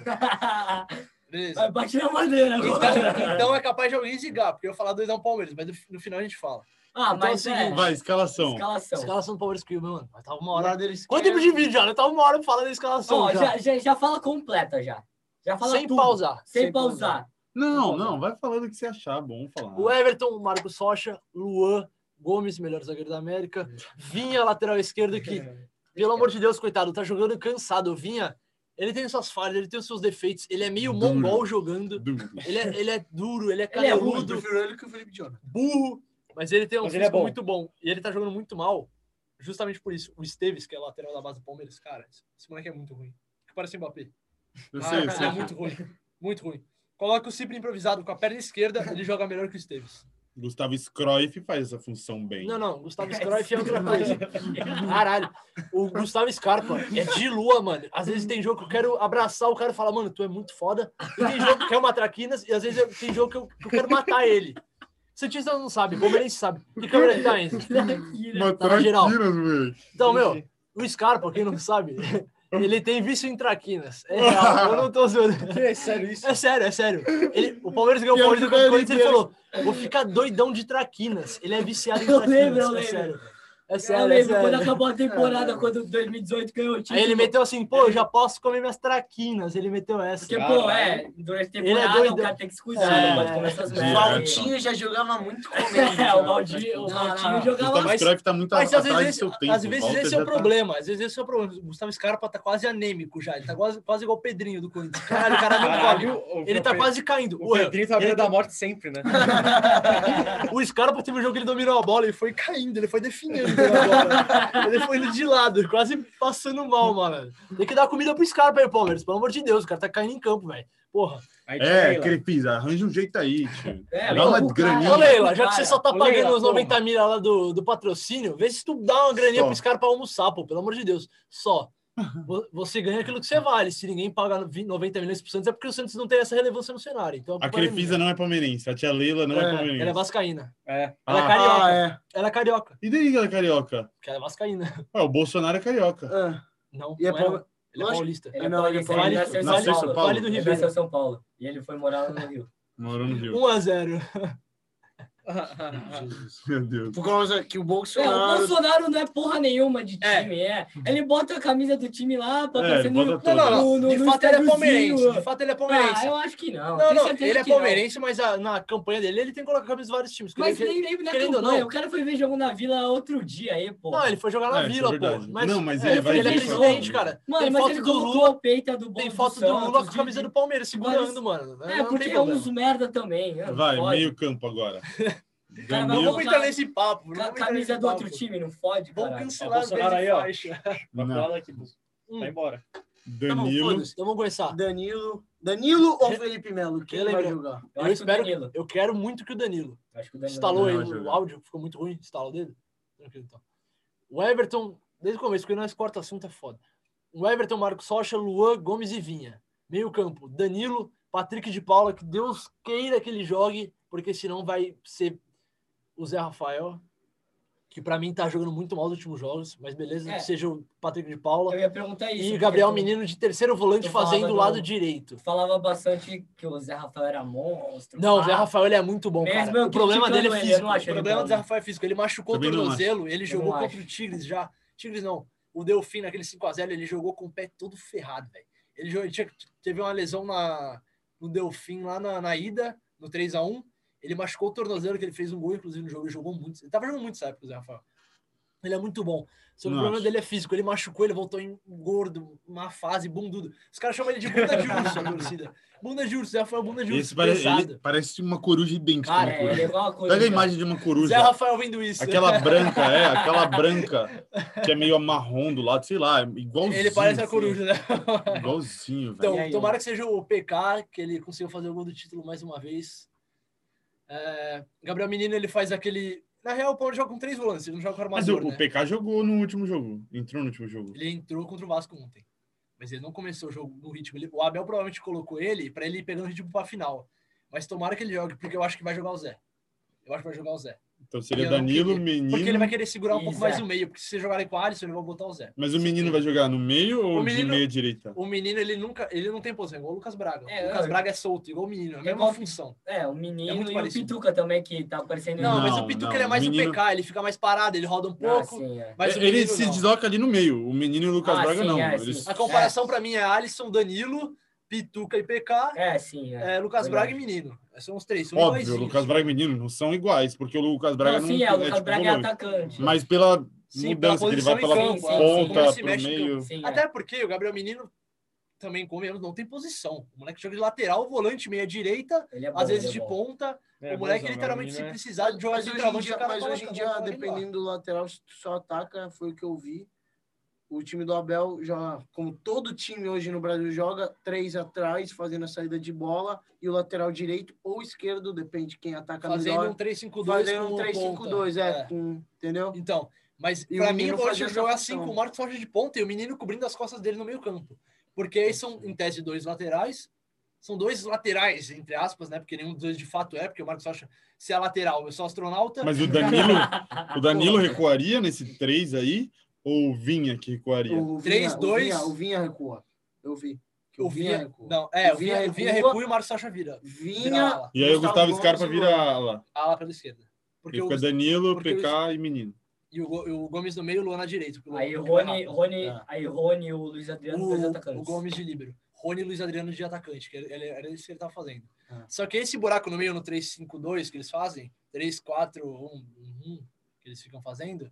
A: Beleza.
D: Vai bater na madeira
A: Então,
D: agora.
A: então é capaz de alguém zigar, porque eu ia falar 2x1 Palmeiras, mas no, no final a gente fala.
D: Ah,
A: então
D: mas
A: é o
D: é.
A: seguinte,
C: Vai, escalação.
D: Escalação.
A: Escalação do Palmeiras que mano. Mas é- tava uma
E: o
A: hora.
E: lado deles-
A: Quanto tempo de vídeo já? Eu tava uma hora falando da escalação.
D: Ó,
A: já.
D: já, já, já fala completa já. Já fala
A: Sem
D: tudo.
A: pausar.
D: Sem,
E: Sem
D: pausar.
C: Não, não, vai falando o que você achar bom falar.
A: O Everton, o Marcos Rocha, Luan, Gomes, melhor zagueiro da América. Vinha, lateral
B: é
A: esquerdo, que, pelo amor de Deus, coitado, tá jogando cansado. O Vinha, ele tem suas falhas, ele tem os seus defeitos. Ele é meio
C: Duro.
A: mongol jogando.
C: Dúvida.
A: Ele é, ele é duro, ele é
D: Ele é ruim,
E: Eu
A: cabeludo,
E: prefiro ele que o Felipe Jonathan.
A: burro. Mas ele tem um
B: Mas ele é
A: físico
B: bom.
A: muito bom. E ele tá jogando muito mal, justamente por isso. O Esteves, que é lateral da base do Palmeiras, cara, esse esse moleque é muito ruim. Fica parecendo Mbappé.
C: Eu
A: Ah,
C: sei, eu
A: ele
C: sei.
A: é muito ruim. Muito ruim. Coloca o Cipri improvisado com a perna esquerda, ele joga melhor que o Esteves.
C: Gustavo Scroif faz essa função bem.
A: Não, não, Gustavo Scarpa é outra coisa. Caralho. O Gustavo Scarpa é de lua, mano. Às vezes tem jogo que eu quero abraçar o cara e falar, mano, tu é muito foda. E tem jogo que eu quero matraquinas, e às vezes eu- tem jogo que eu, que eu quero matar ele. Santista não sabe, Palmeirense sabe. Que câmera que tá, Enzo? tá geral.
C: Matraquinas, velho.
A: Então, meu, o Scarpa, quem não sabe, ele tem vício em traquinas. É real, eu não tô zoando.
B: Que é sério isso?
A: É sério, é sério. Ele- o Palmeiras ganhou o
E: Pior
A: Palmeiras
E: que eu
A: ganhou o Corinthians ele
E: ganhei
A: falou: vou ficar doidão de traquinas. Ele é viciado em
D: Eu
A: traquinas.
D: lembro, eu
A: é
D: lembro.
A: sério. É
D: eu
A: sério, é
D: lembro
A: sério.
D: quando acabou a temporada, quando 2018 ganhou o título.
A: Aí ele meteu assim, pô, eu já posso comer minhas traquinas. Ele meteu essa.
D: Porque, pô, é, durante a temporada
A: Ele é
D: o
A: doido.
D: cara tem que se cuidar, né,
A: É.
D: não pode comer essas
C: O
E: O
D: merdas. aí.
B: então.
E: Valtinho já jogava muito com
D: É, o Valtinho, o
E: Não,
D: Valtinho jogava
E: não.
D: assim.
C: Gustavo
A: mas-
C: Scroif tá muito
A: Mas às
C: atrás do
A: vezes,
C: seu
A: esse,
C: tempo.
A: às vezes
C: Walter
A: esse é
C: já
A: o
C: tá-
A: problema. Às vezes esse é o problema. O Gustavo Scarpa tá quase anêmico já. Ele tá quase, quase igual o Pedrinho do Corinthians. Caralho, o cara não
B: Caralho,
A: come.
B: o-
A: Ele
B: o
A: tá
B: Pe-
A: quase caindo.
B: O
A: Ué,
B: Pedrinho tá à beira da morte sempre, né?
A: O Scarpa teve um jogo que ele dominou a bola e foi caindo, ele foi definhando pela bola. Ele foi indo de lado, quase passando mal, mano. Tem que dar comida pro Scarpa aí, Palmeiras. Pelo amor de Deus, o cara tá caindo em campo, velho. Porra.
B: Aí tira
C: É,
B: ele.
C: Crefisa, arranja um jeito aí, tio.
D: É,
C: Dá uma
D: o cara-
A: Ô,
C: graninha.
A: Leila, já que você só tá
B: Ô, Leila,
A: pagando os
B: porra.
A: 90 mil lá do, do patrocínio, vê se tu dá uma graninha
C: Só.
A: pro Scarpa almoçar, pô. Pelo amor de Deus. Só. Vo- Você ganha aquilo que você vale. Se ninguém pagar 20 90 milhões pro Santos, é porque o Santos não tem essa relevância no cenário. Então,
C: A
A: culpa não é
C: Crefisa não é palmeirense, a tia Leila não é,
A: minha. É,
C: palmeirense.
A: Ela é vascaína.
B: É.
A: Ela é
C: Ah.
A: carioca.
E: Ah, é.
A: Ela é carioca.
C: E daí, galera carioca?
A: Porque ela é vascaína.
C: Ué, o Bolsonaro é carioca.
E: é.
A: Não,
E: E é
A: não era.
E: Palme-
A: Ele é
E: Lógico.
A: paulista.
D: Ele é
E: Não, ele
D: paulista,
E: foi-
D: ele nasceu em
C: nasceu em
D: São
C: São
D: Paulo.
C: Paulo.
A: Vale do
D: Ele
A: Ribeiro.
D: nasceu em São Paulo. E ele foi morar no Rio.
C: Morou no Rio.
A: 1 a 0
E: Jesus.
C: Meu Deus.
E: Por causa que o
D: É, o
E: Bolsonaro.
D: Bolsonaro não é porra nenhuma de
A: É.
D: time, é. Ele bota a camisa do time lá pra
C: É,
D: aparecer
C: ele bota
A: Não, não, não.
D: no- no-
A: de
D: no
A: fato ele é
D: estádiozinho.
A: palmeirense. De fato ele é
D: Ah,
A: palmeirense.
D: eu acho que não.
A: Não,
D: tenho
A: não,
D: certeza
A: ele é
D: que não.
A: palmeirense, mas a- na campanha dele ele tem que colocar a camisa de vários times. porque
D: Mas
A: ele-
D: nem lembro da
A: querendo ou
D: campanha.
A: não-
D: O cara foi ver jogo na Vila outro dia aí, pô.
A: Não, ele foi jogar na
C: É, isso é
A: Vila, pô.
C: verdade. Não, mas
A: é,
C: ele
D: vai
A: ele é
D: ver
A: presidente,
C: jogo.
A: cara.
D: Mano,
A: tem
D: mas
A: foto
D: ele
A: do
D: colocou
A: Lula,
D: a peita do bolo
A: tem
D: do
A: foto do
D: Santos,
A: Lula com a
D: de-
A: camisa do Palmeiras segurando, mano.
D: É,
A: Não
D: porque
A: tem
D: é
A: problema.
D: uns merda também.
A: É,
D: né?
C: Vai,
D: Foda.
C: meio campo agora.
A: Tá
D: Cara,
A: Não
D: mas
C: meio...
A: vamos entrar nesse papo. não
D: Ca-
A: vamos entrar
D: Camisa
A: nesse
D: do outro
A: papo.
D: time, não fode,
A: Vamos
D: cara.
B: Ó,
A: cancelar a
B: Bolsonaro aí,
A: aí,
B: ó.
A: faixa.
C: Não.
B: Vai Hum. embora.
A: Tá bom,
C: Danilo.
A: foda-se, Então vamos começar.
E: Danilo. Danilo ou Felipe Melo? Quem
A: Eu
E: vai
A: lembro.
D: Eu
E: jogar?
A: Eu,
D: acho que o
A: espero.
D: Danilo.
A: Eu quero muito que o Danilo.
D: Acho que o Danilo
A: Instalou
C: Não,
A: aí
C: acho que
A: o
C: não.
A: áudio, ficou muito ruim, instalo dele. Tranquilo, então. O Everton, desde o começo, porque nós corta assunto é foda. O Everton, Marcos Rocha, Luan, Gomes e Vinha. Meio campo, Danilo, Patrick de Paula, que Deus queira que ele jogue, porque senão vai ser o Zé Rafael, que pra mim tá jogando muito mal nos últimos jogos, mas beleza,
D: É.
A: que seja o Patrick de
D: Eu
A: Paula.
D: ia perguntar
A: E
D: isso. porque
A: Gabriel
D: tu
A: Menino de terceiro volante
D: eu falava
A: fazendo o
D: do-
A: lado direito.
D: Falava bastante que o Zé Rafael era monstro.
A: Não, o Zé
D: pá.
A: Rafael ele é muito bom,
D: Mesmo
A: cara.
D: eu
A: O problema
D: criticando
A: dele é
D: ele, eu
A: físico.
D: não acho
A: o
D: ele
A: problema
D: bom,
A: do Zé
D: não.
A: Rafael é físico. Ele machucou
C: Também
A: o
C: não
A: tornozelo, ele jogou
D: não
A: contra
D: acho.
A: o Tigres já. Tigres não. O Delfim naquele 5x0, ele jogou com o pé todo ferrado, velho. Ele, jogou- ele tinha- teve uma lesão na, no Delfim lá na, na ida, no 3x1. Ele machucou o tornozelo, que ele fez um gol, inclusive, no jogo. Ele jogou muito. Ele tava jogando muito, sabe, o Zé Rafael. Ele é muito bom. Só que o
C: Não
A: problema
C: acho.
A: dele é físico. Ele machucou, ele voltou em gordo, má fase, bundudo. Os caras chamam ele de bunda de urso, a torcida. Bunda de urso, Zé Rafael, bunda de urso.
C: Esse parece,
A: pesado.
C: ele parece uma coruja idêntica.
A: Cara,
C: uma
D: É,
C: coruja.
D: ele é igual a coisa.
C: Pega a imagem de uma
A: Zé
C: coruja.
A: Rafael vendo isso.
C: Aquela branca, é, aquela branca que é meio marrom do lado, sei lá, é igualzinho.
A: Ele parece a
C: assim,
A: coruja, né?
C: Igualzinho, velho.
A: Então,
E: E aí,
A: tomara que seja o PK, que ele consiga fazer o gol do título mais uma vez. É, Gabriel Menino, ele faz aquele. Na real, o Paulo joga com três volantes, ele não joga com
C: Mas o,
A: armador,
C: o
A: né?
C: PK jogou no último jogo. Entrou no último jogo.
A: Ele entrou contra o Vasco ontem. Mas ele não começou o jogo no ritmo. Ele- o Abel provavelmente colocou ele pra ele ir pegando o ritmo pra final. Mas tomara que ele jogue, porque eu acho que vai jogar o Zé. Eu acho que vai jogar o Zé.
C: Então seria
A: Eu não
C: Danilo,
A: queria.
C: Menino.
A: Porque ele vai querer segurar um
D: E
A: pouco
D: Zé.
A: mais o meio. Porque se vocês jogarem com o Alisson, ele vai botar o Zé.
C: Mas o menino vai jogar no meio ou
A: O menino-
C: de meia direita?
A: O menino, ele nunca. Ele não tem posição, igual o Lucas Braga.
D: É,
A: o Lucas
D: eu-
A: Braga é solto, igual o menino. É a
D: É
A: mesma
D: igual-
A: função.
D: É, o menino
A: É muito
D: e
A: parecido.
D: o Pituca também, que tá aparecendo.
A: Não, mas o
C: não,
A: Pituca ele é mais
C: menino-
A: o PK, ele fica mais parado, ele roda um
D: não,
A: pouco.
D: assim, é.
A: mas o
C: ele
A: menino
C: se
A: não.
C: desloca ali no meio. O menino e o Lucas
D: Ah,
C: Braga
D: sim,
C: não.
D: é,
C: Eles-
D: sim.
A: A comparação pra mim é Alisson, Danilo, Pituca e PK,
D: É, sim. É.
A: é, Lucas
D: verdade.
A: Braga e menino. É, São os três, são
C: Óbvio, o
A: iguaizinhos.
C: Lucas Braga e o menino não são iguais, porque o Lucas Braga
D: não,
C: não,
D: sim, é, o Lucas
C: tipo
D: Braga é
C: volante.
D: atacante.
C: Mas pela
A: Sim, pela
C: mudança que ele vai
A: posição
C: pela
A: em campo,
D: pela
A: como ele
C: ponta
A: se
C: pro
A: mexe em campo.
C: meio.
D: Sim, é.
A: Até porque o Gabriel Menino também, convenhamos, não tem posição. O moleque joga de lateral, volante, meia direita,
D: Ele é bom,
A: às vezes tipo,
D: ele é
A: de
D: bom.
A: ponta.
B: É,
A: o moleque
B: bonzão,
A: literalmente, se
B: né?
A: precisar de jogar
E: Mas
A: de
E: hoje em
A: travante, o
E: dia,
A: cara
E: mas
A: fala,
E: hoje em
A: "Cara,
E: dia
A: vai tá lá".
E: dependendo do lateral, se tu só ataca, foi o que eu vi. O time do Abel já, como todo time hoje no Brasil joga, três atrás, fazendo a saída de bola, e o lateral direito ou esquerdo, depende quem ataca
A: Fazendo um
E: melhor.
A: 3-5-2
E: Fazendo
A: com
E: um
A: o
E: 3-5-2,
A: ponta.
E: é, com- entendeu?
A: Então, mas
E: E o
A: pra mim
E: menino
A: hoje
E: fazia
A: eu
E: essa
A: jogar assim
E: função.
A: com o Marcos Rocha de ponta e o menino cobrindo as costas dele no meio campo. Porque aí são, em tese, dois laterais. São dois laterais, entre aspas, né? Porque nenhum dos dois de fato é, porque o Marcos Rocha, se é lateral, eu sou astronauta.
C: Mas o Danilo, o Danilo recuaria nesse 3 aí? Ou o Vinha que recuaria?
E: O Vinha-
A: Três,
E: o
A: dois.
E: Vinha- O Vinha recua. Eu vi. que
A: o Vinha.
E: recua.
A: Não, é,
E: O
A: o Vinha,
E: Vinha
A: o Vinha
E: recua.
A: recua e o Marcos Rocha vira. Vira a
E: Vinha.
A: ala,
C: E aí o Gustavo Scarpa
E: Gomes e
C: vira
E: Luan.
C: ala.
A: a ala pela esquerda. Porque
C: E
A: o,
C: fica Danilo,
A: porque o-
C: PK e menino.
A: e o, Go- e o Gomes no meio e o Luan na direita. porque o
D: Aí
A: Luan
D: Rony, Rony,
E: É.
D: aí Rony e o Luiz Adriano, dois
A: o,
D: atacantes.
A: o Gomes de líbero. Rony e Luiz Adriano de atacante, que ele- ele- era isso que ele tava fazendo.
E: Ah.
A: Só que esse buraco no meio, no 3-5-2 que eles fazem, 3-4-1-1 que eles ficam fazendo,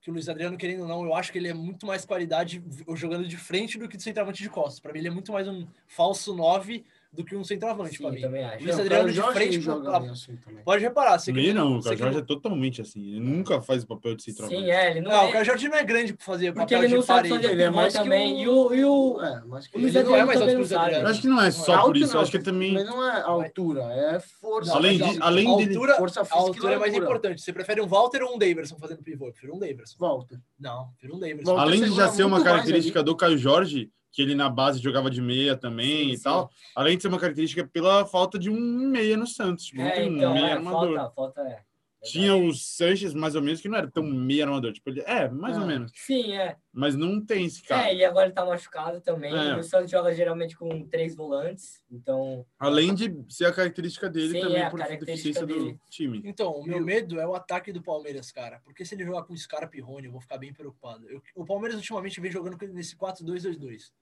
A: que o Luiz Adriano, querendo ou não, eu acho que ele é muito mais qualidade v- jogando de frente do que de centroavante de costas. Pra mim, ele é muito mais um falso 9 do que um centroavante,
D: Sim,
A: pra
D: eu
A: mim.
D: também
E: Não,
D: acho.
A: Luiz Adriano
E: o
A: de
E: Jorge
A: frente pro-
E: joga
A: pra-
E: bem assim também.
A: Pode reparar, você
C: Meio não, o
A: você
C: Caio Jorge é totalmente assim. Ele nunca faz o papel de centroavante.
D: Sim, é, ele não,
A: Não, o
D: é,
A: Caio Jorge não é grande pra fazer
D: porque
A: papel
D: ele não
A: de
D: sabe
A: parede.
D: fazer
E: Ele é
D: pivô
E: mais que
D: também.
E: o-
D: E o, e o
E: É, mas que
D: o Luiz
A: Ele não é
D: Adriano
A: mais alto
D: também não
A: que o Luiz
D: sabe.
C: Eu
A: Adriano.
C: acho que não é só por
E: Alto
C: isso. Eu
E: não,
C: acho que ele também.
E: Mas não é altura, é força.
A: Não,
C: Além,
A: mas
C: de,
A: a-
C: além
A: a
C: dele.
A: altura,
E: Força
A: a
E: física e
A: altura é mais
E: largura.
A: importante. Você prefere um Walter ou um Daverson fazendo pivô? Eu prefiro um Daverson.
E: Volta.
A: Não, prefiro um Daverson.
E: Walter
C: Além de já
E: segura
C: ser uma
E: muito mais
C: característica do Caio Jorge, que ele na base jogava de meia também
D: Sim,
C: e
D: sim.
C: tal, além de ser uma característica pela falta de um meia no Santos. Tipo, não
D: É,
C: tem um
D: então,
C: meia
D: é,
C: armador.
D: falta, falta, é.
C: Tinha o Sanches, mais ou menos, que não era tão meio armador. Tipo, ele- é, mais ou
E: Ah.
C: menos.
D: Sim, é.
C: Mas não tem esse cara.
D: É, e agora ele tá machucado também.
C: É.
D: E o Santos joga geralmente com três volantes, então
C: Além de ser a característica dele
D: Sim,
C: também
D: é a
C: por
D: característica
C: deficiência
D: dele.
C: do time.
A: Então, o meu
E: Meu.
A: medo é o ataque do Palmeiras, cara. Porque se ele jogar com Scarpa e Rony, eu vou ficar bem preocupado. Eu- o Palmeiras ultimamente vem jogando com- nesse 4-2-2-2.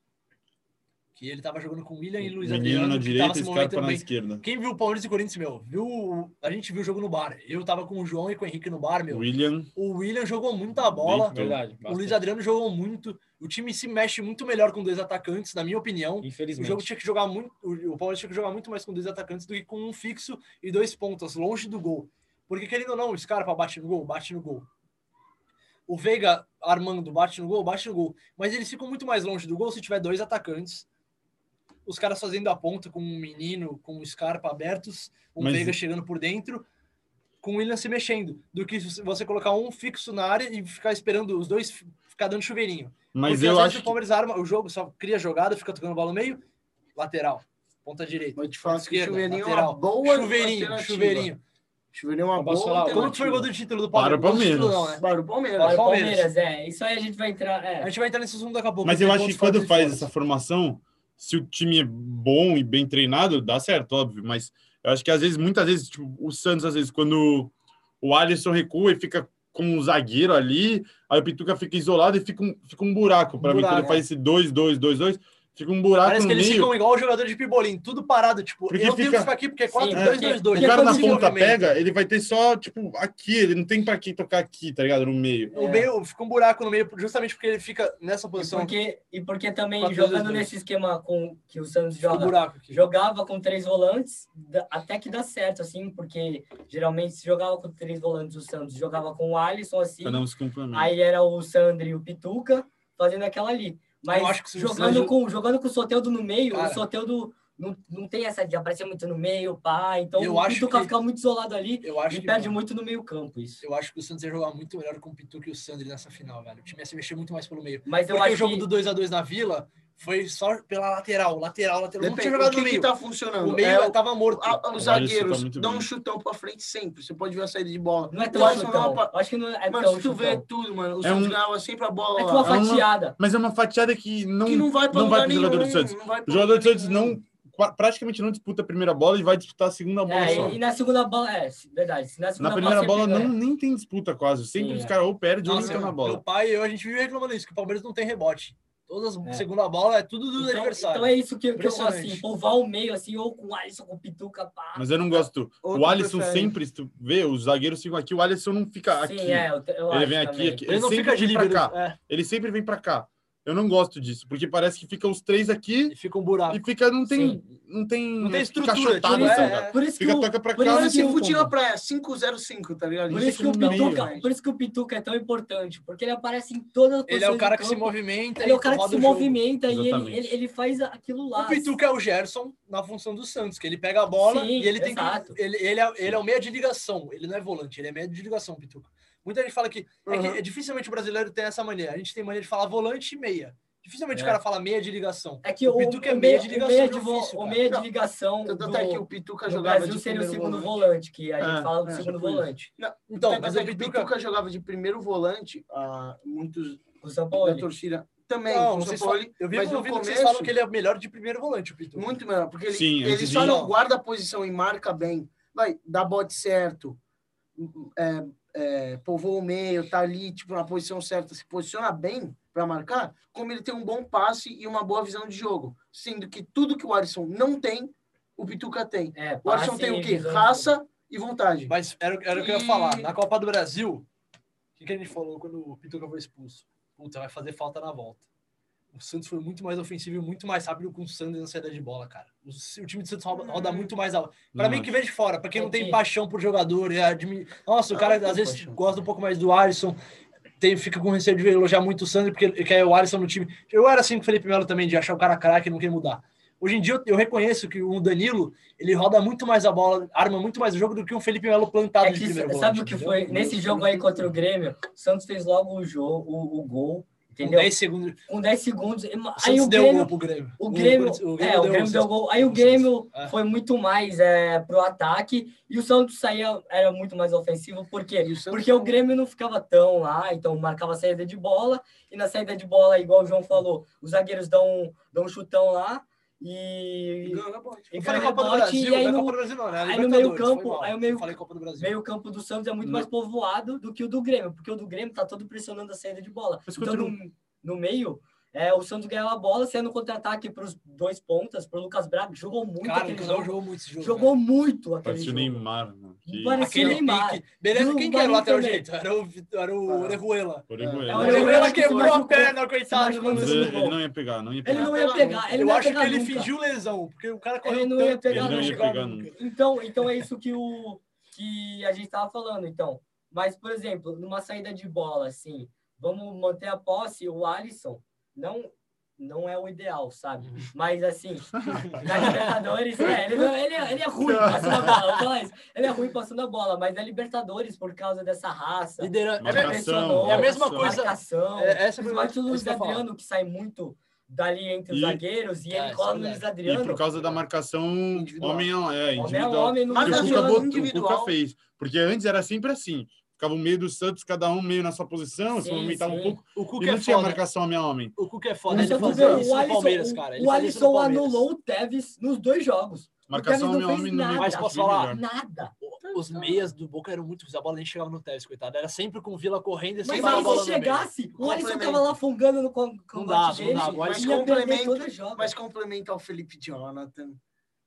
A: Que ele tava jogando com William e Luiz
C: Menino na
A: Adriano, que tava
C: direita e
A: se movimentando
C: Scarpa tá na
A: bem.
C: esquerda.
A: Quem viu o Palmeiras e Corinthians, meu, viu. A gente viu o jogo no bar. Eu tava com o João e com o Henrique no bar, meu.
C: William,
A: O William jogou muita bola.
C: Bem,
A: O
B: Verdade. bastante.
A: Luiz Adriano jogou muito. O time se mexe muito melhor com dois atacantes, na minha opinião. O
B: Infelizmente.
A: jogo tinha que jogar muito. O o Palmeiras tinha que jogar muito mais com dois atacantes do que com um fixo e dois pontas, longe do gol. Porque, querendo ou não, o Scarpa bate no gol, bate no gol. O Veiga armando, bate no gol, bate no gol. Mas eles ficam muito mais longe do gol se tiver dois atacantes. Os caras fazendo a ponta com um menino, com o Scarpa abertos, o
C: Mas-
A: Veiga chegando por dentro, com o William se mexendo, do que se você colocar um fixo na área e ficar esperando os dois f- ficar dando chuveirinho.
C: mas
A: Porque às
C: eu
A: vezes
C: acho
A: o
C: que
A: Palmeiras arma o jogo, só cria jogada, fica tocando bola no meio, lateral, ponta direita.
E: Vou te falar que o
A: Esquerda,
E: chuveirinho é
A: lateral.
E: uma boa
A: Chuveirinho,
E: alternativa.
A: chuveirinho.
E: Chuveirinho é uma
B: Eu posso
E: boa
B: falar,
A: Quando que foi o gol
E: alternativa.
A: do título do
C: Para
A: Palmeiras?
C: o
A: Gol do título
C: Palmeiras.
A: não, né?
E: Para o
D: Olha,
E: Palmeiras.
D: o
A: Palmeiras.
D: Palmeiras, é. Isso aí a gente vai entrar.
A: A
D: É,
A: gente vai entrar nesse assunto daqui a pouco.
C: Mas
A: tem
C: eu acho
A: pontos
C: que quando
A: fortes e
C: faz
A: fora.
C: essa formação, se o time é bom e bem treinado, dá certo, óbvio. Mas eu acho que às vezes, muitas vezes, tipo, o Santos, às vezes, quando o Alisson recua e fica com um zagueiro ali, aí o Pituca fica isolado e fica um, fica um buraco. Para mim,
A: buraco, é.
C: quando ele faz esse 2-2-2-2, fica um buraco
A: Parece que
C: no
A: eles
C: meio.
A: ficam igual o jogador de pibolim, tudo parado, tipo,
C: Porque
A: eu tenho que
C: fica-
A: ficar aqui porque é
D: Sim,
A: 4-2-2-2.
C: O cara
A: Quando
C: na
A: se
C: ponta
A: movimenta,
C: pega, ele vai ter só, tipo, aqui, ele não tem para quem tocar aqui, tá ligado? No meio.
A: O meio, fica um buraco no meio, justamente porque ele fica nessa
D: e,
A: posição.
D: porque, e porque também
A: 4-2-2-2.
D: jogando nesse esquema com que o Santos
A: Fica um
D: joga
A: buraco aqui.
D: jogava com três volantes, da- até que dá certo, assim, porque geralmente se jogava com três volantes o Santos, jogava com o Alisson, assim,
C: Cada um se complementa.
D: aí era o Sandri e o Pituca fazendo aquela ali. Mas
A: Eu acho que se o
D: jogando,
A: Sandri-
D: com, jogando com o Soteldo no meio,
A: Cara.
D: o Soteldo não, não tem essa de aparecer muito no meio, pá, então
A: Eu
D: o
A: acho
D: Pituca
A: que-
D: fica muito isolado ali
A: Eu acho
D: e
A: que.
D: perde muito no meio campo, isso.
A: Eu acho que o Santos ia jogar muito melhor com o Pitu que o Sandri nessa final, velho. O time ia se mexer muito mais pelo meio.
D: Mas eu
A: Porque o
D: acho
A: jogo
D: que...
A: do 2x2 na Vila foi só pela lateral, lateral, lateral. Não
E: Depende,
A: tinha
E: o
A: jogado
E: que,
A: no
E: que
A: meio.
E: tá
A: O
E: funcionando?
A: meio
E: É,
A: tava morto.
E: a-
C: Alisson
E: os
C: tá
E: zagueiros
C: muito
E: dão
C: bem.
E: um chutão pra frente sempre. Você pode ver a saída de bola.
D: Não é
E: O
D: tão
E: Alisson é
D: chutão.
E: uma pa-
D: Acho que não é
E: Mano,
D: tão
E: se tu vê
D: chutão.
E: tudo, mano, o
C: É um-
E: Santos ganhava sempre a bola
D: É
E: lá.
D: que uma
C: É uma-
D: fatiada.
C: Mas é uma fatiada que não,
E: que não vai pra
C: não vai
E: lugar
C: pro jogador
E: nenhum,
C: do Santos.
E: não vai pra
C: O jogador
E: lugar
C: do Santos
E: nenhum.
C: não, qua- praticamente não disputa a primeira bola e vai disputar a segunda bola
D: É,
C: só.
D: e, e na segunda bola, é, verdade. se Na, segunda
C: Na primeira bola
D: bola sempre
C: não, é
D: ganha.
C: nem tem disputa quase. Sempre
D: Sim,
C: os
D: é.
C: caras ou perdem ou não
A: Nossa,
C: ficam na
A: meu,
C: bola.
A: meu pai e eu, a gente vive reclamando isso, que o Palmeiras não tem rebote. Todas as
D: É.
A: segunda bola é tudo do
D: Então,
A: adversário.
D: então é isso que, que eu gosto, assim,
A: Impressionante.
D: povar o meio, assim, ou com o Alisson, com o Pituca, pá.
C: Mas eu não gosto.
E: Ou
C: o
E: tu
C: Alisson
E: prefere-
C: sempre, se tu vê, os zagueiros ficam aqui, o Alisson não fica
D: Sim,
C: aqui.
D: é, eu, eu
C: ele
D: acho
C: vem aqui,
D: também.
C: aqui. Ele,
A: Ele não
C: sempre
A: fica de
C: vem pra
A: líbero,
C: cá.
A: é,
C: Ele sempre vem pra cá. Eu não gosto disso, porque parece que ficam os três aqui
A: e fica um buraco.
C: e fica, não tem. Não tem,
A: Não tem
C: fica
A: estrutura,
C: achatado,
A: tipo,
D: isso,
C: sabe,
A: é,
C: cara?
A: é.
D: Por isso que
C: Fica
D: o-
C: toca pra
D: por
C: cá.
E: Mano,
D: isso que
E: se
D: o-
E: futila pra 505, tá ligado?
D: por
C: Ele
D: isso que o
C: fica no meio,
D: Pituca,
E: velho.
D: por isso que o Pituca é tão importante, porque ele aparece em todas as
A: Ele é o
D: posições
A: cara
D: do
A: que se
D: campo,
A: movimenta.
D: Ele é o
A: e
D: cara que
A: roda
D: se
A: o jogo.
D: movimenta e ele,
C: Exatamente.
D: ele, ele faz aquilo lá.
A: O Pituca é o Gerson na função do Santos, que ele pega a bola
D: Sim,
A: e ele tem
D: exato.
A: que. Ele, ele, é, ele é o meia de ligação, ele não é volante, ele é meia de ligação, o Pituca. Muita gente fala que, é que
E: Uhum.
A: dificilmente o brasileiro tem essa mania. A gente tem mania de falar volante e meia. Dificilmente o
D: É.
A: cara fala meia de ligação.
D: É que o,
A: o Pituca é
D: o
A: meia
D: meia,
A: de
D: o
A: ligação
D: meia de, vo-
A: difícil,
D: o
A: cara. é
D: meia de
E: Não,
D: ligação
E: Tanto
D: do,
E: até que o Pituca
D: do
E: jogava
D: Brasil
E: de
D: seria o
E: primeiro
D: segundo
E: volante.
D: volante, que a
A: Ah,
D: gente
C: É,
D: fala do
E: é,
D: segundo
E: tipo isso.
D: volante.
A: Então,
E: Tanto
A: mas
E: até
A: o
E: é que o
A: Pituca.
E: Pituca jogava de primeiro volante, ah, muitos
D: O São
E: da
D: Paulo.
E: torcida também.
A: Não,
E: o
A: vocês
E: São Paulo,
A: falam- eu vi
E: mas
A: ouvindo
E: no
A: que vocês
E: começo-
A: falam que ele é o melhor de primeiro volante, o Pituca.
E: muito melhor, porque ele,
C: Sim,
E: ele
C: antes
E: só
C: de-
E: não guarda a posição e marca bem. Vai, dá bote certo, é, é, povoa o meio, tá ali, tipo, na posição certa, se posiciona bem para marcar, como ele tem um bom passe e uma boa visão de jogo. Sendo que tudo que o Alisson não tem, o Pituca tem.
D: É,
E: O Alisson
D: passe
E: tem o
D: e
E: quê?
D: visão.
E: Raça e vontade.
A: Mas era, era o que eu ia
E: E-
A: falar. Na Copa do Brasil, o que, que a gente falou quando o Pituca foi expulso? Puta, vai fazer falta na volta. O Santos foi muito mais ofensivo e muito mais rápido com o Sanders na saída de bola, cara. O, s- o time do Santos roda, roda muito mais alto. Pra
C: Não
A: mim,
C: acho.
A: que vem de fora, pra quem não
D: É
A: tem
D: que-
A: paixão por jogador, é admi... nossa, o cara
E: Ah, tem
A: às vezes
E: paixão.
A: gosta um pouco mais do Alisson, tem, fica com receio de elogiar muito o Sanders porque ele quer o Alisson no time. Eu era assim com o Felipe Melo também, de achar o cara craque e não quer mudar. Hoje em dia eu, eu reconheço que o Danilo ele roda muito mais a bola, arma muito mais o jogo do que um Felipe Melo plantado
D: É
A: de
D: que,
A: primeiro
D: sa-
A: volante.
D: sabe o que
A: entendeu?
D: foi? Nesse jogo aí contra o Grêmio, o Santos fez logo o jogo, o, o gol.
A: Com
D: Entendeu?
A: 10 segundos.
D: Com 10 segundos. e-
A: Um O
D: Aí
A: Santos
D: o
A: deu gol
D: Grêmio
A: pro Grêmio.
D: O Grêmio, é, o
A: deu-
D: Grêmio deu gol. Aí o
A: pro Santos.
D: Grêmio
A: É.
D: foi muito mais é, pro ataque e o Santos saía, era muito mais ofensivo, por quê?
E: E o Santos
D: Porque o Grêmio não ficava tão lá, então marcava saída de bola, e na saída de bola, igual o João falou, os zagueiros dão, dão um chutão lá
E: E
D: e.
E: ganhou na bola.
D: e
A: Eu falei
D: ganha
A: Copa do
D: rebote,
A: Brasil,
D: e aí
A: não é
D: no-
A: Copa do Brasil não, né?
D: aí no
A: Libertadores,
D: meio-campo,
A: foi mal.
D: aí o meio-
A: Falei Copa do Brasil.
D: Meio campo do Santos é muito mais povoado do que o do Grêmio, porque o do Grêmio tá todo pressionando a saída de bola.
C: Mas
D: então, no, no meio, é, o Santos ganhava a bola, sendo contra-ataque para os dois pontas, pro Lucas Braga, que jogou muito
A: Cara, o
D: aquele
A: Casal
D: jogo.
A: jogou né? muito esse jogo.
D: Jogou muito aquele
C: Parece o
D: jogo.
C: Neymar, mano. Que...
D: Parece-
A: cara. aquele
D: Esse Neymar.
A: pique. Beleza,
D: Não
A: quem que era o
D: vai
A: lateral
D: também.
A: direito? Era o, Vit- era o Orejuela.
C: Orejuela.
D: É,
A: O
C: Mas
D: o
A: Orejuela
D: Orejuela que se
A: quebrou a
D: machucou.
A: perna, coitado.
D: Se
A: mano.
D: machucou.
C: Ele ele não ia pegar, não ia
D: Ele
C: pegar.
D: não ia pegar,
A: É.
D: ele
A: Eu
D: não ia
A: acho
D: pegar
A: que ele
D: nunca.
A: fingiu lesão, porque o cara correu
D: Ele não
A: tanto
D: ia pegar
A: que
C: nunca.
A: chegava
C: Ele não ia
A: nunca.
D: Então, então é isso que, o, que a gente estava falando, então. Mas, por exemplo, numa saída de bola, assim, vamos manter a posse, o Alisson não, não é o ideal, sabe? Mas, assim, na Libertadores, é, ele, não- ele, é- ele é ruim passando a bola, eu vou falar isso. ele é ruim passando a bola, mas na Libertadores, por causa dessa raça,
A: Lidera- é
C: Marcação,
D: pressionou,
A: É a mesma
C: marcação.
A: coisa.
D: marcação,
A: É, essa é a primeira-
D: principalmente o Luiz
A: essa que eu ia falar.
D: Adriano, que sai muito dali entre os
C: E-
D: zagueiros, e
A: É,
D: ele
A: isso é
D: cola no
A: verdade.
D: Luiz
C: E
D: Adriano.
C: por causa da marcação
A: Individual.
C: homem a é,
D: Homem a
C: individual.
D: homem, não
E: Mas
C: Que
E: a
C: o Cuca,
D: tem
E: jogada
D: jogador.
C: botou,
E: individual-
C: o Cuca fez. Porque antes era sempre assim. Ficava o meio dos Santos, cada um meio na sua posição, se
D: Sim,
C: movimentava
D: sim.
C: um pouco.
A: O
C: E
A: Cuca é
C: não tinha
A: foda.
C: marcação homem a homem.
A: O Cuca é foda.
D: Mas
A: Ele
D: eu tô
A: fazia
D: dizendo,
A: isso
D: o
A: no
D: Alisson,
A: Palmeiras, cara. Ele
D: o
A: fazia isso no
D: Alisson
A: Palmeiras.
D: anulou o Tevez nos dois jogos.
C: Marcação é um
D: Tevez
C: homem
D: não
C: a homem
D: fez
C: no meio
D: nada.
C: campo,
A: Mas posso
C: bem
A: falar?
C: melhor.
D: Nada.
A: Os meias do Boca eram muito ruins. A bola nem chegava no Tevez, coitado. Era sempre com o Vila correndo e
D: Mas
A: sempre a
D: aí
A: bola
D: se
A: no meio.
D: chegasse, o Alisson
E: Complemento.
D: tava lá fungando no com- combate
A: dava, não
D: dele.
A: dava. Mas
D: e ia perder
E: complemento-
D: todo o jogo.
E: Mas complementa ao Felipe Jonathan.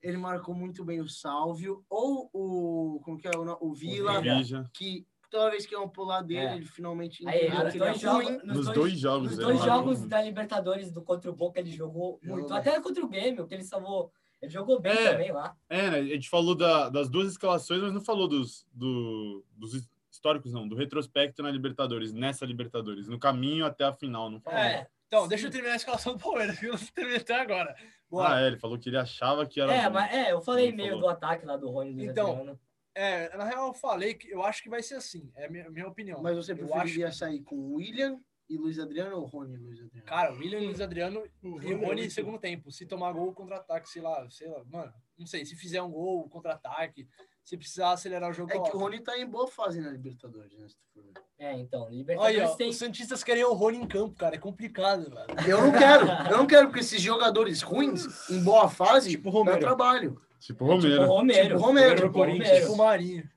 E: Ele marcou muito bem o Sálvio. Ou o. Como que é o nome? O Vila,
D: Vila.
C: Vija.
E: que toda vez que iam pular dele,
D: É.
E: ele finalmente
D: Aí,
E: entendeu
D: nos
A: então
E: que ele é
D: dois jogos,
E: ruim.
D: nos
C: Nos
D: dois,
C: dois jogos. é, né?
D: nos
C: ele
D: dois
C: marcou
D: jogos
C: muito.
D: da Libertadores do contra o Boca ele jogou
E: Jogou
D: muito.
E: bem.
D: Até contra o Grêmio, que ele salvou. Ele jogou bem
C: É.
D: também lá.
C: É, né? A gente falou da- das duas escalações, mas não falou dos, do- dos históricos, não. Do retrospecto na Libertadores, nessa Libertadores. No caminho até a final, não falou. Ah,
A: É. Então, deixa eu terminar a escalação do Palmeiras, que eu não terminei até agora. Bora.
C: Ah, é, ele falou que ele achava que era...
D: É,
C: bom.
D: mas é, eu falei
C: Ele
D: meio
C: falou.
D: do ataque lá do Rony do Luiz
A: Então,
D: Adriano.
A: É, na real, eu falei que eu acho que vai ser assim. É a minha, minha opinião.
E: Mas você
A: eu acho.
E: preferiria sair com o William e Luiz Adriano ou Rony e Luiz Adriano?
A: Cara, William, Luiz Adriano e
E: Rony
A: Rony
E: é
A: em
E: muito
A: segundo tempo. Se tomar gol, contra-ataque, sei lá, sei lá, mano. Não sei, se fizer um gol, contra-ataque. Se precisar acelerar o jogo,
E: é que o
A: coloca.
E: Rony tá em boa fase na Libertadores, né? se tu for ver.
D: É, então,
A: Aí,
D: Libertadores
A: ó,
D: tem.
A: os Santistas querem o Rony em campo, cara. É complicado, velho.
E: Eu não quero, eu não quero, porque esses jogadores ruins, em boa fase,
B: Tipo o
E: dá
B: Romero.
E: trabalho.
C: Tipo Romero.
D: Tipo, Romero.
E: Tipo, Romero.
D: Tipo,
B: Romero, Corinthians.
A: Tipo o Marinho.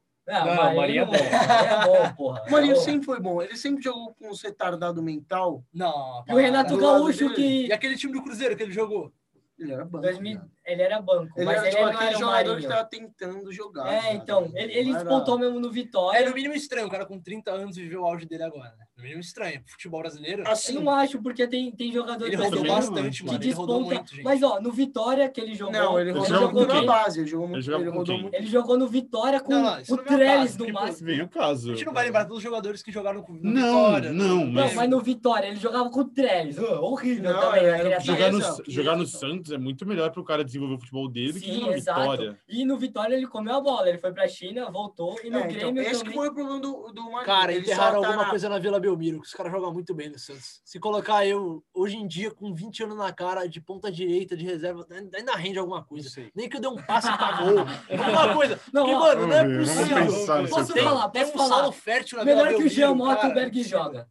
B: Não,
D: Ah, Marinho,
B: Marinho é bom.
D: é bom, porra.
E: O Marinho
D: É bom.
E: sempre foi bom, ele sempre jogou com uns retardado mental.
A: Não.
D: E o Renato
E: Do lado
D: Gaúcho
E: dele.
D: que.
A: E aquele time do Cruzeiro que ele jogou?
E: Ele era banco.
D: 2000,
E: né?
D: ele era banco,
E: Ele
D: mas
E: era
D: ele
E: tipo
D: não
E: aquele
D: era o
E: jogador que
D: Marinho.
E: tava tentando jogar.
D: É,
E: sabe?
D: então, ele, ele
E: Não era-
D: despontou mesmo no
A: É
D: Vitória.
A: no mínimo estranho, o cara com 30 anos viveu o auge dele agora, né? No mínimo estranho. Futebol brasileiro.
E: Assim,
D: Eu não acho, porque tem, tem jogador
A: Ele
D: brasileiro
A: rodou
C: também,
A: bastante,
D: que
A: mano. Ele rodou
D: desponta.
A: muito, gente.
D: Mas, ó, no Vitória que ele jogou.
E: não, ele
C: Ele
E: rodou,
C: jogava
E: jogou
C: com
E: na
C: quem?
E: base, ele jogou muito.
C: Ele jogava
E: ele
C: com
E: rodou
C: quem?
E: muito.
D: ele jogou no Vitória com
A: Não, não, isso
D: o
A: não é
D: Trellis
A: verdade,
D: no
A: tipo,
D: máximo.
C: Vem o caso.
A: A gente não vai lembrar dos jogadores que jogaram com no
C: Não,
A: Vitória, né?
C: não,
A: no-
C: mas-
D: Não, mas no Vitória ele jogava com o Trellis. Ah, horrível
E: Não,
D: também.
E: era
D: aquele
E: o
D: ataque.
C: Jogar, no,
E: Exato.
C: jogar no Santos é muito melhor pro cara desenvolver o futebol dele do que
D: Sim,
C: jogar no
D: exato.
C: Vitória.
D: E no Vitória ele comeu a bola. Ele foi pra China, voltou. E no
E: É, então,
D: Grêmio
E: esse
D: também.
E: que foi o problema do, do Marinho.
A: Cara,
E: ele
A: enterraram
E: só tá
A: alguma
E: na-
A: coisa na Vila Belmiro, que os caras jogam muito bem no Santos. Se colocar eu, hoje em dia, com 20 anos na cara, de ponta direita, de reserva, ainda ainda rende alguma coisa.
B: Não sei.
A: Nem que eu dê um passe pra gol. Alguma coisa.
D: Não,
A: Porque,
D: ó,
A: mano, não é
C: Vamos ver, vamos
A: possível.
C: pensar nesse
D: Posso
C: cara.
D: falar?
A: Tem
D: Posso
A: um
D: falar?
A: salo fértil na Vila
D: Melhor que o
A: Belmiro.
D: Jean Mota
A: cara.
D: o Berg joga.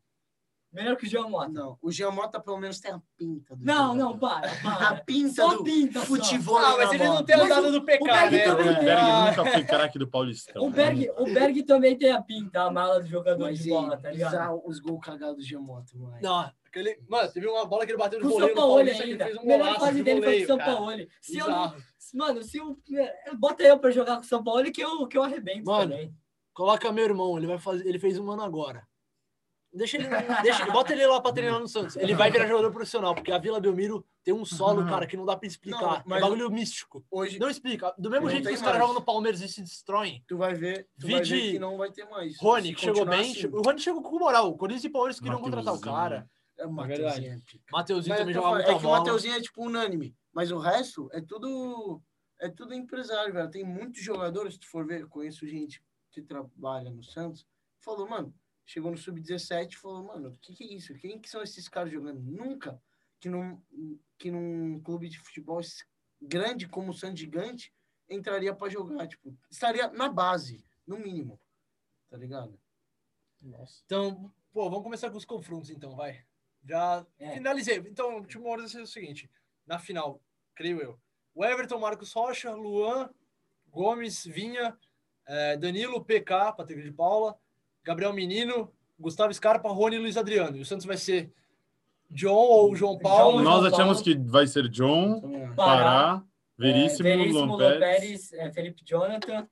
D: Melhor que o Jean Mota.
E: Não, o Jean Mota pelo menos tem a pinta do
D: Não,
E: jogador.
D: não, para,
E: A
D: para.
E: pinta
D: Só
E: do
D: pinta, só.
E: futebol. é
A: Ah, mas
E: na
A: ele não
E: bola.
A: tem a
D: Mas
A: dada
D: o-
A: do
D: o
A: pecado,
D: Berg
A: né? Então, é.
C: O
D: também tem.
C: um Berg nunca foi craque do Paulistão.
D: O Ah. Um Berg, o Berg também tem a pinta, a mala do jogador
E: Mas,
D: de
E: hein,
D: bola, tá ligado?
E: bizarro os gols cagados do Jean Mota, mano.
A: Não, aquele... Mano, teve uma bola que ele bateu
D: Com
A: no
D: o
A: goleiro
D: São
A: do
D: Paulo
A: Paulista, que ele
D: ainda.
A: fez um
D: a melhor
A: golaço de
D: fase dele foi com o
A: voleio,
D: São
A: cara.
D: Paulo. Se eu não,
A: Bizarro.
D: mano, se eu. é, Bota eu pra jogar com o São Paulo que eu, que eu arrebento
A: Mano.
D: também.
A: Coloca meu irmão, ele vai fazer, ele fez um ano agora. Deixa ele, deixa, bota ele lá pra treinar no Santos. Ele vai virar jogador profissional, porque a Vila Belmiro tem um solo, cara, que não dá pra explicar.
E: Não, mas-
A: É bagulho místico.
E: Hoje
A: Não explica. Do mesmo
E: Não
A: jeito que
E: tem
A: os caras
E: mais.
A: jogam no Palmeiras e se destroem.
E: tu vai ver, tu vai
A: Vide-
E: ver que não vai ter mais.
A: Rony,
E: Se
A: que chegou
E: continuar
A: bem.
E: assim,
A: O Rony chegou com moral. O Corinthians e Palmeiras queriam contratar o
C: Mateuzinho.
A: cara.
E: É o
B: verdade.
E: Mateuzinho. é pica.
A: Mateuzinho
E: Mas eu
A: também
E: tô
A: jogava
E: falando,
A: muita
E: é que o
A: bola.
E: Mateuzinho é tipo unânime, mas o resto é tudo é tudo empresário, velho. Tem muitos jogadores, se tu for ver, conheço gente que trabalha no Santos, falou, mano, chegou no sub-17 e falou, mano, o que, que é isso? Quem que são esses caras jogando? Nunca que num, que num clube de futebol es- grande como o San Gigante entraria para jogar, tipo, estaria na base, no mínimo. Tá ligado?
B: Nossa.
A: Então, pô, vamos começar com os confrontos, então, vai. Já
D: É.
A: finalizei. Então, o time hora é o seguinte: na final, creio eu, o Everton, Marcos Rocha, Luan, Gomes, Vinha, eh, Danilo, PK, Patrick de Paula, Gabriel Menino, Gustavo Scarpa, Rony e Luiz Adriano. E o Santos vai ser John ou João Paulo?
D: João,
A: João,
D: João.
C: Nós achamos que vai ser John,
E: Então, é,
C: Pará, Veríssimo,
D: é, Veríssimo
C: Lomperes.
D: Lopérez, é, Felipe Jonathan,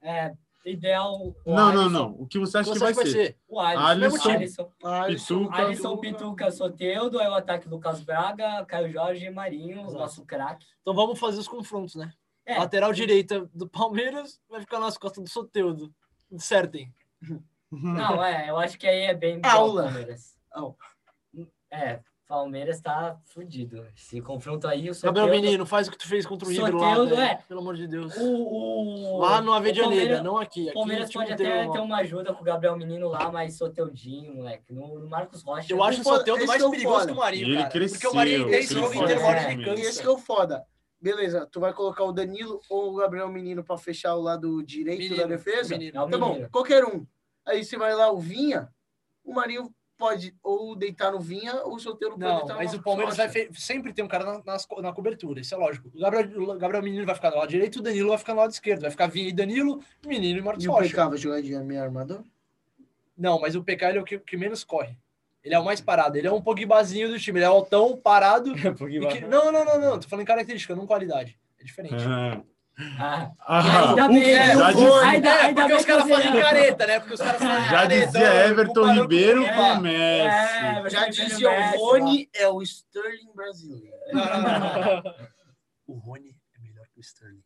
D: é, Ideal, o
C: Não, não,
D: Alisson,
C: não. O que você acha
A: Você
C: que vai ser?
D: o Alisson,
C: Alisson.
D: Alisson,
E: Alisson,
C: Pituca.
D: Alisson, Pituca, Soteudo, aí o ataque Lucas Braga, Caio Jorge, Marinho, o
A: Exato.
D: nosso craque.
A: Então vamos fazer os confrontos, né?
D: É.
A: Lateral direita do Palmeiras vai ficar nas costas do Soteudo. Certem. Hum.
D: Não, é, eu acho que aí é bem
E: Aula.
D: bom, Palmeiras.
E: Aula.
D: É, Palmeiras tá fudido. Esse confronto aí,
A: Gabriel
D: o Soteldo-
A: Menino, faz o que tu fez contra o River lá,
D: Soteudo,
A: velho.
D: é.
A: Pelo amor de Deus.
D: O, o,
A: Lá no Avellaneda,
D: Palmeiras-
A: não aqui.
D: O
A: Aqui
D: Palmeiras
A: o time um
D: pode
A: inteiro
D: até
A: lá.
D: ter uma ajuda com o Gabriel Menino lá, mas Soteudinho, moleque. No, no Marcos Rocha.
A: Eu acho assim, o
E: foda-
A: Soteldo
E: esse
A: mais
E: que é o
A: perigoso
E: foda.
A: que o Marinho,
C: E ele
A: cara. porque
C: cresceu,
A: o Marinho tem esse
D: ele
A: jogo
D: cresceu.
A: inteiro, uma hora
D: É.
A: ele cansa.
E: Esse que é o foda. Beleza, tu vai colocar o Danilo ou o Gabriel Menino para fechar o lado direito da
A: Menino,
E: defesa?
A: menino.
D: É o
E: Tá bom,
D: Menino.
E: qualquer um. Aí você vai lá, o Vinha, o Marinho pode ou deitar no Vinha ou o solteiro pode
A: Não,
E: deitar no
A: mas o
E: Marcos
A: Palmeiras vai
E: Rocha.
A: fe- sempre ter um cara na, nas co- na cobertura, isso é lógico. O Gabriel, o Gabriel Menino vai ficar no lado direito, o Danilo vai ficar no lado esquerdo. Vai ficar Vinha e Danilo, Menino e Marcos
E: E o
A: Rocha.
E: PK vai jogar de meio armador?
A: Não, mas o PK ele é o que, que menos corre. Ele é o mais parado. Ele é um Pogbazinho do time. Ele é altão, parado.
B: É, porque
A: e
B: vai-
A: que- Não, não, não, não. Tô falando em característica, não qualidade. É diferente.
C: Ah.
D: Ah,
C: Ah,
D: ainda bem,
A: é,
C: já
D: o-
C: disse-
D: ainda,
A: É,
D: ainda
A: porque
D: bem
A: os caras
D: que eu
A: fazem
D: sei-
A: careta, né? Porque os caras fazem
C: Já
A: careta, é um
C: dizia Everton
A: comparou com o
C: Ribeiro
A: Neymar.
C: com o
D: É,
C: Messi.
D: mas
E: Já
D: também
E: disse
D: vejo o
E: o
D: Messi
E: Rony,
A: né?
E: é o Sterling brasileiro.
A: Não, não, não, não. O Rony é melhor que o Sterling.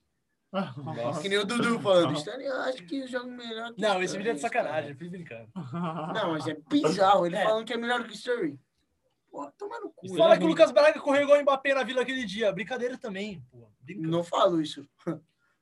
C: Ah,
E: Que nem o Dudu falando. Sterling, eu acho que joga melhor que o
A: Não, esse
E: Sterling,
A: vídeo é de sacanagem, eu fiz brincando.
E: cara. Não, mas é bizarro. Ele
D: É.
E: falando que é melhor que o Sterling. Porra, toma no cu.
B: Isso
A: Fala
B: é
A: que o
B: ruim.
A: Lucas Braga correu igual o Mbappé na vila aquele dia. Brincadeira também, pô. Brinca.
E: Não falo isso.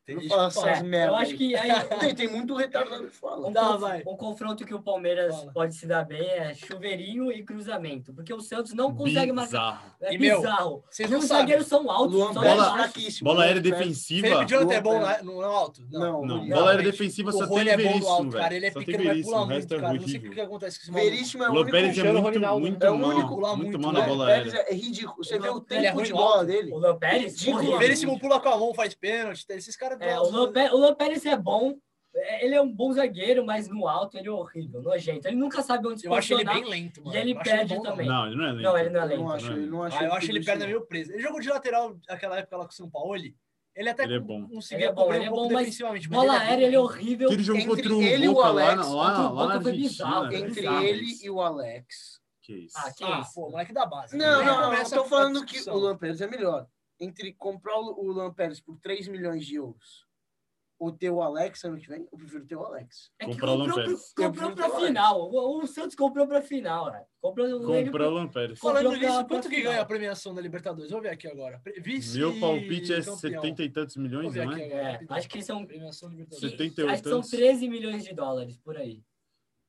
A: Tem
E: não
A: gente
E: fala
A: que
E: essas
A: fala.
D: É,
E: merda
D: eu
E: aí.
D: acho que aí,
E: Tem, tem muito retardado que fala.
D: um,
A: Dá,
D: conf-
A: vai.
D: um confronto que o Palmeiras
A: Fala.
D: pode se dar bem é chuveirinho e cruzamento. Porque o Santos não consegue marcar.
C: Bizarro.
D: É
A: E, meu,
D: bizarro.
A: Vocês
D: E
A: não
D: os
A: sabem.
D: zagueiros são altos.
E: Luan
D: são
E: Pérez
C: Bola-
D: baixos.
E: é fraquíssimo.
C: Bola aérea
E: Luan Pérez-
C: defensiva.
A: Felipe Jonathan é
E: Luan
A: bom
E: Pérez.
A: na- no no alto? Não.
E: Não,
C: Não,
E: não.
C: bola aérea
A: realmente.
C: defensiva
A: O
C: só
A: Rony
C: tem
A: é bom no alto,
C: Veríssimo,
A: cara. Ele é
C: velho. Só tem
A: pequeno, vai
C: Veríssimo, o
A: pular
C: resto
A: muito,
C: é
A: cara. Não sei o que que
C: horrível.
A: acontece com esse maluco.
E: Veríssimo é o único.
C: Lopérez é
B: Cristiano
C: muito,
B: Ronaldo, né?
E: É
C: muito
E: o único
A: lá
C: mal. Muito
A: muito,
C: mal
A: né?
C: na
E: Luan
C: bola
E: Pérez
C: aérea.
E: é ridículo. Você
D: Ele
E: vê
D: é-
E: o
A: ele é
E: tempo
A: ruim
E: de
A: no
E: bola
A: alto.
E: dele.
D: O Luan Pérez,
E: Ridículo.
A: O
D: horrível.
A: Veríssimo pula com a mão, faz pênalti. Esses caras... né?
D: É, o Luan Pé- o Luan Pérez é bom. é, Ele é um bom zagueiro, mas no alto ele é horrível, nojento. Ele nunca sabe onde se
A: Eu acho ele
D: posicionar.
A: bem lento, mano.
D: E ele
A: Eu acho ele
D: perde
A: bom, não.
D: também.
C: Não, ele não é
D: Não, ele
C: lento.
D: não é
E: Eu não
D: lento.
E: acho, eu não acho.
A: Ah, eu acho
E: tudo
A: ele
E: isso,
A: perna
E: não.
A: meio presa. Ele jogou de lateral naquela época lá com o São Paulo. Ele até
C: Ele é bom.
A: conseguia
D: Ele é bom,
A: cobrir
D: ele
A: um
D: é
A: pouco
D: bom, mas
A: defensivamente. mas
D: Bola
A: ele é bem
D: aérea, ele é
A: lento.
D: horrível.
C: Aquele jogo
E: Entre
C: contra o
E: ele e o
C: Boca lá,
E: Alex,
C: na- lá,
D: contra o
C: lá na
D: Boca foi bizarro,
C: Argentina.
D: foi
C: velho.
E: Entre
D: bizarro
E: ele
C: isso.
E: e o Alex.
C: Que isso.
D: Ah, que
A: Ah,
D: isso.
A: pô, moleque da base.
E: Não,
A: Nem
E: não, não. Eu
A: começa
E: tô
A: a
E: falando que
A: discussão.
E: o Lampérez é melhor. Entre comprar o o Lampérez por 3 milhões de euros ou ter o Alex ano que vem, eu prefiro ter o Alex.
D: É que
C: Comprar o
D: comprou,
C: Luan
D: pro-
C: Pérez.
D: comprou
E: Eu
D: pra
E: fui
D: final. O, o Santos comprou pra final, né? Comprou,
C: Comprar o Luan Pérez.
A: Falando
D: Comprou pra-
A: nisso,
D: pra
A: quanto que
D: final.
A: ganha a premiação da Libertadores? Vou ver aqui agora. Pre- Vice
C: Meu palpite é
A: e campeão.
C: 70 e tantos
A: Vou
C: milhões,
A: ver
C: não
A: aqui
C: é?
A: agora,
D: É,
A: rapidão.
D: acho que são,
A: Premiação Libertadores.
C: 78
D: acho que são
C: anos.
D: 13 milhões de dólares por aí.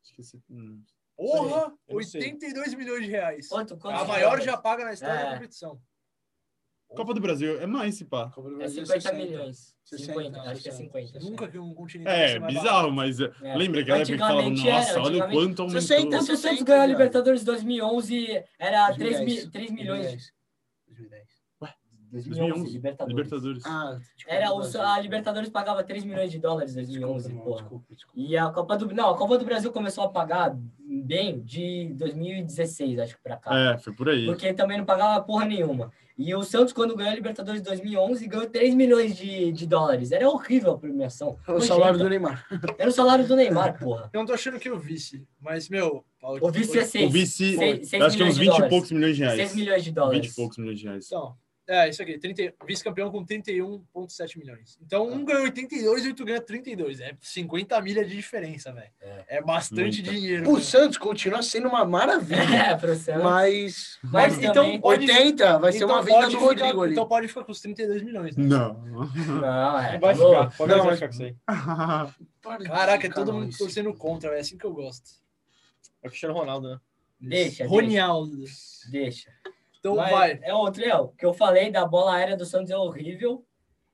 C: Esqueci. Hum.
A: Porra!
B: Eu não sei.
A: 82 milhões de reais. É
D: Quanto, quanto é?
A: A
D: de
A: maior
D: dólares?
A: já paga na história da
D: É.
A: competição.
C: Copa do Brasil é mais, se pá.
E: Copa do
D: É
E: Brasil,
D: 50
E: 60.
D: milhões.
E: 60,
D: 50, acho que é 50.
A: Nunca que um continente.
C: É,
A: fosse mais
C: bizarro, mas é,
D: É.
C: lembra aquela época que falava,
D: Antigamente era,
C: nossa, olha o
D: antigamente-
C: quanto aumentou.
E: 60,
D: Quando o Santos
E: 60,
D: ganhou a
E: velho.
D: Libertadores em 2011, era 3,
E: 2010.
D: 3 milhões.
E: 2010.
C: 2011,
D: Libertadores.
C: Libertadores.
E: Ah, de
D: Era
E: Copa do
D: o,
E: Brasil.
D: a Libertadores pagava 3 milhões de dólares em
E: Desculpa,
D: 2011,
E: irmão,
D: porra.
E: Desculpa, desculpa.
D: E a Copa do Não, a Copa do Brasil começou a pagar bem de 2016, acho que pra cá.
C: É, foi por aí.
D: Porque também não pagava porra nenhuma. E o Santos, quando ganhou a Libertadores em 2011, ganhou 3 milhões de, de dólares. Era horrível a premiação. então,
E: O salário do Neymar.
D: Era o salário do Neymar, porra.
A: Eu não tô achando que o vice, mas, meu. Paulo,
D: O vice é
C: O
D: 6.
C: vice,
D: seis- seis
C: eu acho que é uns
D: milhões de
C: 20 e
D: dólares.
C: poucos milhões de
D: 6
C: reais.
D: milhões de
C: 20
D: dólares.
C: e poucos milhões de reais.
A: Então, é, isso aqui, 30 vice-campeão com 31,7 milhões. Então, um ganha 82 e outro ganha 32. É 50 milhas de diferença, velho. É. bastante
C: Muita.
A: dinheiro.
E: O Santos continua sendo uma maravilha,
D: É, pro Santos.
E: mas
D: Mas
A: então,
D: também...
A: Pode- então
E: 80 vai ser uma venda
A: pode
E: do
A: ficar-
E: Rodrigo ali.
A: Então pode ficar com os 32 milhões. Né?
C: Não. então,
D: Não, é.
B: Vai
D: alô.
B: ficar, pode
E: Não,
B: vai
E: mas-
B: ficar com isso aí.
E: Para de
A: Caraca,
E: ficar
A: todo mundo
E: nesse.
A: É torcendo contra, é assim que eu gosto.
B: É o Cristiano Ronaldo, né?
D: Deixa, deixa.
A: Ronaldo.
D: deixa.
A: Então
D: Mas
A: vai.
D: É outro, é o que eu falei da bola aérea do Santos é horrível.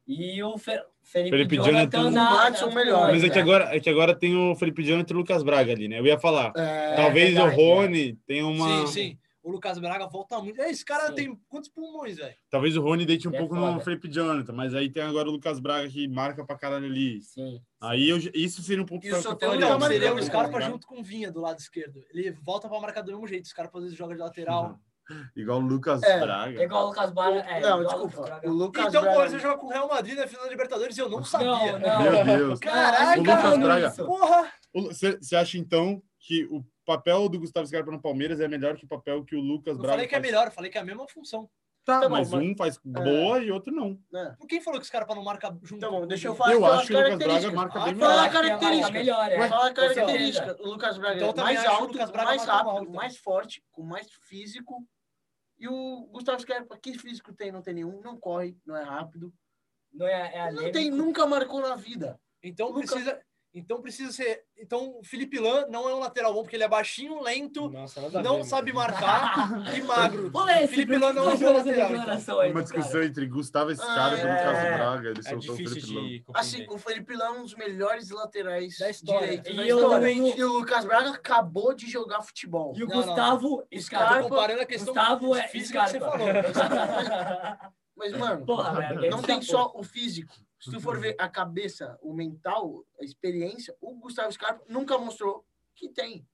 D: E o Fe- Felipe,
C: Felipe
D: Jonathan,
C: Jonathan-
D: na,
E: O Watson
D: na-
E: melhor. né?
D: na-
C: Mas é que, agora, é que agora tem o Felipe Jonathan e o Lucas Braga ali, né? Eu ia falar.
E: É,
C: Talvez o
D: verdade,
C: Rony tenha
A: Sim,
C: uma.
A: sim. O Lucas Braga volta muito. É, Esse cara
D: Sim.
A: tem quantos pulmões, velho?
C: Talvez o Rony deite um
D: É
C: pouco
D: foda.
C: no Felipe Jonathan, mas aí tem agora o Lucas Braga que marca pra caralho ali.
D: Sim.
C: Aí eu- isso seria um ponto
E: E
C: fraco
E: o
C: que eu
E: Soteldo
C: falaria.
E: é
A: Não,
E: mas ele
A: seria
E: um
A: o
E: bom,
A: Scarpa
C: Braga.
A: junto com o Vinha do lado esquerdo. Ele volta pra marcar do mesmo jeito. Os caras às vezes joga de lateral.
C: Igual o Lucas
E: É,
D: É
C: Braga.
D: igual o Lucas Barra. É, igual o
E: Não,
D: Lucas
E: desculpa.
D: Braga.
E: O Lucas
A: então,
E: Braga-
A: pô, você joga com o Real Madrid na final da Libertadores e eu não é, sabia.
D: Não, não.
C: Meu Deus.
A: Caraca,
C: O Lucas
A: mano.
C: Braga.
D: isso.
A: Porra!
C: Você acha então que o papel do Gustavo Scarpa no Palmeiras é melhor que o papel que o Lucas
A: Não
C: Braga
A: falei que é
C: faz?
A: melhor, eu falei que é a mesma função.
C: Tá,
E: Tá bom,
C: mas
E: mas-
C: um faz boa e outro não.
E: né?
A: Por quem falou que os caras não marca junto?
E: Tá bom, deixa eu
A: falar.
E: falar
C: eu
E: aqui
C: acho que o
E: umas
C: Lucas Braga
E: características.
C: marca
A: é Ah,
C: bem
E: Fala
C: melhor.
E: a característica.
D: Melhor, é.
E: Fala a
D: certeza.
E: característica. O Lucas Braga
A: Então, eu
E: é
A: também
E: mais
A: acho o
E: alto,
A: Lucas Braga
E: mais
A: mais alto,
E: rápido,
A: então.
E: mais forte, com mais físico. E o Gustavo Scarpa, que físico tem? Não tem nenhum, não corre, não é rápido.
D: Não é, é
E: Não
D: anêmico.
E: tem, nunca marcou na vida.
A: Então
E: Lucas-
A: precisa. Então precisa ser. Então o Felipe Lan não é um lateral bom, porque ele é baixinho, lento,
B: Nossa, nada a ver,
A: não
B: mano.
A: sabe marcar e magro.
D: Polêmico,
A: Felipe Lan não é um bom
D: essas
A: lateral. então.
D: declarações,
C: Uma discussão
D: cara.
C: entre Gustavo Scarpa e
E: Ah,
C: Lucas
D: é.
C: Braga. Ele
B: É
C: soltou o
B: difícil
C: Felipe Lama.
B: de
E: Assim,
B: compreender.
E: o Felipe Lão é um dos melhores laterais
A: Da história.
E: direitos da
D: E eu
E: história.
D: também-
E: E o Lucas Braga acabou de jogar futebol.
D: E o
A: Não, não.
D: Gustavo
A: Tô
E: Scarpa-
D: Scarpa.
A: comparando a questão
D: Gustavo é
A: física que você
D: Scarpa.
A: falou.
E: Mas, mano,
D: Porra, velho.
E: não tem só o físico. Se tu for ver a cabeça, o mental, a experiência, o Gustavo Scarpa nunca mostrou que tem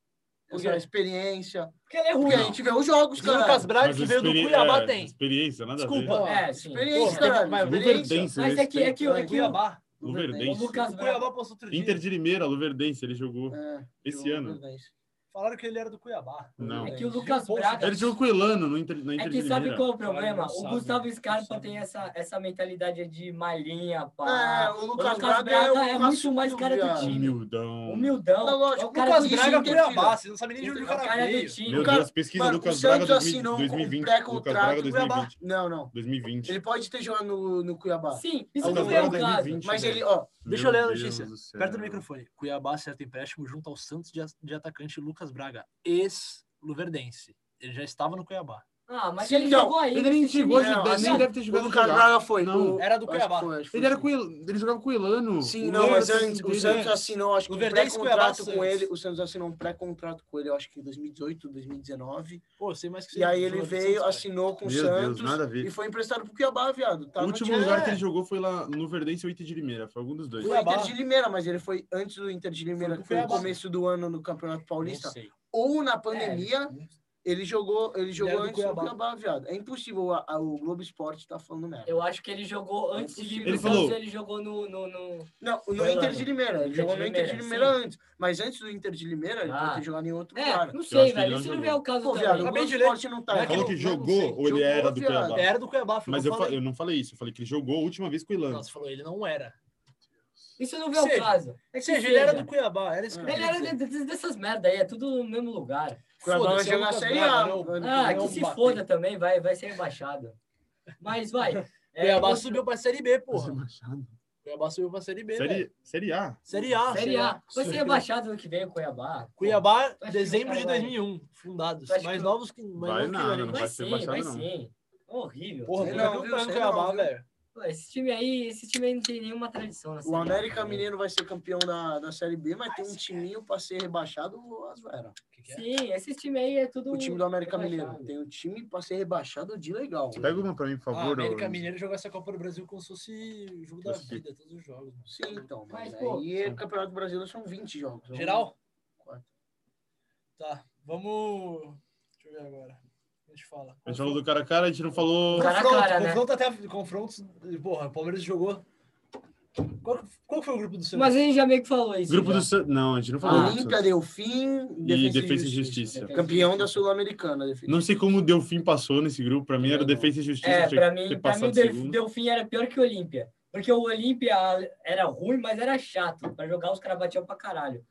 D: Por quê?
E: essa experiência.
D: Porque ele é ruim.
E: Porque a gente vê os jogos,
A: O Lucas
E: cara.
A: Braga, que veio do
C: experi-
A: Cuiabá,
C: é,
A: tem.
C: Experiência, nada
A: Desculpa.
C: a ver.
D: É, sim.
E: Experiência,
A: Porra,
E: cara.
A: mas
E: Experiência.
C: Luverdense.
D: Mas é que, é que, é
A: O
D: que
A: Cuiabá.
D: É, o
C: Luverdense.
D: Lucas
A: O
D: Braga.
A: Cuiabá passou outro dia.
C: Inter de Limeira, Luverdense, ele jogou.
E: É,
C: Esse
E: o
C: ano.
E: Luverdense.
A: Falaram que ele era do Cuiabá.
C: Não.
D: É que o Lucas
A: Bolsa.
D: Braga.
C: Ele jogou com o Elano no Inter, na Inter
D: É
C: de
D: que
C: Limeira.
D: sabe qual é o problema?
B: Olha, não
D: O
B: sabe,
D: Gustavo
B: não
D: Scarpa
B: sabe.
D: tem essa, essa mentalidade de malinha,
E: É,
D: pá.
E: o Lucas,
D: Ah, Lucas
E: Braga, é,
D: Braga
E: o
D: é
E: raçudo,
D: muito mais cara do
E: viado.
D: time.
C: Humildão.
D: Humildão.
E: Não, lógico,
D: É o
E: o
D: cara
A: Lucas
D: do
E: Isso
A: Braga é
D: time,
E: interfere.
A: Cuiabá, você não sabe nem de onde
D: é
A: o
D: o
A: cara
D: cara do
A: veio.
C: Meu
D: time.
E: cara-
C: Deus, pesquisa
E: Mano, o
C: Lucas Braga
E: Santos
C: 2000,
E: assinou um
C: 2020. Lucas
E: pré-contrato
C: Braga
E: com o
C: 2020.
E: Não, não.
C: 2020.
E: Ele pode ter jogado no, no Cuiabá.
D: Sim,
E: É
D: isso
E: o
D: não é
E: Lucas
D: o
C: Braga
D: caso.
C: 2020.
E: Mas ele, ó,
A: Deixa eu
C: Meu
A: ler a
C: Deus
A: notícia.
C: céu.
A: Perto do microfone. Cuiabá acerta empréstimo junto ao Santos de, de atacante Lucas Braga, ex-luverdense. Ele já estava no Cuiabá.
D: Ah, mas
E: Sim,
D: ele
E: então,
D: jogou aí.
C: Ele nem chegou, né? a
E: Não,
C: jogar,
E: assim,
C: nem deve ter
E: o
C: jogado.
E: Lucas
C: jogar.
E: Braga foi.
C: Não.
E: o-
A: Era É do
E: acho que
A: Cuiabá.
E: foi, acho que foi
C: Ele era
E: sim.
C: com o El- ele jogava com o Elano.
E: Sim,
C: O
E: não,
C: Elano
E: mas
C: era
E: antes, o
C: dele.
E: Santos assinou, acho que
A: é, O
E: um
A: Verdez
E: pré-contrato
A: Cuiabá,
E: com
A: Santos.
E: ele. O Santos assinou um pré-contrato com ele, eu acho que em 2018, 2019.
A: Pô, sei mais que você.
E: E aí ele veio,
A: assim.
E: assinou com o
C: Meu Deus,
E: Santos
C: nada a ver.
E: e foi emprestado pro Cuiabá, viado. Tá
C: o
E: no
C: último
E: Tchan.
C: lugar
E: É,
C: que ele jogou foi lá no Verdense ou Inter de Limeira. Foi algum dos dois.
E: foi o
A: Cuiabá.
E: Inter de Limeira, mas ele foi antes do Inter de Limeira,
A: Foi pro
E: que foi no
A: Cuiabá.
E: começo do ano no Campeonato
B: Não
E: Paulista.
B: sei.
E: Ou na pandemia, ele jogou, ele jogou
A: era do
E: antes do
A: Cuiabá.
E: Cuiabá, viado. É impossível, a- a- o Globo Esporte tá falando merda.
D: Eu acho que ele jogou antes de vir
C: Ele
D: pro Santos,
C: falou.
D: ele jogou no. no, no...
E: Não, no
D: Foi lá,
E: Inter
D: né?
E: de Limeira. Ele
D: Inter
E: jogou
D: de
E: no Inter de
D: Limeira,
E: Limeira
D: sim.
E: antes. Mas antes do Inter de Limeira, ele
D: Ah.
E: pode ter jogado em outro
D: É,
E: lugar.
D: não
C: acho
D: sei,
C: que ele
D: velho.
C: não
D: Isso não
C: jogou.
D: é o caso
E: Pô,
D: também.
E: viado, o
A: Acabei
E: Globo
A: de ler.
E: Esporte não tá
A: Não é
E: aqui.
A: Falou
C: que
E: Não, não
C: jogou
E: sei.
C: ou ele era do
E: viado.
C: Cuiabá?
A: Era do Cuiabá, foi o
C: Mas
A: que
C: eu, fa-
A: falei.
C: eu não falei isso. Eu falei que ele jogou a última vez com o
A: Não,
C: Elano.
A: você falou, ele não era.
D: Isso não é o
A: Seja.
D: caso. É
A: Ou
D: que
A: seja, ele era
D: seja.
A: do Cuiabá. Era isso que eu
D: Ele
A: queria
D: era
A: dizer.
D: de- de- dessas merda aí, é tudo no mesmo lugar.
E: Cuiabá vai
A: Foda-se, é o
E: jogar a
A: Lucas
E: Série
A: Braga,
E: A.
A: né? O-
B: É um
E: mano.
D: Ah,
A: Não,
D: que se
A: bateu.
D: foda também, vai, vai ser rebaixado. Mas vai. é,
A: Cuiabá
D: o-
A: subiu pra Série B, porra.
C: Você Machado.
A: Cuiabá subiu pra Série B, velho.
C: Série, série A.
A: Série A.
D: Série A. Vai ser
A: Série
D: rebaixado ano que vem o Cuiabá.
A: Cuiabá,
D: que
A: dezembro
D: os
A: de
D: caras vai-
A: 2001, fundados.
D: Tu acha
A: Mais
D: que-
A: novos que. Mais
C: Vai
A: novos
C: nada,
A: que
C: não
D: Vai
C: vai
D: sim,
C: ser rebaixado,
D: vai
C: não.
D: sim. Horrível. tá
A: Porra,
E: Sei
A: eu
E: não,
A: não
E: viu?
A: pra
E: Sei
A: Cuiabá,
E: não,
C: Tá
A: velho.
D: Pô, Esse time aí, esse time aí não tem nenhuma tradição na
E: O
D: Série A.
E: América Mineiro vai ser campeão da, da Série B, mas tem um timinho para ser rebaixado, as veras.
A: Que que é?
D: Sim, esse time aí é tudo.
E: O time do América
D: rebaixado.
E: Mineiro. Tem um time para ser rebaixado de legal.
C: Pega uma pra mim, por
A: Ah,
C: favor.
A: América
C: ô-
A: Mineiro joga essa Copa do Brasil como se fosse jogo da
C: Fosse-
A: vida, todos os jogos. mano.
E: Sim, então. Mas,
D: Mas, pô,
E: aí o Campeonato Brasileiro são 20 jogos.
A: Geral?
E: Quatro.
A: Tá, vamos. Deixa eu ver agora. A gente fala.
C: A gente falou do cara a cara, a gente não falou.
D: Cara a
A: Confronto,
D: cara, né?
A: confronto até confrontos. Porra, o Palmeiras jogou. Qual, qual foi o grupo do Santos?
D: Mas a gente já meio que falou isso.
C: Grupo
D: já.
C: do Santos. Não, a gente
E: Ah,
C: não falou. do
E: Olímpia, Delfim,
C: Ah, E
E: Defesa,
C: Defesa e
E: Justiça. É,
C: Justiça.
D: Justiça.
E: Campeão da Sul-Americana. Defesa.
C: Não sei como o Delfim passou nesse grupo. Pra mim era o
E: Não.
C: Defesa e Justiça.
D: É,
C: tinha
D: pra
C: que
D: mim,
C: ter
D: pra mim o
C: passado
D: Del-
C: segundo.
D: Delfim era pior que o Olímpia. Porque o Olímpia era ruim, mas era chato. Pra jogar, os caras batiam pra caralho.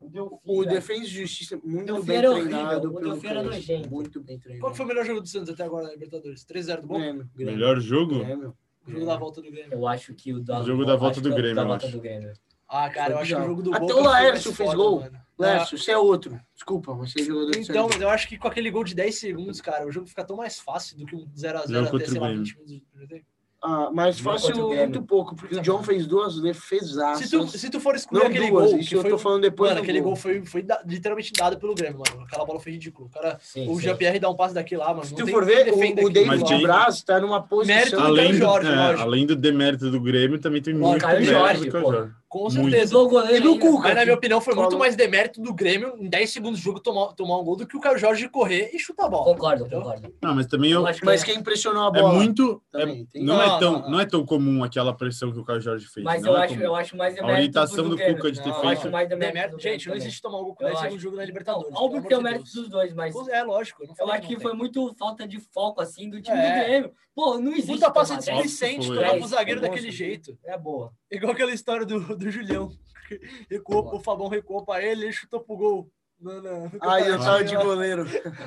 D: O Delfim.
E: O
D: velho.
E: Defesa e Justiça, muito
D: Delfim
E: bem
D: era horrível,
E: treinado.
D: o
E: pelo
D: Delfim era
E: coach.
D: nojento.
E: Muito bem treinado.
A: Qual que foi o melhor jogo do Santos até agora na Libertadores? 3-0 do
C: É.
A: bom?
E: Grêmio. Grêmio.
C: Melhor jogo?
E: Grêmio.
A: O jogo da volta do Grêmio.
D: Eu acho que o da
C: O jogo da
D: eu
C: volta
D: acho
C: do
D: que é o
C: Grêmio,
D: da
C: eu
D: volta
C: acho.
D: do Grêmio.
A: Ah, cara, eu acho que o jogo do
E: Até
A: Boca
E: o
A: foi mais
E: Laércio fez
A: foda,
E: gol.
A: mano.
E: Lércio, você é outro. Desculpa, você é jogador de
A: Então, mas eu acho que com aquele gol de 10 segundos, cara, o jogo fica tão mais fácil do que um 0x0
C: Jogo
A: até,
C: contra
A: sei
C: o
A: lá,
C: Grêmio.
A: 20 minutos. de primeiro tempo.
E: Ah, mas
D: Jogo
E: fácil
D: contra o Grêmio.
E: muito pouco, porque o John fez duas defesaças.
A: Se tu, se tu for excluir
E: Não
A: aquele
E: duas,
A: gol,
E: isso
A: que
E: eu
A: foi,
E: tô falando depois
A: mano,
E: do
A: aquele
E: gol.
A: gol, foi, foi da- literalmente dado pelo Grêmio, mano. Aquela bola foi ridícula. O, cara,
D: Sim,
A: o
D: sim.
A: Jean-Pierre dá um passe daqui lá, mano.
E: Se
A: Não
E: tu
A: tem
E: for
A: quem
E: ver,
A: defenda
E: o, o
A: aquele
E: David
C: Mas
A: gol.
C: tem-
E: Braz tá numa
A: Mérito
E: posição.
A: do
C: Além do,
A: Jorge,
C: é,
A: lógico.
C: além do demérito do Grêmio, também tem muito
A: é
D: Caio
C: mérito
D: Jorge,
C: do Caio
D: pô.
C: Jorge.
A: Com
C: Muito.
A: certeza.
D: Driblou o goleiro
E: E do
D: ainda.
E: Cuca?
A: né? Mas, na minha opinião, foi muito
E: Falou.
A: mais demérito do Grêmio em 10 segundos de jogo tomar, tomar um gol do que o Caio Jorge correr e chutar a bola.
D: Concordo,
A: Entendeu?
D: concordo.
C: Não, mas também eu,
D: Eu acho que-
E: Mas quem impressionou a
C: é
E: bola?
C: muito. é-
E: também, tem-
C: não,
A: Não,
C: é tão,
A: não,
C: não.
A: não.
C: é tão comum aquela pressão que o Caio Jorge fez.
D: Mas
C: não
D: eu
C: é
D: acho,
C: comum.
D: eu acho mais
C: A
D: demérito
C: orientação do
D: Grêmio.
C: Cuca de ter
D: Eu
C: feito.
D: acho mais demérito
A: Demérito-
D: do Grêmio
A: gente, não
D: também.
A: existe tomar um gol com
D: Eu
A: 10
D: acho.
A: segundos de jogo na Libertadores. pelo
D: Óbvio
A: amor
D: que é o
A: de
D: mérito
A: Deus.
D: dos dois, mas
A: É lógico. Eu, não
D: eu
A: falei
D: acho que
A: não
D: foi
A: tem.
D: muito falta de foco, assim, do time
A: É.
D: do Grêmio. Pô, não existe.
A: Puta passe
D: tomada.
A: displicente,
C: Foi.
A: tocar
D: É
A: pro
D: isso,
A: zagueiro
D: foi bom,
A: daquele
D: sim.
A: jeito.
D: É boa.
A: Igual aquela história do, do Julião. que Recuou, o Fabão recuou pra ele, ele chutou pro gol. Não, não. é
E: Ai, eu tava de
A: Não,
E: goleiro.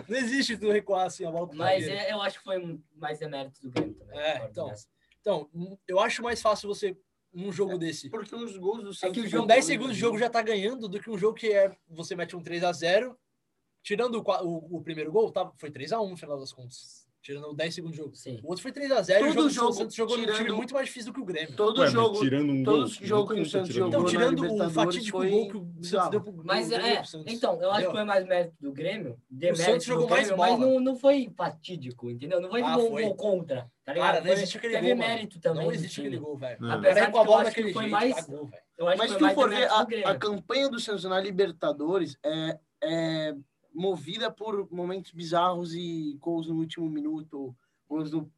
A: Não existe tu recuar assim a bola pro
D: Mas
A: zagueiro.
D: é- eu acho que foi mais demérito do Grêmio também.
A: É,
D: concordo né?
A: então.
D: nessa.
A: Então, eu acho mais fácil você, num jogo desse,
E: Porque os gols do
A: É que o jogo, 10 segundos de jogo já tá ganhando do que um jogo que é você mete um 3x0, tirando o, qua- o- o primeiro gol, tá, foi 3x1 no final das contas. Tirando o 10 segundos de jogo.
D: Sim.
A: O outro foi 3x0 e o jogo,
E: Todo jogo,
A: o Santos jogou num time
E: tirando-
A: muito mais difícil do que o Grêmio.
E: Todo
C: Ué, mas
E: jogo.
C: tirando um
E: todo
C: gol,
E: jogo que o
C: nunca
E: Santos
C: tirando um
A: Então,
E: jogou
C: gol.
E: na
A: tirando o
E: Libertadores
A: fatídico
E: foi
A: gol que o Santos
E: bizarro.
A: deu pro pro
D: Mas
A: Grêmio,
D: é,
A: pro Santos.
D: então, eu acho
A: Entendeu?
D: que foi mais mérito do Grêmio, demérito
A: Santos
D: do
A: jogou mais
D: Grêmio, mas
A: bola.
D: não, não foi fatídico, entendeu? Não foi
A: Ah,
D: um gol-
A: foi.
D: gol contra, tá ligado?
A: Cara, não
D: Foi-
A: existe aquele
D: teve
A: gol. mano.
D: mérito também.
A: Não
D: do
A: existe
D: time.
A: aquele gol, velho.
C: Não.
D: Apesar
A: Cara,
D: de
A: com a
D: que eu
A: bola
D: acho que
A: daquele
D: foi
A: jeito,
D: mais-
A: dá gol, velho.
D: Eu acho
E: Mas se
D: que
E: tu
D: foi mais
E: for ver,
D: demérito
E: a,
D: do Grêmio.
E: a campanha do Santos na Libertadores é, é movida por momentos bizarros e gols no último minuto, gols no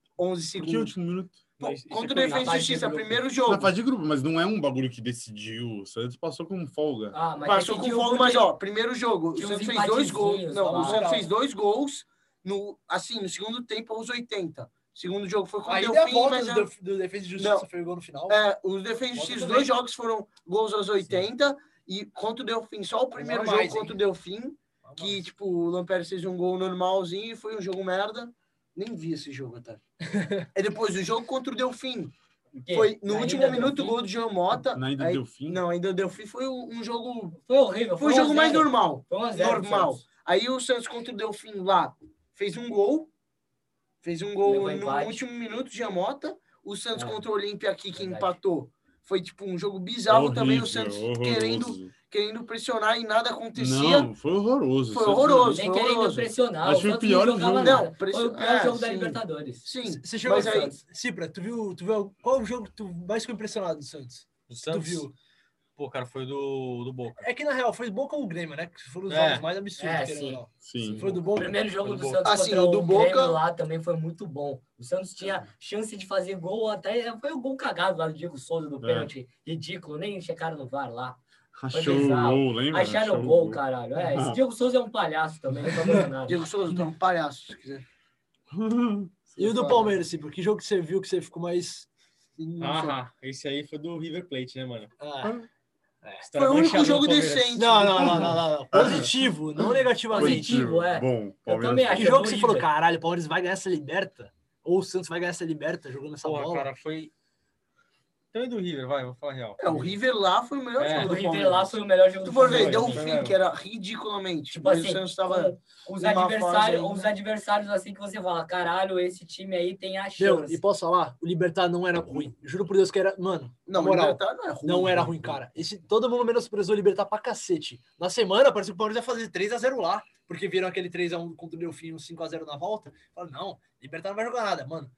C: Porque
E: 11
C: o
E: segundos.
C: último minuto.
E: Pô,
B: Mas isso
E: contra o
B: foi na
E: Defensa
D: fase
E: e
D: de
E: Justiça,
D: grupo.
E: primeiro
C: Na
E: jogo.
C: fase de grupo, mas não é um bagulho que decidiu. O Santos passou com folga.
D: Ah, mas
E: Passou com
D: decidiu
E: fogo,
D: porque-
E: mas ó, primeiro jogo, o
D: Tinha
E: Santos
D: uns
E: fez dois gols.
D: empatezinhos
E: Não,
D: lá.
E: o Santos fez dois gols no assim, no segundo tempo aos 80. Segundo jogo foi com
A: Aí
E: o
A: deu a
E: Delfim,
A: volta
E: mas
A: do,
E: é-
A: do, do Defesa e Justiça, foi o gol no final.
E: é, os defensores,
A: Volta
E: dois
A: também.
E: jogos foram gols aos 80 e contra o Delfim, só o primeiro jogo
A: mais, hein?
E: contra o Delfim,
A: Ah,
E: que tipo, o Lampere fez um gol normalzinho e foi um jogo merda. Nem vi esse jogo até. e depois o jogo contra o Delfim,
D: O quê?
E: foi no
D: Na
E: último
D: ida do
E: minuto o
D: fim?
E: gol do Jean Mota.
C: Na ida
E: Ah, aí-
C: deu fim.
E: Não, ainda o Delfim foi um um jogo
D: Então Foi horrível.
E: foi o jogo mais
D: 1 a 0.
E: normal.
D: Foi 1 a 0 pro
E: normal.
D: Santos.
E: Aí o Santos contra o Delfim lá fez um gol. Fez um
D: Levou
E: gol no
D: empate.
E: último minuto de Amota. O Santos
D: É.
E: contra o Olímpia aqui que
D: Verdade.
E: empatou. Foi tipo um jogo bizarro também. O
C: Horrível,
E: Santos
C: horroroso.
E: querendo, querendo pressionar e nada acontecia.
C: Não, foi horroroso.
E: Foi
C: O Santos-
E: horroroso.
D: Nem
E: Foi
D: querendo
E: horroroso.
D: pressionar.
C: Acho
D: o
C: que o
D: Santos
C: pior
D: não jogava
C: jogo-
D: nada.
E: Não, pression-
D: Foi o pior
E: é,
D: jogo da
E: sim.
D: Libertadores.
E: Sim.
A: Você chegou
E: mas
A: aí,
E: aí-
A: Cipra, tu viu, tu viu qual o jogo que tu mais ficou impressionado do Santos?
B: Do
A: Tu
B: Santos?
A: viu?
B: Pô, cara, foi do, do Boca.
A: É que na real foi Boca ou Grêmio, né? Que foram os
B: É.
A: jogos mais absurdos.
D: É,
A: querendo
D: sim.
A: ou não.
C: Sim.
A: Foi do
D: O
A: Boca.
D: primeiro jogo
B: Foi
D: do
B: do
D: Santos
E: Assim,
D: contra
E: o do
D: o
E: Boca-
D: Grêmio lá também foi muito bom. O Santos tinha chance de fazer gol até... Foi o gol cagado lá do Diego Souza, do
C: É.
D: pênalti. Ridículo, nem checaram no VAR lá.
C: Achou o
D: bizarro.
C: gol, lembra?
D: Acharam
C: Achou
D: o gol, caralho. É, esse
C: Ah.
D: Diego Souza é um palhaço também, não tá dando nada.
E: Diego Souza, tu é um palhaço, se quiser.
A: E o do Palmeiras, Cipra? Que jogo que você viu que você ficou mais.
B: Ah, esse aí foi do River Plate, né, mano?
A: Ah.
B: É.
E: Foi o único
B: Estabrochado
E: jogo
B: no Palmeiras.
E: decente.
A: Não, não, não, não, não, não. Positivo, não assim. negativamente.
C: Positivo,
D: é.
C: Bom,
D: também
C: Palmeiras.
A: Que
D: acho.
A: jogo que você falou, caralho, o Palmeiras vai ganhar essa liberta? Ou o Santos vai ganhar essa liberta jogando essa
B: Porra,
A: bola?
B: cara, foi. Também do River, vai, vou falar a real.
E: É, o River lá foi o melhor
B: É.
E: jogo
D: O
E: do
D: River lá
E: Palmeiras.
D: foi o melhor jogo
E: um Tu
D: do
E: for ver,
B: Foi,
E: deu um
B: foi
E: fim
B: mesmo.
E: que era ridiculamente.
D: Tipo
E: mas
D: assim,
E: o Santos tava.
D: os
E: numa fase
D: adversários,
E: ainda.
D: os adversários assim que você fala, caralho, esse time aí tem a
A: Meu,
D: chance.
A: e posso falar? O Libertar não era ruim. Juro por Deus que era. Mano,
E: Não,
A: moral,
E: Libertar não é ruim.
A: não era ruim, cara. Esse, todo mundo menosprezou o Libertar pra cacete. Na semana, parecia que o Palmeiras ia fazer 3x0 lá, porque viram aquele 3x1 contra o Delfim, um 5x0 na volta. Falaram, não, Libertar não vai jogar nada, mano.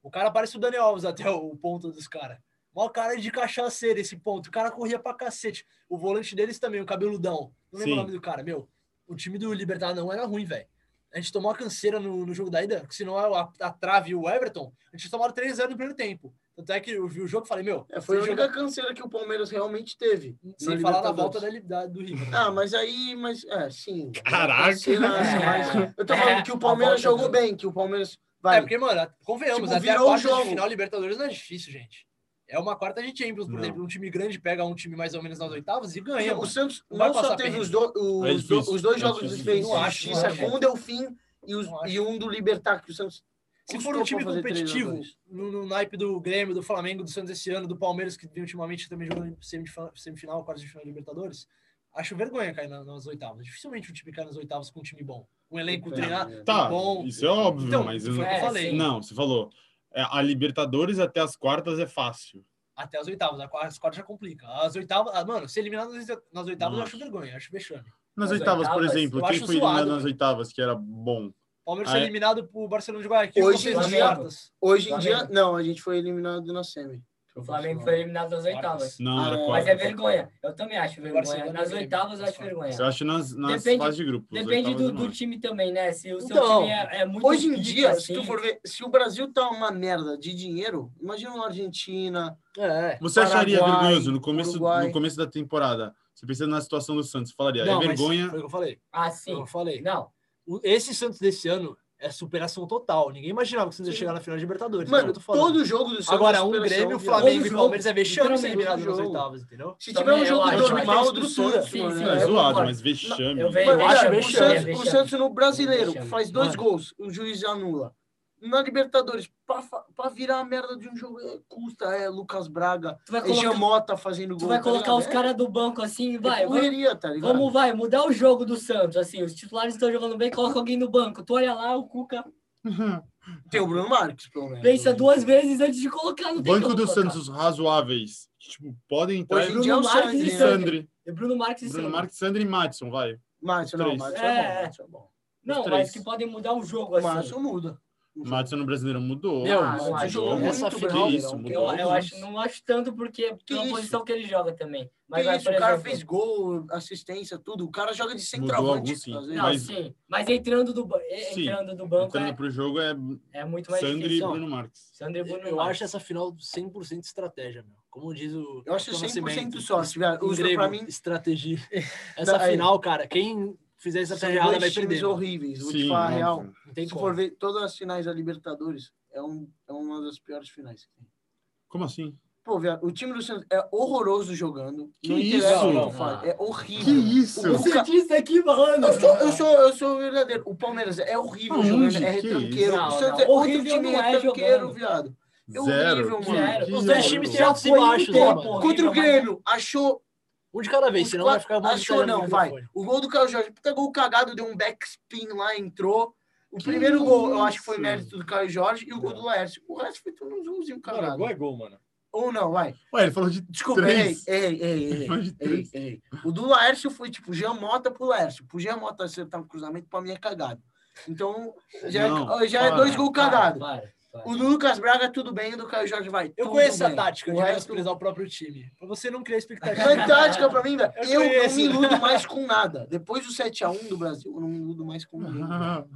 A: O cara parece o Daniel Alves até o ponto dos caras. Mó cara de cachaceiro esse ponto. O cara corria pra cacete. O volante deles também, o cabeludão. Não lembro
C: Sim.
A: o nome do cara, meu. O time do Libertar não era ruim, velho. A gente tomou a canseira no, no jogo da ida, que se não é a, a trave e o Everton, a gente tomaram 3 anos no primeiro tempo. Tanto é que eu vi o jogo e falei, meu,
E: É, foi a
A: esse
E: única canseira que o Palmeiras realmente teve.
A: sem
E: na
A: falar na
E: Libertadores.
A: volta da, li- da- do Rio.
E: Ah, mas aí, mas é, sim.
C: Caraca!
E: Canseira, assim, mas- eu tô falando que o Palmeiras jogou bem, que o Palmeiras
A: É
E: vai.
A: porque, mano, convenhamos,
E: Tipo,
A: até a
E: virou o
A: quarta de
E: jogo.
A: final Libertadores não é difícil, gente. É uma quarta de Champions, por
C: Não.
A: exemplo. Um time grande pega um time mais ou menos nas oitavas e ganha.
E: o
A: mano.
E: Santos
A: Não vai
E: não só
A: passar
E: teve
A: perto.
E: os, do- os
C: É
E: do-
C: difícil,
E: os dois
C: é
E: jogos de
C: difícil.
E: defesa
A: Não
E: e
A: acho,
E: justiça
A: não acho.
E: com o Delfim e, os-
A: Não acho.
E: e um do Libertar, que o Santos.
A: Se
E: custou
A: for um time
E: pra fazer três
A: competitivo,
E: jogadores.
A: no, no naipe do Grêmio, do Flamengo, do Santos esse ano, do Palmeiras, que vem ultimamente também jogando em semif- semifinal, quarta de final de Libertadores, Acho vergonha cair na- nas oitavas. Dificilmente um time cai nas oitavas com um time bom. Um elenco
D: É,
A: treinado.
C: Tá,
A: bom.
C: isso é óbvio,
A: Então,
C: mas...
A: foi
C: eu
A: o que
C: não-
A: eu
D: É,
A: falei.
D: sim.
C: Não, você falou. é, a Libertadores até as quartas é fácil.
A: Até as oitavas. a- As quartas já complica. As oitavas. ah, Mano, ser eliminado nas, nas oitavas eu
C: Nossa.
A: acho vergonha, eu acho vexame.
C: Nas
D: Nas
C: oitavas, por
D: oitavas,
C: exemplo,
A: eu
C: quem
A: acho
C: foi eliminado
A: zoado,
C: nas
A: velho.
C: oitavas que era bom?
A: Palmeiras
C: Ah,
A: foi
C: é?
A: eliminado pro Barcelona de Guayaquil.
E: Hoje
A: vocês
D: em
A: nas
D: dia-
A: quartas.
E: Hoje em dia,
D: Flamengo.
E: não, a gente foi eliminado na semi.
D: O Flamengo foi eliminado nas oitavas.
C: Não,
E: Ah,
C: era
E: é.
D: Mas
C: quarta.
D: é vergonha. Eu também acho vergonha.
A: Barcelona
D: Nas
A: também.
D: oitavas eu acho
C: Você
D: vergonha.
C: acha nas, nas
D: Depende-
C: fases de grupo. as
D: Depende
C: oitavas é
D: do,
C: eu
D: do
C: não acho.
D: time também, né? Se o seu
E: Então,
D: time é, é muito
E: Hoje em
D: pica,
E: dia,
D: assim,
E: se tu for ver, se o Brasil tá uma merda de dinheiro, imagina uma Argentina.
A: É.
C: Você acharia
E: Paraguai,
C: vergonhoso no começo,
E: Uruguai.
C: no começo da temporada? Você pensando na situação do Santos, você falaria,
A: Não, mas
C: é vergonha.
A: Foi o que eu falei. Foi o que
E: Hum.
D: assim.
A: eu falei.
D: Não,
A: O- Esse Santos desse ano é superação total. Ninguém imaginava que o Santos ia chegar na final de Libertadores. né?
E: Mano,
A: eu tô falando.
E: todo jogo do Santos é
A: Agora, um
E: superação,
A: Grêmio,
E: viado.
A: Flamengo e
D: jogo,
A: Palmeiras é vexame ser
E: literalmente, um
A: eliminado nas
E: jogo.
A: oitavas, entendeu?
E: Se
D: Também
E: tiver um
D: eu
E: jogo
D: acho
E: do
D: que vai ter
E: normal,
D: estrutura.
E: estrutura.
D: Sim, sim,
C: Não, é
D: eu
C: zoado,
D: concordo.
C: mas vexame.
D: eu vejo.
E: Mano,
A: acho
E: olha, o
A: vexame,
E: Santos- o,
D: vexame.
E: Santos, no brasileiro
D: Vexame.
E: faz dois
A: Mano.
E: gols, o juiz anula. Na Libertadores, pra, fa- pra virar a merda de um jogo, é, custa, é Lucas Braga,
D: tu vai
E: é Jean
D: colocar,
E: Mota fazendo gol.
D: tu vai
E: tá
D: colocar
E: ligado?
D: os caras do banco assim,
E: É
D: vai. Vamos,
E: correria, tá ligado?
D: vamos, vai, mudar o jogo do Santos. Assim, os titulares estão jogando bem, coloca alguém no banco. Tu olha lá, o Cuca
E: Tem o Bruno Marques, pelo menos. né?
D: pensa duas vezes antes de colocar no
C: Banco do Santos razoáveis. que, Tipo, podem entrar
E: Hoje em
D: Bruno
E: dia é o
D: Marques
E: Santos,
D: e
C: e
E: né?
D: Santos.
C: Sandri.
D: Bruno Marques e
C: Bruno
D: Santos.
C: Marques, Sandri e Madison, vai.
E: Márcio,
C: Os
E: não,
C: três.
E: Márcio
D: É,
E: é bom,
D: é.
E: Márcio é bom.
D: Não,
C: Os
D: mas
C: três.
D: que podem mudar o jogo
E: O
D: assim.
E: Márcio é muda.
C: O Madison no Brasileiro mudou.
A: Meu,
C: Ah,
D: Madison
C: mudou.
A: jogou
E: é
A: muito
C: Que
A: bem,
C: isso,
A: não.
D: Eu,
C: mudou.
D: eu acho, não acho tanto porque pela
E: isso?
D: posição que ele joga também. Mas
E: Mas
D: vai,
E: isso,
D: por
E: o cara
D: exemplo-
E: fez gol, assistência, tudo. O cara joga de
C: algum,
E: centroavante. tá
C: sim.
E: às vezes.
D: Não,
C: Mas-
D: sim. Mas entrando do, ba- e-
C: Sim,
D: entrando do banco
C: Entrando pro jogo é
D: é, é muito mais
C: Sandri e
D: difícil.
C: Bruno Marques.
D: Sandro e Bruno
A: Eu
D: Marques.
A: acho essa final 100% estratégia, meu. Como diz o.
E: Eu acho
A: Capitão
E: 100%
A: Nascimento,
E: sorte,
A: em
E: velho. Usa
A: grego,
E: pra mim.
A: estratégia. Essa
E: Não, é.
A: final, cara, quem fizer essa
E: São
A: estratégia errada vai
D: é
E: dois times
A: perder. mano.
E: horríveis, vou te
C: Sim,
E: falar a
C: óbvio.
E: real.
A: Não tem
E: Se for
A: como.
E: ver todas as finais da Libertadores, é, um, é uma das piores finais que tem.
C: Como assim?
E: Pô, velho, o time do Santos é horroroso jogando.
C: Que
E: não
C: isso?
E: interessa o que
A: Não,
E: tu fala,
D: não.
E: É horrível.
C: Que
D: Uhum.
C: isso?
E: O Cuca-
D: disse aqui, mano.
E: Eu sou, eu, sou, eu sou verdadeiro. O Palmeiras é horrível
C: Aonde?
E: jogando, é
C: Que
D: isso?
E: retranqueiro. O
D: Não,
E: Santos
D: não.
E: é outro
D: Horrível
E: time
D: não é
E: retranqueiro,
D: jogando.
E: viado. É
C: Zero.
E: horrível,
C: Que-
E: mano.
C: que
A: Os
C: zero.
A: dois times têm
D: Já
A: altos e
D: foi um
A: baixos, né,
D: tempo.
A: mano?
E: Contra o
D: horrível, mas-
E: Grêmio, achou.
A: Um de cada vez,
E: os
A: senão vai
E: quatro-
A: ficar muito
E: achou,
A: sério no
E: não, vai.
A: microfone.
E: O gol do Carlos Jorge, puta gol cagado, deu um backspin lá, entrou. O primeiro gol, eu acho que foi
C: isso? É.
E: mérito do Carlos Jorge e o gol do Laércio. O resto foi tudo um zoomzinho
B: Mano,
E: cagado.
B: gol é gol, mano.
E: Ou não, vai.
C: Ué, ele falou de
E: Desculpa, errei,
C: Três.
E: errei, errei,
D: É
E: errei.
C: mais de três.
E: Errei, errei. O do Laércio foi tipo Jean Mota pro Laércio. Pro Jean Mota acertar um cruzamento, pra mim é cagado. Então, já,
C: Não,
E: é, já é
C: para,
E: dois gols cagados.
D: Para, para, para.
E: O do Lucas Braga, tudo bem. O do Caio Jorge vai.
A: Eu
E: tudo
A: conheço a
E: bem.
A: tática
E: Então O
A: de
E: resto- tá.
A: menosprezar o próprio time. Pra você não criar expectativa.
E: Fantástica pra mim, velho.
A: Eu
E: Eu, não
A: conheço.
E: me iludo mais com nada. Depois do 7x1 do Brasil, eu não me iludo mais com ninguém. velho.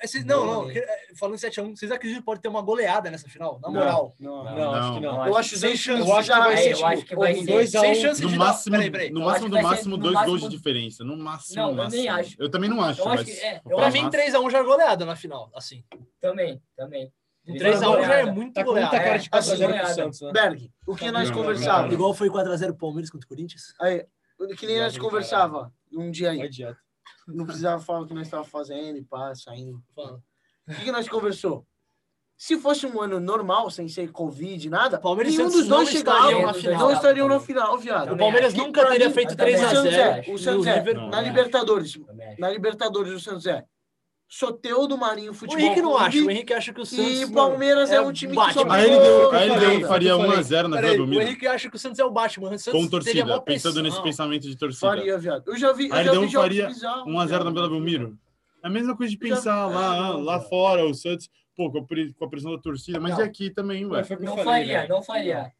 A: É, vocês- não, não.
E: Boa,
A: que- é, Falando em 7x1, vocês acreditam que pode ter uma goleada nessa final? Na
E: Não,
A: moral.
E: Não,
B: Não,
C: Não,
B: acho que
D: não
B: não.
E: Eu acho sem chance.
B: Eu acho que vai
D: É,
B: ser,
D: eu acho que
B: tipo,
D: vai
B: um
D: ser.
B: dois a
A: Sem
B: um.
A: chance de
C: No
A: dar-
C: máximo,
A: Peraí, peraí.
C: no
D: Eu acho
C: máximo
D: que
C: do
D: vai ser-
C: máximo,
D: no
C: dois
D: máximo-
C: gols de diferença. No máximo,
D: Não,
C: no
D: eu nem
C: máximo.
D: acho.
C: Eu também não acho.
D: Eu
C: mas
D: acho que-
C: vou
D: é, eu
A: Pra
C: falar
D: acho-
A: mim,
C: máximo.
A: 3x1 já é goleada na final. Assim.
D: Também, também.
A: Um
D: Eles
A: 3x1 já é
D: goleada.
A: muito
B: Tá com muita
A: goleada.
B: cara de
D: É,
B: 4x0 pro
D: goleada.
B: Santos, né?
E: Berg, o que nós
C: Não,
E: conversávamos?
C: não,
A: Igual foi 4x0 Palmeiras contra o Corinthians.
E: Aí, o que nem nós conversava num dia
B: Não é
E: aí.
B: adianta.
E: Não precisava falar o que nós estávamos fazendo e pá, saindo.
A: Fala.
E: O que, que nós conversou? Se fosse um ano normal, sem ser Covid, nada,
A: Palmeiras e
E: nenhum
A: Santos
E: dos
A: não
E: dois
A: estariam
E: chegava,
A: na final.
E: não estariam na final, viado.
A: O
D: Também
A: Palmeiras
E: acho.
A: nunca teria
E: Pra
A: feito
D: mim, também
A: 3 a
D: acho.
E: O Santos é,
A: 0
E: o Santos é,
A: River-
C: Não,
E: Na
C: acho.
E: Libertadores,
D: Também acho.
E: na Libertadores, o Santos é Soteudo Marinho
A: O
E: Futebol
A: Henrique não
E: Clube,
A: acha. O Henrique acha que o Santos.
E: e
A: mano,
E: Palmeiras é,
A: é
E: um time que
A: Batman.
E: só
C: Aí ele
E: pegou-
C: deu, aí ele deu, um
B: Eu
C: faria
B: falei.
C: 1x0 na Vila
A: Peraí, o
C: Belmiro.
A: Henrique acha que o Santos é o Batman. O Santos
C: Com
A: teria maior
C: torcida, pensando nesse
A: pressão.
C: pensamento de torcida.
E: Faria, viado. Eu já vi, eu
C: Aí ele
E: já
C: deu
E: vi
C: um
E: jogos
C: faria
E: bizarros,
C: 1x0 na
D: um
E: viado.
C: Vila Belmiro. É a mesma coisa de
E: Já-
C: pensar lá,
E: Ah, não,
C: lá
E: cara.
C: fora, o Santos, pô, com a pre- com a pressão da torcida, mas
D: Não.
C: é aqui também, ué.
B: Mas foi o que eu
D: Não
B: falei, né?
D: faria,
B: velho.
D: não faria.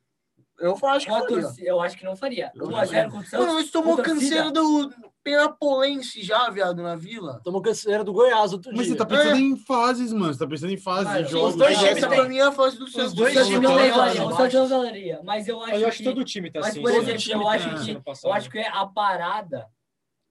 E: Eu assim, acho que
D: Com a
E: faria.
D: torcida, eu acho que não faria.
C: Eu
D: 1x0 com o Santos.
E: Mano, eles tomou
D: com torcida.
E: canseira do Penapolense já, viado, na Vila.
A: Tomou canseira do Goiás outro
C: Mas
A: dia.
C: você tá
E: É.
C: pensando em fases, mano. Você tá pensando em fases
D: Cara,
C: de
D: os
C: jogos.
A: dois
C: né?
A: times
E: Essa
A: têm.
E: pra mim é a fase do Santos. né?
D: O
A: dois
D: Santos
A: times
D: não
A: têm.
D: levaria, o
A: Mas-
D: Santos não levaria. Mas eu acho
B: Mas eu acho
D: que...
B: que todo time tá
D: Mas,
B: assim.
D: por
B: né?
D: exemplo, eu acho
B: Ano
D: que-
B: passado.
D: Eu acho que a parada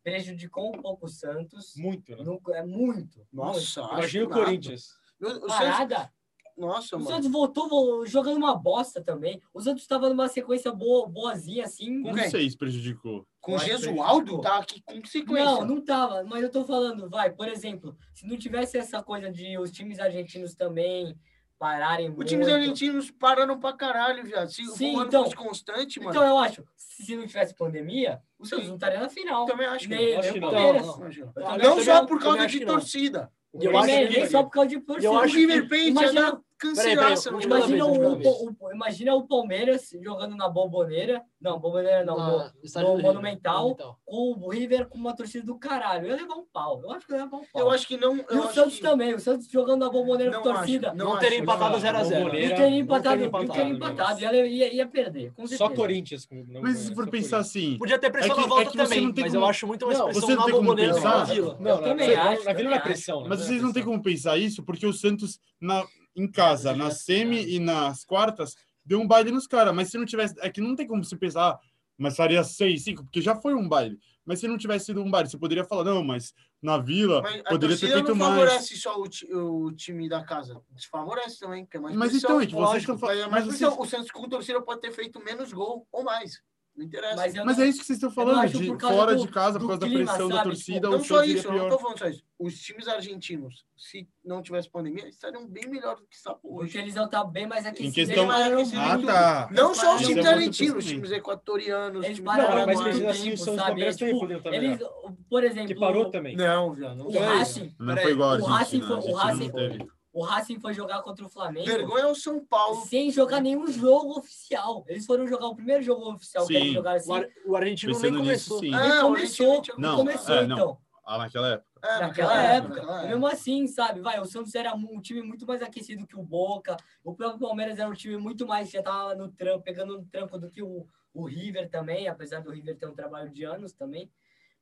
D: prejudicou um pouco o Santos.
B: Muito, né?
D: No- é muito. muito.
E: Nossa, acho
B: Imagina o
E: nada.
B: Corinthians.
E: O o Santos... tá
D: Parada.
E: Nossa,
D: O
E: mano.
D: Santos voltou vo- jogando uma bosta também. O Santos tava numa sequência boa, boazinha, assim.
E: Com
C: Não
E: quem?
C: sei se prejudicou.
E: Com
D: Eu acho
E: Jesualdo,
D: que-
E: tá aqui com sequência.
D: Não, não tava. Mas eu tô falando, vai, por exemplo, se não tivesse essa coisa de os times argentinos também pararem
E: Os
D: muito.
E: times argentinos pararam pra caralho, viado. Se o
D: Sim,
E: ano
D: então-
E: fosse constante, mano.
D: Então eu acho, se não tivesse pandemia, os Santos não estariam na final.
E: eu também acho que.
D: Nem,
B: Acho
D: nem
B: que
D: o
B: não.
D: Palmeiras.
A: Não,
D: Eu
A: não.
E: não.
D: também-
E: Não
A: também-
E: só por
A: também
E: causa
A: acho
E: de
A: que não.
E: torcida.
B: O
A: Eu
D: Primeiro,
A: acho
B: Corinthians
A: que-
D: nem só por causa de torcida.
A: Eu
E: O
A: acho
E: River Plate ia
D: imagina-
E: dar cancelaça.
A: peraí,
E: no
A: última
E: Brasil.
D: Imagina
A: vez,
D: o,
A: última vez.
D: o- o- imagina o Palmeiras jogando na Bomboneira. Não, Bomboneira não. no-
F: Na-
A: Ah.
F: estádio
D: no
F: do River,
D: Monumental. com o River com uma torcida do caralho. Eu ia levar um pau. Eu acho que eu ia levar um pau.
E: Eu acho que não.
D: e
E: Eu
D: o
E: acho
D: Santos tá
E: que-
D: também. O Santos jogando na Bomboneira
E: não
D: com torcida.
E: acho,
A: Não
E: acho.
A: teria empatado
B: Não,
A: 0x0.
B: Bomboneira.
D: Não
B: Era-
D: teria empatado.
A: teria
D: Não teria
A: empatado,
D: empatado. Ia, ia, ia perder. Com certeza.
B: né? Só Corinthians. não- é
C: Mas se
B: só
C: for pensar
B: Corinthians.
C: assim,
A: Podia ter pressão
C: É que-
A: na volta
C: é que você
A: também,
C: não tem
A: mas
C: como-
A: eu acho muito uma
B: Não,
A: expressão
C: você não
A: na
C: tem como
A: bomboneira do que na
C: pensar.
A: Vila.
B: Não, na-
D: também
B: na-
D: acho,
B: Na Vila não é
D: também
B: pressão. né?
C: mas vocês não têm
B: pressão.
C: como pensar isso, porque o Santos na, em casa, na semi e nas quartas, deu um baile nos caras. Mas se não tivesse. É que não tem como se pensar, ah, mas faria seis, cinco, porque já foi um baile. Mas se não tivesse sido um baile, você poderia falar, não, mas na vila
E: Mas a
C: poderia ter
E: torcida
C: feito
E: não
C: mais.
E: favorece só o, ti- o time da casa. Desfavorece também, porque é mais
C: Mas
E: pressão.
C: então, gente, vocês
E: Lógico,
C: estão falando.
E: é mais
C: Mas, vocês-
E: pressão. O Santos com torcida pode ter feito menos gol ou mais. Não interessa.
D: Mas, eu
C: mas
D: não-
C: é isso que vocês estão
D: não
C: falando,
D: acho
C: de
D: por causa
C: fora
D: do-
C: de casa, por
D: do
C: causa da
D: clima,
C: pressão da
D: sabe?
C: torcida,
E: não
C: então, o
E: só
C: show seria
E: isso, eu não
C: pior.
E: tô falando só isso. Os times argentinos, se não tivesse pandemia, estariam bem melhor do que está
D: Porque
E: hoje.
D: eles vão estar tá bem mais aquecidos.
C: questão-
D: Eles pararam
E: Ah,
D: muito.
C: tá.
E: Não
D: Eles
C: Isso
D: pararam
E: só os times
C: é muito
E: argentinos, os
C: pensamento.
E: times equatorianos, os
D: Eles
E: times
D: pararam
B: Não, mas
D: muito
B: mesmo
E: paraguaios.
B: assim, o
D: tempo,
B: Santos
D: sabe?
B: Palmeiras também
D: Tipo,
B: fodeu também.
D: Eles,
B: né?
D: por exemplo,
B: Que parou também.
E: Não, viado. não
D: o
E: foi.
D: Racing,
C: Não foi igual a
D: O
C: Argentina.
D: Racing
C: a
D: foi- o
C: Argentina não
D: Racing-
C: teve.
D: o Racing foi jogar contra o Flamengo
E: Vergonha é o São Paulo.
D: sem jogar nenhum jogo oficial. Eles foram jogar o primeiro jogo oficial que
C: Sim.
D: eles jogaram assim.
A: O, ar- o argentino nem
C: Pensando nisso,
A: começou.
C: sim.
E: Ah,
D: Nem começou.
E: hoje a gente-
C: Não,
D: começou,
C: é, não.
D: então.
C: Ah, naquela época.
E: É,
D: Naquela época.
E: naquela
D: Mesmo assim, sabe? Vai, o Santos era um time muito mais aquecido que o Boca. O próprio Palmeiras era um time muito mais, já tava no trampo, pegando no tranco do que o, o River também, apesar do River ter um trabalho de anos também.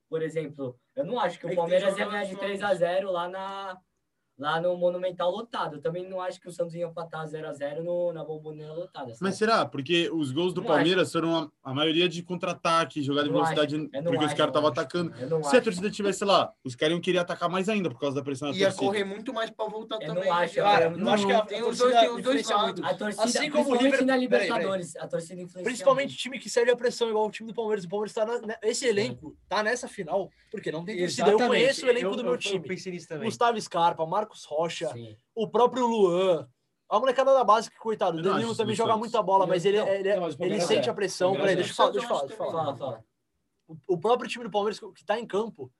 D: Por exemplo, eu não acho que
E: É
D: o
E: que tem
D: Palmeiras ia ganhar
E: jogadores
D: de
E: novos.
D: 3 a 0 lá na lá no Monumental lotado. Eu também não acho que o Santos ia empatar 0 a 0 no, na Bomboneira lotada. sabe?
C: Mas será? Porque os gols do
D: Não
C: Palmeiras foram a, a maioria de contra-ataque, jogada de
D: Eu não acho.
C: velocidade,
D: Eu não
C: porque os
D: acho,
C: caras estavam
D: eu acho.
C: atacando. é
D: Eu não
C: Se a
D: acho.
C: torcida tivesse lá, os caras iam querer atacar mais ainda por causa da pressão da
E: Ia
C: torcida.
E: correr muito mais pra voltar
D: Eu
E: também. né,
D: não acho,
E: viado.
A: Cara,
D: Não,
A: eu acho que a, a
E: tem os
A: torcida
E: dois- tem os dois
A: influencia
E: lados.
A: muito.
D: A torcida,
A: Assim como o
D: principalmente
A: River-
D: na
A: peraí, peraí.
D: Libertadores, a torcida influencia
A: Principalmente time que serve a pressão, igual o time do Palmeiras. O Palmeiras tá na, esse elenco, tá nessa final, porque não tem torcida. Eu um
B: Exatamente.
A: conheço o elenco
B: Eu-
A: do
B: eu-
A: meu
B: Eu
A: time.
B: pensei nisso também.
A: Gustavo Scarpa, Marcos
D: muito.
A: Rocha,
D: Sim.
A: o próprio Luan. A molecada da base, que coitado, o
C: Eu não acho
A: Danilo
C: isso é
A: também
C: do
A: joga
C: Santos.
A: muita bola,
D: Eu-
A: mas ele, é,
D: não,
A: ele,
B: Não, mas
A: ele
B: o Palmeiras
A: sente
B: é.
A: a pressão.
B: O
A: Peraí,
B: Palmeiras
A: deixa eu
B: é.
A: falar, deixa eu falar.
E: O Santos
A: Deixa eu
E: eu acho
A: falar.
D: Fala, fala.
A: O- o próprio time do Palmeiras que está em campo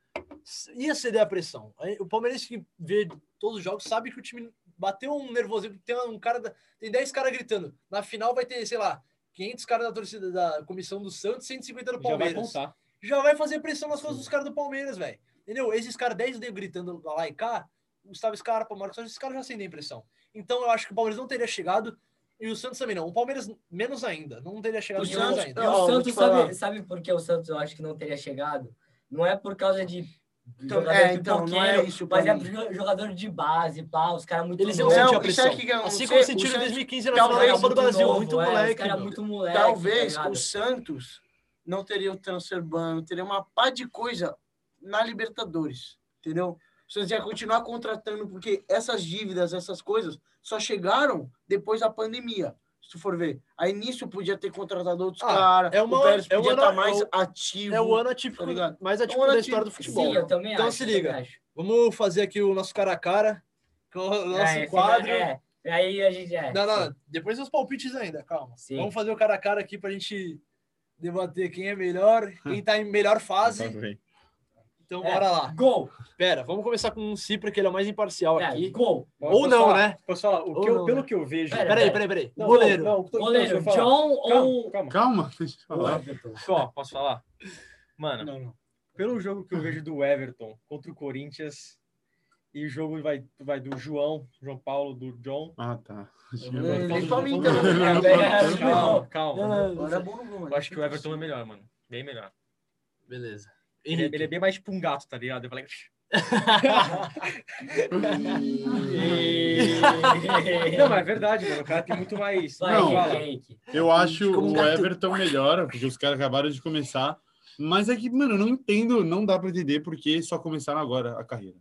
A: s- ia ceder a pressão. Aí, O Palmeirense que vê todos os jogos sabe que o time bateu um nervosismo, tem um cara da- tem 10 caras gritando. Na final vai ter, sei lá, 500 caras da torcida da comissão do Santos, 150 do
B: Já vai
A: Palmeiras.
B: contar.
A: Já vai fazer pressão nas costas dos caras do Palmeiras, velho. Entendeu? Esses caras 10 de- gritando lá e cá, Gustavo Scarpa, Marcos Rocha, esses caras já acendem pressão. Então eu acho que o Palmeiras não teria chegado e o Santos também não. O Palmeiras menos ainda, não teria chegado
E: O
A: menos
E: Santos-
A: ainda.
D: E
E: Ó,
D: o
E: vou te
D: Santos,
E: falar.
D: sabe, sabe por que o Santos eu acho que não teria chegado? Não é por causa de
E: Então,
D: jogador
E: é,
D: de
E: então, não
D: pipoqueiro,
E: é isso pra
D: mas tipo, é
E: mim.
D: jo- jogador de base, pá, os caras muito
A: Eles iam
D: novos.
E: Não,
A: sentir a
E: e
A: pressão.
E: sabe o que que eu não
A: assim
E: sei?
A: como
E: O
A: sentiu em
E: Santos-
A: 2015 na
D: é
E: Talvez
A: final da Copa do
D: muito
A: Brasil.
D: novo,
A: muito
D: é, Os
A: moleque.
D: caras
A: meu.
D: muito moleque. tá
E: Talvez
D: ligado?
E: o Santos não teria o Transurbano, teria uma pá de coisa na Libertadores, entendeu? O Santos ia continuar contratando, porque essas dívidas, essas coisas, só chegaram depois da pandemia, se tu for ver. Aí nisso podia ter contratado outros
A: Ah,
E: caras,
A: é uma-
E: o Pérez
A: é
E: podia
A: uma-
E: estar mais
A: é o-
E: ativo.
A: É o ano atípico,
E: tá ligado?
A: mais
E: É
A: atípico
E: um ano
A: da história do
E: atípico.
A: futebol.
D: Sim, eu também
A: Então
D: acho,
A: se
D: eu
A: liga.
D: também acho.
A: Vamos fazer aqui o nosso cara a cara, com o nosso
D: É, fica-
A: quadro.
D: é, aí a gente é.
A: Não, não, depois os palpites ainda, calma.
D: Sim.
A: Vamos fazer o cara a cara aqui pra gente debater quem é melhor, quem tá em melhor fase. Então
D: É.
A: bora lá.
D: Gol!
A: Pera, vamos começar com o Cipra, que ele é o mais imparcial
D: É,
A: aqui.
D: gol!
A: Ou
B: Posso
A: não,
B: falar?
A: né?
B: Posso falar? O
A: Ou
B: que eu-
A: não,
B: pelo
A: né?
B: que eu vejo.
D: Pera,
A: Peraí, peraí, peraí.
B: Não,
A: Goleiro.
B: Não, não, tô- então, deixa
D: Goleiro,
B: eu falar.
D: John
B: Calma,
D: ou.
B: calma.
C: Calma, deixa eu
D: ou
C: falar.
D: Everton?
B: Só, posso falar? Mano,
E: Não, não.
B: pelo jogo que eu vejo do Everton contra o Corinthians e o jogo vai, vai do João, João Paulo, do John.
C: Ah, tá.
E: Ele
B: Não,
E: nem
B: não,
E: pra mim,
B: não,
E: então.
B: não,
D: não,
E: Agora-
D: não,
B: Calma, calma.
E: Agora é bom no gol,
B: Eu acho que o Everton é melhor, mano. Bem melhor.
A: Beleza.
B: Ele,
A: Henrique.
B: ele é bem mais tipo um gato, tá ligado? Eu falei, não, mas é verdade, mano. O cara tem muito mais.
D: Vai,
C: Não.
B: fala.
D: Henrique.
C: Eu acho
A: Como um
C: o
D: tá
A: gato.
C: Everton melhor, porque os caras acabaram de começar. Mas é que, mano, eu não entendo, não dá pra entender porque só começaram agora a carreira.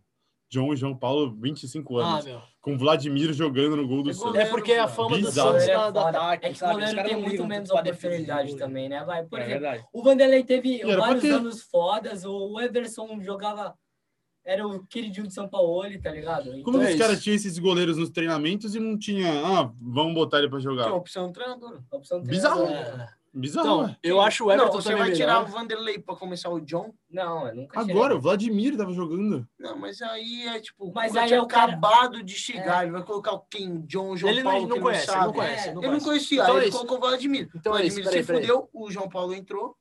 C: John e João Paulo, 25
A: Ah,
C: anos.
A: meu.
C: com Vladimir jogando no gol do
E: É
C: Santos.
A: É porque a fama do
C: Bizarro.
A: Santos
D: Goleiro
A: na-
D: é
A: do
D: foda.
A: ataque,
D: É que o
A: sabe? Os
D: goleiro
A: caras
D: tem
A: não
D: muito
A: ligam
D: menos
A: pra defender
D: oportunidade
A: goleiro.
D: também, né? Vai, por
B: É
D: exemplo.
B: verdade.
D: O Vanderlei teve
C: E era pra
D: vários
C: ter.
D: anos fodas, o Everson jogava. era o queridinho de São Paulo, tá ligado? Então,
C: Como
E: Então
C: que
E: é
C: os caras
E: isso.
C: tinham esses goleiros nos treinamentos e não tinha, ah, vamos botar ele pra
E: Que é a
C: jogar?
E: opção do treinador.
D: a opção do
C: Bizarro.
D: treinador, né?
C: Bizarro.
E: Então,
C: é.
A: Eu acho o Everton
E: Não, você
A: também
E: vai tirar o
A: melhor.
E: Vanderlei pra começar o John?
D: Não, eu nunca tirei.
C: Agora, o Vladimir tava jogando.
E: Não, mas aí é tipo.
D: Mas
E: eu
D: aí
E: tinha
D: é o cara- É.
E: acabado de chegar. Ele vai colocar o quem? O John, o João
A: Ele não-
E: Paulo,
A: não
E: que
A: conhece, ele
E: sabe.
A: não conhece,
E: É,
A: não
E: ele
A: conhece.
E: não conhecia.
A: Então é
E: aí ele
A: isso.
E: colocou o Vladimir.
A: Então
E: o
A: é isso,
E: Vladimir
A: peraí,
E: se
A: peraí.
E: fudeu, o João Paulo entrou.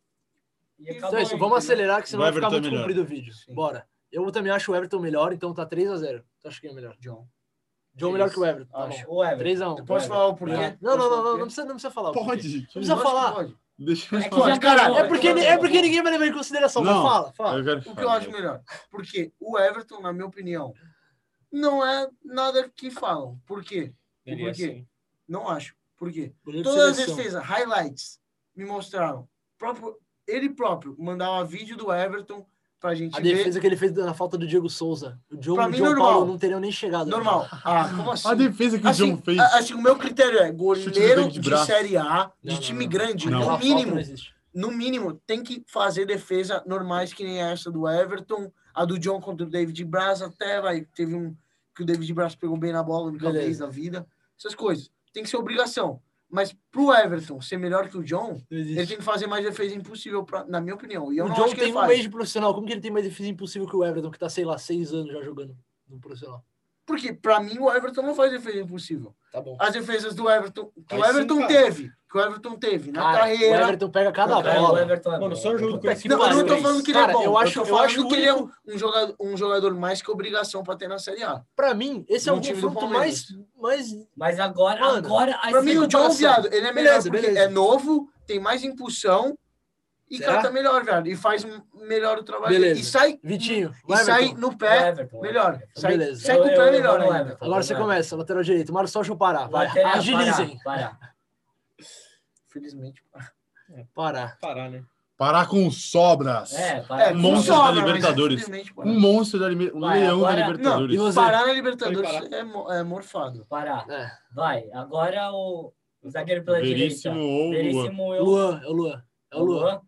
D: E acabou
A: Então é isso,
D: aí,
A: vamos
D: entendeu?
A: acelerar, que senão
C: O
A: vai ficar
C: Everton é
A: muito
C: melhor.
A: comprido o vídeo.
E: Sim.
A: Bora. Eu também acho o Everton melhor, então tá 3x0. Tu acha quem é melhor?
E: John.
A: John
E: É
A: melhor
E: isso,
A: que o Everton. Tá
E: acho.
A: bom.
D: O Everton.
A: 3x1.
E: Posso falar o porquê?
A: Não, não,
E: Posso
A: não,
E: falar o
A: não,
E: porquê?
A: não precisa, não precisa falar. o porquê.
C: Pode.
A: Não precisa
E: Eu acho que
A: falar.
E: pode.
C: Deixa eu
D: É que
C: falar.
E: Pode,
D: já
E: caralho.
D: ganhou,
A: É porque,
D: então
A: é
D: tá
A: porque
D: bom.
A: ninguém vai levar em consideração. Mas
C: Não.
A: fala, fala.
C: Eu quero
E: O que eu
C: falar.
E: acho melhor? Porque o Everton, na minha opinião, não é nada que falam. Por quê?
B: Ele é
E: por quê?
B: assim.
E: Não acho. Por quê?
A: Goleiro de
E: Todas as
A: seleção.
E: defesas, highlights, me mostraram. Próprio, ele próprio mandava vídeo do Everton pra gente
A: A
E: ver.
A: defesa que ele fez na falta do Diego Souza. O John,
E: Pra
A: o
E: mim,
A: John
E: normal.
A: Paulo não teriam nem chegado.
E: Normal. Ah, como assim?
C: A defesa que o
E: Assim,
C: John fez.
E: a- assim, o meu critério é
C: Chute de
E: goleiro
C: dente de
E: de,
C: braço.
E: Série A, de
A: Não, não,
E: time
A: não.
E: grande,
C: Não.
A: Aquela
E: no
A: falta não
E: mínimo,
A: existe.
E: no mínimo, tem que fazer defesa normais que nem essa do Everton, a do John contra o David Braz, até vai, teve um que o David Braz pegou bem na bola, nunca
A: Beleza.
E: vez da vida. Essas coisas. Tem que ser obrigação. Mas pro Everton ser melhor que o John,
A: Não
E: ele
A: existe.
E: tem que fazer mais defesa impossível, pra- na minha opinião. E eu
A: O
E: não
A: John
E: acho que ele
A: tem um
E: faz.
A: mês de profissional. Como que ele tem mais defesa impossível que o Everton, que tá, sei lá, seis anos já jogando no profissional?
E: Porque, pra mim, o Everton não faz defesa impossível.
A: Tá bom.
E: As defesas do Everton, que
B: Faz
E: o
B: sim,
E: Everton
B: cara.
E: teve, que o Everton teve na
A: Cara, o
E: carreira.
A: Everton pega cada
D: Cara, o
A: bola.
D: Everton é
B: Mano,
D: bom,
B: só o jogo do
D: Everton é
B: Curitiba
E: Não, eu não tô
A: Parabéns.
E: falando que ele
A: Cara,
E: é bom.
A: eu
E: Eu
A: acho-
E: tô
A: eu
E: falando
A: acho o
E: que ele é um, um jogador, um jogador mais que obrigação pra ter na Série A.
A: Pra mim, esse é
E: No
A: um
E: time do
A: confronto mais,
E: Palmeiras.
A: mais
D: bom. Mas agora,
A: Mano,
D: agora... assim, aí
E: Pra
D: você
E: mim,
D: tem
E: o John,
D: comparação.
E: viado, ele é melhor
A: Beleza,
E: porque
A: beleza.
E: é novo, tem mais impulsão e
A: Será?
E: cata melhor, viado. E faz m- melhor o trabalho.
A: Beleza.
E: dele. E sai,
A: Vitinho.
E: e
A: vai,
E: sai
A: Everton.
E: no
D: O
E: pé
D: Everton,
E: melhor.
D: Everton.
E: Sai,
A: Beleza.
E: sai com o
D: Eu-
E: pé
D: eu-
E: melhor,
D: eu vou no
E: né?
D: Everton.
A: é Agora você começa, lateral direito. Mário Sócio parar. Vai.
D: Lateral,
A: Agilizem.
D: parar, parar.
E: Felizmente.
A: Parar.
B: Parar, né?
C: Parar com sobras.
D: É, parar.
E: É,
C: Um monstro
E: sobra,
C: da
E: mas é
C: Libertadores.
E: simplesmente parar.
C: Um monstro da Liber- um
D: Vai,
C: leão
D: agora-
C: da Libertadores.
A: Não, e você-
E: Parar na Libertadores
B: Tem que
E: é, mo- é morfado.
D: Parar.
A: É.
D: Vai, agora o, o zagueiro pela
C: Veríssimo
D: direita.
C: ou Luan.
D: Veríssimo, eu...
A: Luan, é o Luan. É o Luan. Luan
E: tá.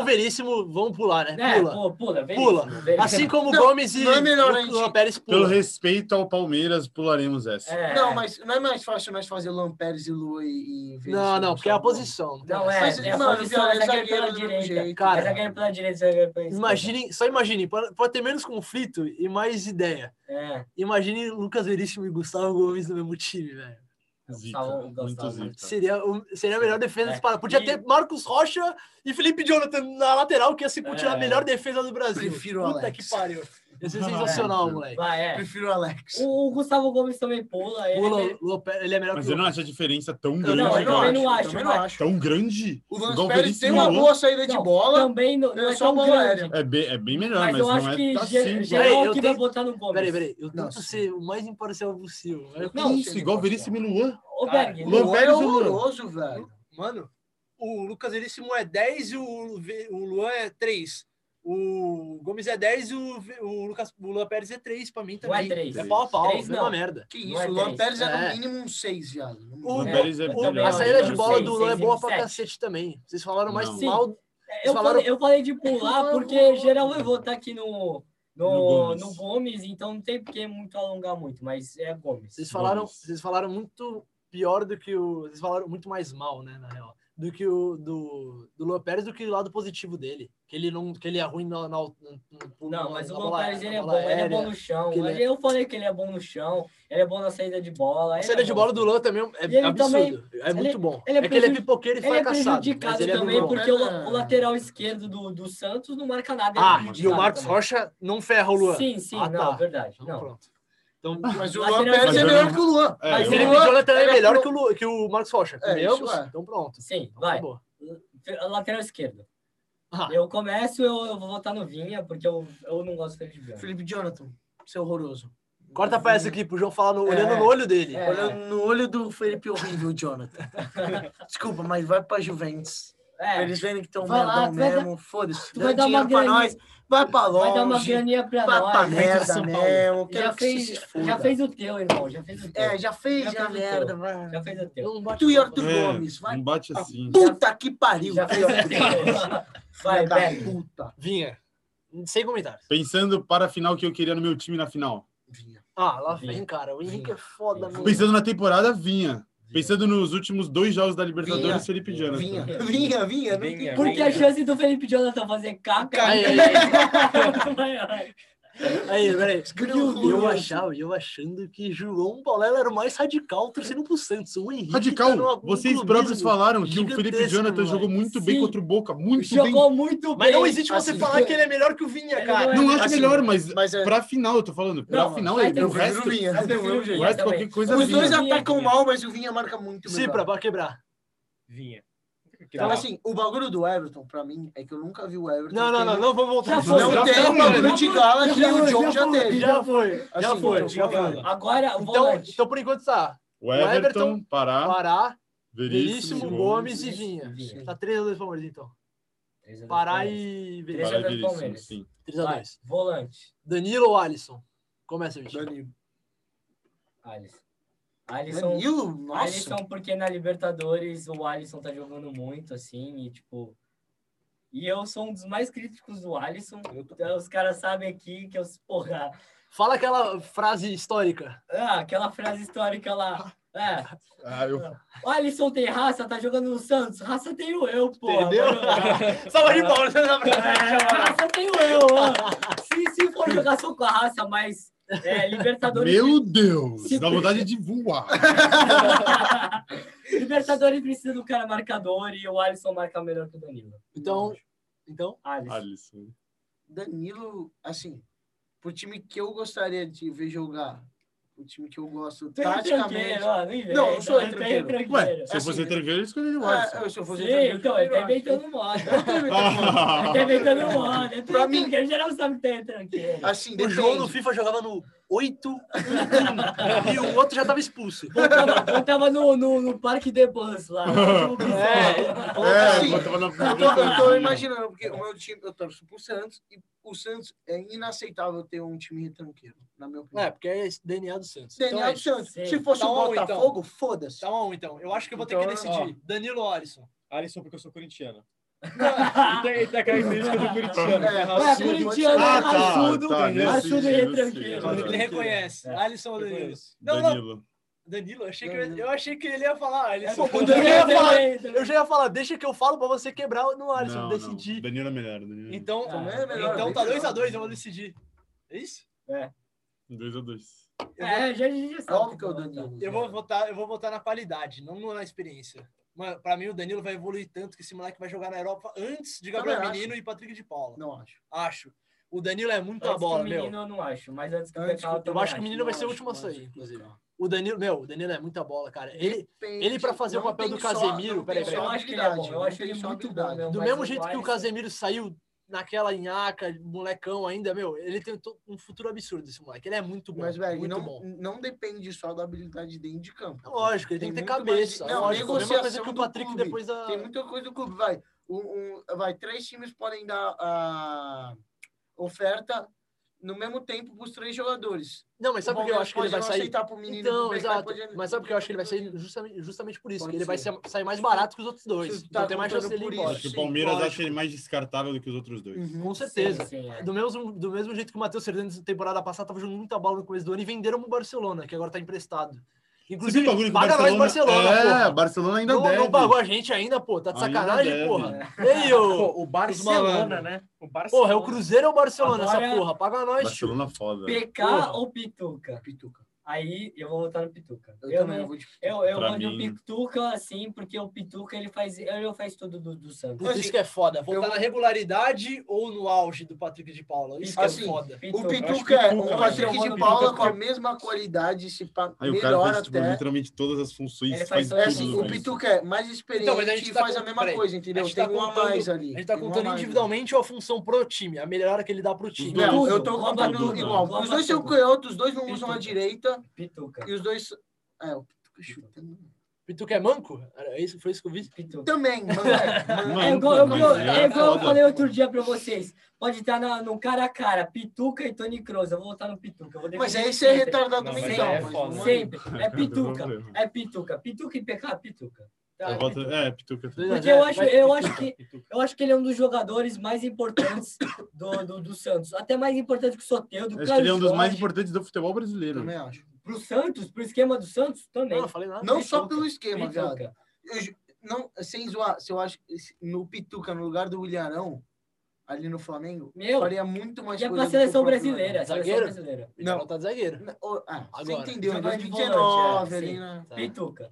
A: ou Veríssimo, vamos pular, né?
D: É,
A: Pula.
D: pula,
A: Pula.
D: pula. Veríssimo, Veríssimo.
A: Assim como
E: Não,
A: Gomes e
E: não é melhor,
A: Lu-
E: hein,
A: Luan
E: gente?
A: Pérez
C: Pelo
A: pula.
C: respeito ao Palmeiras, pularemos essa.
D: É.
E: Não, mas não é mais fácil nós fazer Luan Pérez e Lua e, e
A: Não,
E: Veríssimo,
A: não, porque é a
E: sabe?
A: posição. não tem
D: Não,
A: essa.
D: é,
E: Mas,
D: é a
E: mano,
D: posição,
E: viado,
D: é
E: é
D: zagueiro pela
E: zagueiro do mesmo
D: direita.
E: jeito.
D: é
A: Cara,
D: zagueiro pela direita, zagueiro pela esquerda.
A: Imaginem, só imaginem, para, para ter menos conflito e mais ideia.
D: É,
A: Imagine Lucas Veríssimo e Gustavo Gomes no mesmo time, velho.
C: Zica,
D: Gustavo-
C: muito
D: Gustavo.
C: zica.
A: Seria, o- seria a melhor defesa
D: É.
A: disparada. Podia
D: E-
A: ter Marcos Rocha e Felipe Jonathan na lateral, que ia se curtir a
D: É.
A: melhor defesa do Brasil.
E: Prefiro o
A: Puta
E: Alex.
A: que pariu. Ia ser sensacional,
C: É.
A: moleque.
D: vai, é.
E: Prefiro o Alex.
D: O, o Gustavo Gomes também pula. Ele,
A: O Lu- Lu- ele é melhor
C: Mas
A: que
C: eu
A: o
C: não acho a diferença tão
D: Não,
C: grande.
D: eu
E: eu
D: também
C: cara.
D: não acho,
E: também
D: mas-
E: não acho.
C: Tão grande.
E: O Lance
C: Igual
E: Pérez
C: Veríssimo
E: tem uma
C: falou.
E: boa saída de
D: Não,
E: bola,
D: Também não, não
E: Não
D: é
E: é só
D: tão
E: bola
D: grande.
E: aérea.
C: É bem, é bem melhor,
D: Mas,
C: mas,
D: eu
C: não
D: acho
C: é
D: que
C: tá
D: ge-
C: assim.
D: geral
A: Peraí, eu
D: que
A: tenho-
D: vai botar no Gomes.
A: Peraí, peraí. Eu tento
E: Nossa.
A: ser o mais imparcial possível. Eu-
D: Não,
C: Isso, igual Veríssimo e Luan.
D: Ô, Berg,
C: Luan
E: Luan
C: Pérez
E: é
C: ou Luan?
E: horroroso, velho.
A: Mano, o Lucas Veríssimo é 10 e o, Ve- o Luan é 3. O Gomes é 10 e o, Ve- o, Lucas, o Luan Pérez é 3 pra mim
D: Não é
A: também.
D: três.
A: É pau a pau,
D: Três,
A: é
D: não.
A: uma merda.
E: Que
D: Não
E: isso,
D: é
E: o Luan
D: três.
E: Pérez é
A: É.
E: no míngumo um 6, viado.
A: O-
C: Luan
D: É,
C: Pérez é
D: eu
C: bem
D: também
C: melhor.
A: a
D: acho.
A: saída de bola
D: Seis,
A: do Luan é
D: seis,
A: boa
D: seis,
A: pra
D: sete.
A: cacete também. Vocês falaram mais
C: Não.
A: mal.
D: Eu
A: Vocês
D: falei,
A: falaram-
D: eu falei de pular porque geral vai votar aqui no,
C: No
D: no,
C: Gomes.
D: no Gomes, então não tem porque muito alongar muito, mas é Gomes.
A: Vocês falaram,
C: Gomes.
A: vocês falaram muito pior do que o. Vocês falaram muito mais mal, né, na real. Do que o do, do Luan Pérez, do que o lado positivo dele. Que ele, não, que ele é ruim na, na, na-
D: Não, mas
A: na
D: o Luan
A: bola-
D: Pérez
A: na
D: ele é
A: bola
D: bom, ele é
A: aérea.
D: bom no chão.
A: que ele é-
D: Eu falei que ele é bom no chão, ele é bom na saída de bola.
A: A
D: ele
A: saída
D: é
A: de
D: bom.
A: bola do Luan também é
D: E ele
A: absurdo. é
D: ele-
A: muito bom.
D: ele é
A: é que ele é
D: prejudi-
A: pipoqueiro e
D: Ele é
A: fracassado. mas
D: prejudicado
A: ele é muito
D: também
A: bom.
D: porque o, o
E: Ah.
D: lateral esquerdo do, do Santos não marca nada. ele é
A: Ah, e
D: prejudicado
A: o Marcos
D: também.
A: Rocha não ferra o Luan.
D: Sim, sim,
A: Ah,
D: não, é
A: tá.
D: verdade.
A: Então,
D: Não.
A: pronto. Então,
E: Mas o
D: Lateral
E: Luan Pérez
C: direito.
E: é melhor que o Luan.
C: É,
A: mas
D: eu-
A: o Felipe
E: Luan
A: Jonathan é
E: era
A: melhor
E: pro-
A: que o, Lu- que o Marcos Rocha.
E: É, isso
A: Convenhamos?
E: é.
A: Então pronto.
D: Sim,
A: Então,
D: vai.
A: acabou.
D: Lateral esquerdo.
A: Ah.
D: Eu começo, eu, eu vou votar no Vinha, porque eu, eu não gosto dele de Vinha.
E: Felipe Jonathan, seu horroroso.
A: Corta pra essa aqui pro João falar no- olhando
D: É.
A: no olho dele.
D: É.
E: Olhando no olho do Felipe horrível, Jonathan. Desculpa, mas vai pra Juventus.
D: É,
E: Eles vendo que estão
D: Vai lá,
E: merdão
D: tu vai
E: mesmo. Foda-se.
D: tu
E: Dá
D: vai dar uma
E: dinheiro pra nós.
D: graninha.
E: Vai pra é longe.
D: vai dar uma graninha pra
E: Vai pra
D: nós. né,
E: merda mesmo.
D: Já
E: Quero que
D: fez,
E: se
D: já
E: foda.
D: fez o teu, irmão. Já fez o teu.
E: É, já fez
D: Já
E: já
D: fez o
E: merda,
D: teu.
E: vai.
D: Já fez o teu.
A: Não bate
E: Tu e
A: palma.
E: Arthur
C: É,
E: Gomes, vai.
C: Não bate
A: Hum.
C: assim.
E: Puta que pariu.
D: Já fez o teu. Vai,
E: Filha da
D: Berg.
E: puta.
A: Vinha. Sem comentários.
C: Pensando para a final que eu queria no meu time na final.
E: Vinha.
A: Ah, lá vem,
D: Vinha.
A: cara. O Henrique é foda, mano.
C: Pensando na temporada, vinha. Pensando nos últimos dois jogos da Libertadores,
E: Vinha.
C: Felipe Jonathan.
E: Vinha, vinha, vinha. não
B: Vinha,
E: tem
D: Porque
E: como.
D: a chance do Felipe Jonathan fazer caca
A: Aí,
D: é
A: aí, aí.
D: muito maior.
A: Aí, peraí.
E: Escreveu
A: Eu
E: o
A: achava, eu achando que João Paulo era o mais radical torcendo pro Santos. O Henrique tá numa-
C: Radical,
A: um
C: vocês
A: clubismo.
C: próprios falaram que o Felipe
A: gigantesco,
C: Jonathan
A: mano.
C: jogou muito bem
D: Sim.
C: contra o Boca, muito
D: Jogou muito
A: Mas
D: bem.
A: não existe você
E: Assim,
A: falar que ele é melhor que o Vinha,
D: ele
A: cara.
C: bem. Não acho
E: Assim,
C: melhor, mas
E: Mas é.
C: pra final, eu tô falando. Pra
D: Não,
C: final,
D: mas
C: ele-
D: tem
C: o
D: que-
C: resto,
E: Vinha.
D: Mas tem um
C: o resto
D: jeito
C: é
D: também.
C: qualquer coisa
E: Os dois
C: vinha.
D: Vinha.
E: atacam mal, mas o Vinha marca muito
A: Sim,
E: melhor.
A: pra, pra quebrar.
B: Vinha.
E: Então, assim, o bagulho do Everton, pra mim, é que eu nunca vi o Everton.
A: Não, não, não, não vamos voltar.
D: Já
A: nisso.
D: foi,
E: Não,
A: Já
E: tem
A: foi,
E: o bagulho de gala que o
A: foi,
E: John já
A: foi,
E: teve.
A: Já foi, já
E: Assim,
A: foi.
E: então,
A: Já foi.
D: Agora, o
A: Então,
D: volante.
A: então, por enquanto, tá.
C: O
A: Everton,
C: Everton, Pará,
A: Pará,
C: Veríssimo,
A: Veríssimo,
C: Gomes.
A: Gomes e Vinha.
D: Vinha.
A: Tá 3x2 Palmeiras, então. Pará e
D: Três
C: Pará
A: Veríssimo.
C: e
D: Everton
C: Veríssimo,
D: Palmeiras.
C: sim.
D: Vai,
A: 3x2.
D: Volante.
A: Danilo ou Alisson? Começa, gente.
E: Danilo.
D: Alisson. Alisson.
E: Danilo, nossa.
D: Alisson, porque na Libertadores o Alisson tá jogando muito, assim, e tipo. E eu sou um dos mais críticos do Alisson. Então, os caras sabem aqui que eu. Porra.
A: Fala aquela frase histórica.
D: Ah, aquela frase histórica lá. É.
C: Ah, eu
D: O Alisson tem raça, tá jogando no Santos. Raça tenho eu, pô.
A: Entendeu? Salva de palmas.
D: raça tenho eu, ó. Se, se for jogar só com a raça, mas. É, Libertadores.
C: Meu Deus, dá vontade de voar.
D: Libertadores precisa do cara marcador e o Alisson marca melhor que o Danilo.
A: Então, então,
D: Alisson.
C: Alisson.
E: Danilo, assim, pro time que eu gostaria de ver jogar, o time que eu gosto,
D: Tu é
E: taticamente.
D: retranqueiro, ó, não inventa.
E: Não, eu sou
D: tu é
E: retranqueiro.
C: Ué,
D: retranqueiro.
C: se eu fosse
E: Assim,
C: entregueiro, eu escolheria o
E: Ah,
C: Alisson.
E: se eu fosse
D: Sim,
E: retranqueiro,
D: então, ele tá
E: eu acho.
D: inventando moda.
E: Eu tô inventando moda.
D: Ele tá inventando moda. Tu
E: Pra
D: é
E: mim-
D: tranqueiro, geral sabe que tu é retranqueiro.
E: Assim,
A: o
E: depende.
A: João no FIFA jogava no 8 e o outro já tava expulso.
D: Eu tava, eu tava no, no, no Parque de Bus lá. no Bizarro.
C: É,
E: assim,
D: né?
C: botava na né?
E: Eu tô, eu tô imaginando, porque o meu time, eu torço pro Santos, e o Santos é inaceitável ter um time retranqueiro, na minha opinião.
A: É, porque é esse DNA do Santos.
E: Daniel
A: então, é isso.
E: Santos,
D: sim.
E: se fosse
A: Tá
E: o
A: bom, então.
E: Botafogo, foda-se.
A: Tá um, então. Eu acho que eu vou ter
E: Então,
A: que decidir. Danilo ou Alisson?
B: Alisson, porque eu sou corintiano. E tem, e tem a característica do corintiano.
E: É,
D: Ué,
E: Sim,
D: corintiano,
E: pode
C: Ah,
E: ser.
C: tá,
D: raçudo.
C: tá. nesse
D: Assudo e
C: sentido,
D: retranqueiro.
C: sim, é
A: Ele
C: verdade.
A: reconhece.
D: É.
A: Alisson ou Danilo?
B: Reconheço.
A: Não, não.
C: Danilo.
A: Danilo, eu achei, que eu,
E: Danilo.
A: eu achei que ele ia falar. ah, Ele
D: É,
A: só-
D: pô,
A: eu, já
D: Danilo
A: ia
D: também, né?
A: falar,
D: também.
A: eu já ia falar, deixa que eu falo pra você quebrar no Alisson,
C: Não,
A: decidir.
C: não. Danilo é melhor. Danilo.
A: Então,
D: Ah,
E: é melhor,
A: então
E: bem
A: tá 2x2,
E: melhor.
A: dois a dois, eu vou decidir. É isso?
C: 2 a 2
A: Eu vou,
D: É, já, já, já
E: É
D: sabe
E: óbvio que é o
D: vou
E: Danilo.
A: então. eu vou votar, eu vou votar na qualidade, não na experiência. Mano, pra mim, o Danilo vai evoluir tanto que esse moleque vai jogar na Europa antes de Gabriel
E: Também acho.
A: Menino e Patrick de Paula.
E: Não acho.
A: Acho. O Danilo é
D: votar.
A: muita
D: Antes que
A: bola,
D: o
A: meu.
D: menino eu não acho, mas antes que o
E: Antes que-
D: Becala
E: eu
D: também
A: acho que o menino
E: Não
A: vai ser o
E: acho,
A: último a
E: não
A: sair,
E: acho.
A: inclusive. O Danilo, meu, o Danilo é muita bola, cara. Ele,
E: Depende,
A: Ele pra fazer o
E: não
A: papel
E: tem
A: do
E: só-
A: Casemiro,
E: não tem
A: peraí,
E: só
A: peraí.
D: Eu acho que ele é bom,
E: habilidade,
D: eu
E: não
D: acho
E: tem
D: ele
E: só
D: muito bom.
E: habilidade.
D: meu,
A: do
D: mas
A: mesmo jeito que o
D: Alisson-
A: Casemiro saiu naquela nhaca, molecão ainda, meu, ele tem to- um futuro absurdo esse moleque. Ele é muito bom,
E: Mas, velho,
A: muito
E: não,
A: bom.
E: não depende só da habilidade dentro de campo.
A: É Lógico, ele tem, que ter
E: muito mais-
A: cabeça.
E: Não,
A: lógico, a mesma coisa
E: negociação
A: que o
E: do
A: Patrick
E: clube.
A: depois da...
E: Tem muita coisa do clube, vai. Um, um- vai, três times podem dar a oferta no mesmo tempo para os três jogadores.
A: Não, mas sabe
E: O
A: por que eu
E: Palmeiras
A: acho que ele
E: pode
A: vai
E: não
A: sair...
E: aceitar pro menino,
A: Então,
E: pro
A: exato.
E: mercado, pode-
A: Mas sabe por que eu acho que ele vai sair justamente, justamente por isso?
E: Pode
A: que ele vai
E: ser.
A: ser- sair mais barato que os outros dois.
E: Isso tá
A: Então tem mais chance
E: contando
A: dele ir
E: por
A: embora.
C: Acho que o
E: Sim,
C: Palmeiras
A: lógico.
C: acha ele é mais descartável do que os outros dois.
E: Uhum.
A: Com certeza.
D: Sim, sim, é.
A: Do mesmo, do mesmo jeito que o Matheus Fernandes na temporada passada tava jogando muita bola no começo do ano e venderam pro Barcelona, que agora tá emprestado.
C: Você viu
A: Inclusive,
C: o bagulho que o
A: paga nós Barcelona,
C: É,
A: porra.
C: Barcelona ainda
A: não,
C: deve.
A: não pagou a gente ainda, pô. Tá de
C: Ainda
A: sacanagem,
C: deve.
A: porra. Ei, ô.
B: Pô, o
A: malandros.
B: Barcelona, né? O Barcelona.
A: Porra, é o Cruzeiro ou o Barcelona essa
D: Agora-
A: porra? Paga nós, tio.
C: Barcelona foda.
D: PK
A: Porra.
D: ou Pituca?
E: Pituca.
D: Aí eu vou votar no Pituca.
E: Eu,
D: Eu,
E: também
D: não,
E: vou de Pituca.
D: eu, eu
C: Pra
D: vou no
C: mim-
D: Pituca assim, porque o Pituca ele faz, ele faz tudo do, do Santos.
A: Puta,
E: Assim,
A: isso que é foda. Voltar
E: eu-
A: na regularidade ou no auge do Patrick de Paula? Isso que é
E: Assim,
A: foda.
E: O
B: acho
E: Pituca
B: que
E: é
B: Pituca,
E: o
D: eu
E: Patrick
D: vou
E: de
D: no
E: Paula
D: Pituca.
E: com a mesma qualidade, se pá,
C: Aí o cara
E: melhor
C: faz tipo,
E: até.
C: literalmente todas as funções.
D: Ele
C: faz
D: faz-
C: tudo,
E: É assim, o
C: velho.
E: Pituca é mais experiente
A: Então, mas a gente
E: e
A: tá
E: faz a
A: com-
E: mesma
A: peraí,
E: coisa,
A: a
E: entendeu?
A: gente
E: Tem
A: tá
E: um a
A: contando-
E: mais ali.
A: A gente tá
E: tem um a
A: contando
E: mais ali.
A: individualmente ou a função pro time? A melhora que ele dá pro time.
C: dois.
E: Não,
D: Tudo.
E: eu tô contando
C: Tudo.
E: igual.
D: Rouba
E: Os dois são
D: tudo.
E: canhotos, os dois não usam
D: Pituca.
E: a direita
D: Pituca.
E: e os dois. É, o Pituca chutando.
A: Pituca é manco? Era isso? Foi isso que eu vi?
D: Pituca.
E: Também, mano. é, mano.
D: É
C: Não,
D: igual, eu,
C: mas
D: eu-
C: é
D: é igual eu
C: foda.
D: falei outro dia pra vocês. Pode estar na, no cara a cara, Pituca e Tony Kroos. Eu vou votar no Pituca. eu vou
E: Mas
D: defender
E: aí você é
D: sempre.
E: retardado
B: Não,
E: mental.
B: mas
D: é
E: mas
B: foda.
E: não é.
D: Sempre. É
C: Não tem
D: Pituca.
C: problema.
D: É Pituca. Pituca e PK, Pituca. Tá,
C: Eu voto- É, Pituca. também.
D: Porque eu acho,
A: Vai,
D: eu, acho que,
B: Pituca.
D: eu acho que ele é um dos jogadores mais importantes do, do, do Santos. Até mais importante que o Soteldo.
C: Acho que
D: Caio
C: ele é um dos
D: Jorge.
C: mais importantes do futebol brasileiro.
E: Também acho.
D: Pro Santos, pro esquema do Santos, também.
A: Não, eu falei nada.
E: Não só
D: Pituca.
E: pelo esquema, viado.
D: Pituca.
E: Eu ju- não, sem zoar, se eu acho que esse- no Pituca, no lugar do Williarão, ali no Flamengo,
D: Meu,
E: faria muito mais
D: e é
E: coisa
D: pra
E: do que o
D: seleção
E: próprio
D: brasileira. Seleção
A: Zagueiro?
D: brasileira.
A: Não, tá de zagueiro.
E: Willian. Ô, ah, você
A: Agora.
E: entendeu, em
D: Jogar de
E: 2019
D: volante, é,
E: ali,
D: sim.
E: né?
A: Tá.
D: Pituca.